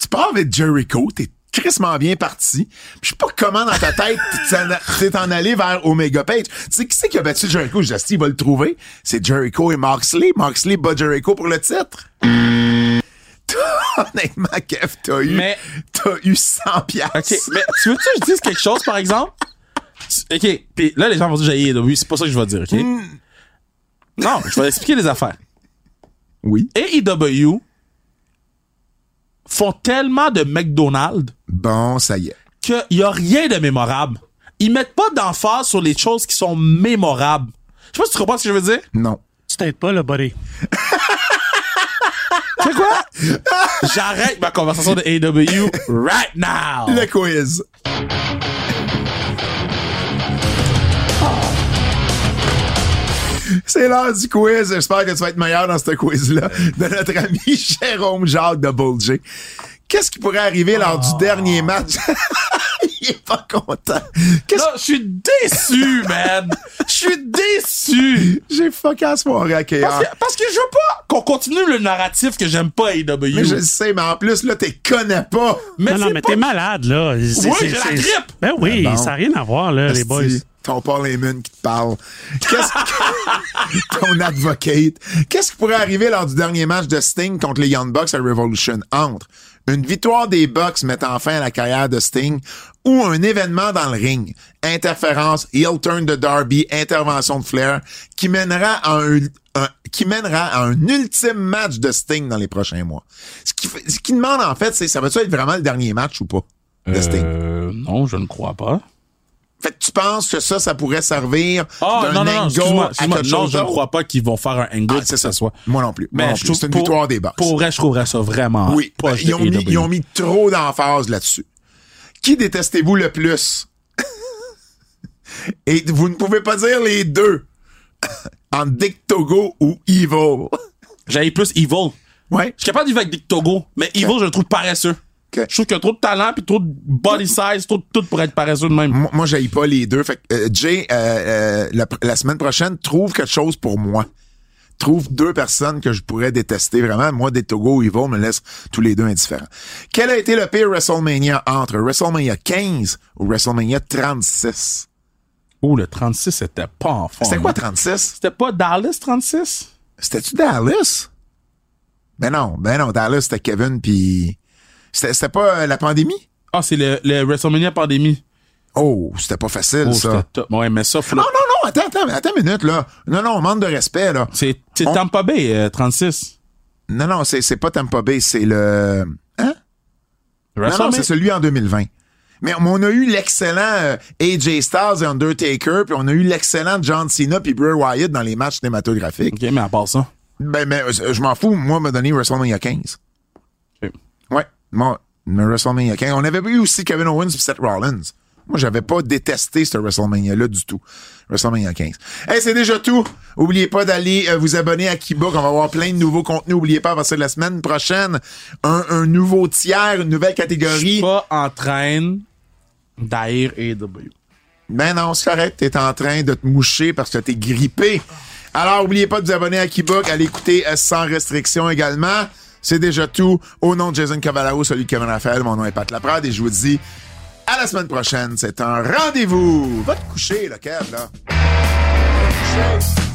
[SPEAKER 2] tu pars avec Jericho, t'es crissement bien parti. Puis Je sais pas comment dans ta tête tu t'en- t'es en allé vers Omega Page. Tu sais qui c'est qui a battu Jericho? Je dis, il va le trouver. C'est Jericho et Moxley. Moxley bat Jericho pour le titre. Honnêtement, Kev, t'as eu,
[SPEAKER 1] Mm. Mais-
[SPEAKER 2] t'as eu 100 piastres.
[SPEAKER 1] Ok, mais tu veux-tu que je dise quelque chose, par exemple? Tu- Ok, puis là, les gens vont dire j'ai oui, c'est pas ça que je vais dire, ok? Non, je vais expliquer les affaires.
[SPEAKER 2] Oui.
[SPEAKER 3] E
[SPEAKER 1] AEW font tellement de McDonald's
[SPEAKER 2] Bon, ça y est.
[SPEAKER 1] qu'il y a rien de mémorable. Ils mettent pas d'emphase sur les choses qui sont mémorables. Je sais pas si tu comprends ce que je veux dire.
[SPEAKER 2] Non.
[SPEAKER 4] Tu t'aides pas, là, buddy.
[SPEAKER 1] C'est quoi? J'arrête ma conversation de AEW right now.
[SPEAKER 2] Le quiz. C'est l'heure du quiz. J'espère que tu vas être meilleur dans ce quiz-là de notre ami Jérôme Jacques de Bolger. Qu'est-ce qui pourrait arriver lors du dernier match? Il est pas content. Qu'est-ce
[SPEAKER 1] Là, je suis déçu, man. Je suis déçu.
[SPEAKER 2] que j'ai fucké à soirée à KR?
[SPEAKER 1] Parce que, parce que je veux pas qu'on continue le narratif que j'aime pas AEW.
[SPEAKER 2] Mais je le sais, mais en plus, là, t'es connais pas.
[SPEAKER 1] Mais
[SPEAKER 4] non, non,
[SPEAKER 1] c'est
[SPEAKER 4] mais
[SPEAKER 1] pas-
[SPEAKER 4] t'es malade, là. C'est-
[SPEAKER 1] Oui,
[SPEAKER 4] c'est-
[SPEAKER 1] j'ai la
[SPEAKER 4] c'est-
[SPEAKER 1] grippe.
[SPEAKER 4] Ben oui,
[SPEAKER 2] Ah bon.
[SPEAKER 4] ça n'a rien à voir, là, les
[SPEAKER 2] Asti,
[SPEAKER 4] boys.
[SPEAKER 2] Ton Paul Heyman qui te parle. Qu'est-ce que- ton advocate. Qu'est-ce qui pourrait arriver lors du dernier match de Sting contre les Young Bucks à Revolution? Entre Une victoire des Bucks mettant fin à la carrière de Sting ou un événement dans le ring. Interférence, heel turn de Darby, intervention de Flair qui mènera à un, un- qui mènera à un ultime match de Sting dans les prochains mois. Ce qui, fait- ce qui demande en fait, c'est ça va-tu être vraiment le dernier match ou pas de Sting?
[SPEAKER 1] Euh, non, je ne crois pas.
[SPEAKER 2] Fait que tu penses que ça, ça pourrait servir
[SPEAKER 1] Ah,
[SPEAKER 2] d'un
[SPEAKER 1] non, non, non,
[SPEAKER 2] angle
[SPEAKER 1] excuse-moi,
[SPEAKER 2] à
[SPEAKER 1] excuse-moi.
[SPEAKER 2] quelque
[SPEAKER 1] Non,
[SPEAKER 2] chose
[SPEAKER 1] je ne
[SPEAKER 2] d'autre?
[SPEAKER 1] crois pas qu'ils vont faire un angle
[SPEAKER 2] Ah,
[SPEAKER 1] que
[SPEAKER 2] c'est
[SPEAKER 1] ça
[SPEAKER 2] ça.
[SPEAKER 1] soit.
[SPEAKER 2] Moi non plus. Moi non
[SPEAKER 1] je
[SPEAKER 2] plus.
[SPEAKER 1] trouve
[SPEAKER 2] C'est une
[SPEAKER 1] pour-
[SPEAKER 2] victoire des Bucks.
[SPEAKER 1] Pour vrai, je trouverais ça vraiment
[SPEAKER 2] Oui, Ben,
[SPEAKER 1] poche
[SPEAKER 2] ils
[SPEAKER 1] de
[SPEAKER 2] ont, mis,
[SPEAKER 1] AEW.
[SPEAKER 2] ils ont mis trop d'emphase là-dessus. Qui détestez-vous le plus? Et vous ne pouvez pas dire les deux. en Dick Togo ou Evil.
[SPEAKER 1] J'avais plus Evil.
[SPEAKER 2] Ouais.
[SPEAKER 1] Je suis capable de vivre avec Dick Togo, mais Evil, je le trouve paresseux.
[SPEAKER 2] Ok.
[SPEAKER 1] Je trouve qu'il y a trop de talent puis trop de body size, trop de tout pour être paresseux de même.
[SPEAKER 2] Moi, moi j'haïs pas les deux. Fait que, euh, Jay, euh, euh, la, la semaine prochaine, trouve quelque chose pour moi. Trouve deux personnes que je pourrais détester vraiment. Moi, des Togo ou Evil me laissent tous les deux indifférents. Quel a été le pire WrestleMania entre WrestleMania 15 ou WrestleMania 36?
[SPEAKER 1] Oh, le 36, c'était pas en forme.
[SPEAKER 2] C'était quoi 36?
[SPEAKER 1] C'était pas Dallas 36?
[SPEAKER 2] C'était-tu Dallas? Ben non, ben non, Dallas, c'était Kevin, puis C'était c'était pas euh, la pandémie?
[SPEAKER 1] Ah, c'est le, le WrestleMania pandémie.
[SPEAKER 2] Oh, c'était pas facile,
[SPEAKER 1] Oh, c'était
[SPEAKER 2] ça. Ah!
[SPEAKER 1] top. Ouais, mais ça, faut
[SPEAKER 2] Non, non, non, attends, attends, attends une minute, là. Non, non, on manque de respect, là.
[SPEAKER 1] C'est, c'est
[SPEAKER 2] On-
[SPEAKER 1] Tampa Bay, euh, 36.
[SPEAKER 2] Non, non, c'est c'est pas Tampa Bay, c'est le... Hein? Non, non,
[SPEAKER 1] WrestleMania.
[SPEAKER 2] c'est celui en 2020. Mais on a eu l'excellent euh, AJ Styles et Undertaker, puis on a eu l'excellent John Cena puis Bray Wyatt dans les matchs cinématographiques.
[SPEAKER 1] Ok, mais à part ça.
[SPEAKER 2] Ben, mais euh, je m'en fous, moi, m'a donné WrestleMania 15.
[SPEAKER 1] Ok.
[SPEAKER 2] Ouais, moi, le WrestleMania 15. On avait eu aussi Kevin Owens et Seth Rollins. Moi, j'avais pas détesté ce WrestleMania-là du tout. WrestleMania 15. Hey, c'est déjà tout. Oubliez pas d'aller euh, vous abonner à Keybook. On va avoir plein de nouveaux contenus. Oubliez pas, à partir de la semaine prochaine, un, un nouveau tiers, une nouvelle
[SPEAKER 1] Je suis
[SPEAKER 2] catégorie.
[SPEAKER 1] pas en train d'haïr E AEW.
[SPEAKER 2] Ben non, c'est correct. T'es en train de te moucher parce que t'es grippé. Alors, oubliez pas de vous abonner à Keybook, à l'écouter euh, sans restriction également. C'est déjà tout. Au nom de Jason Cavallaro, celui de Kevin Raphaël, mon nom est Pat Laprade et je vous dis à la semaine prochaine. C'est un rendez-vous. Va te coucher, le Kev, là. Va te coucher.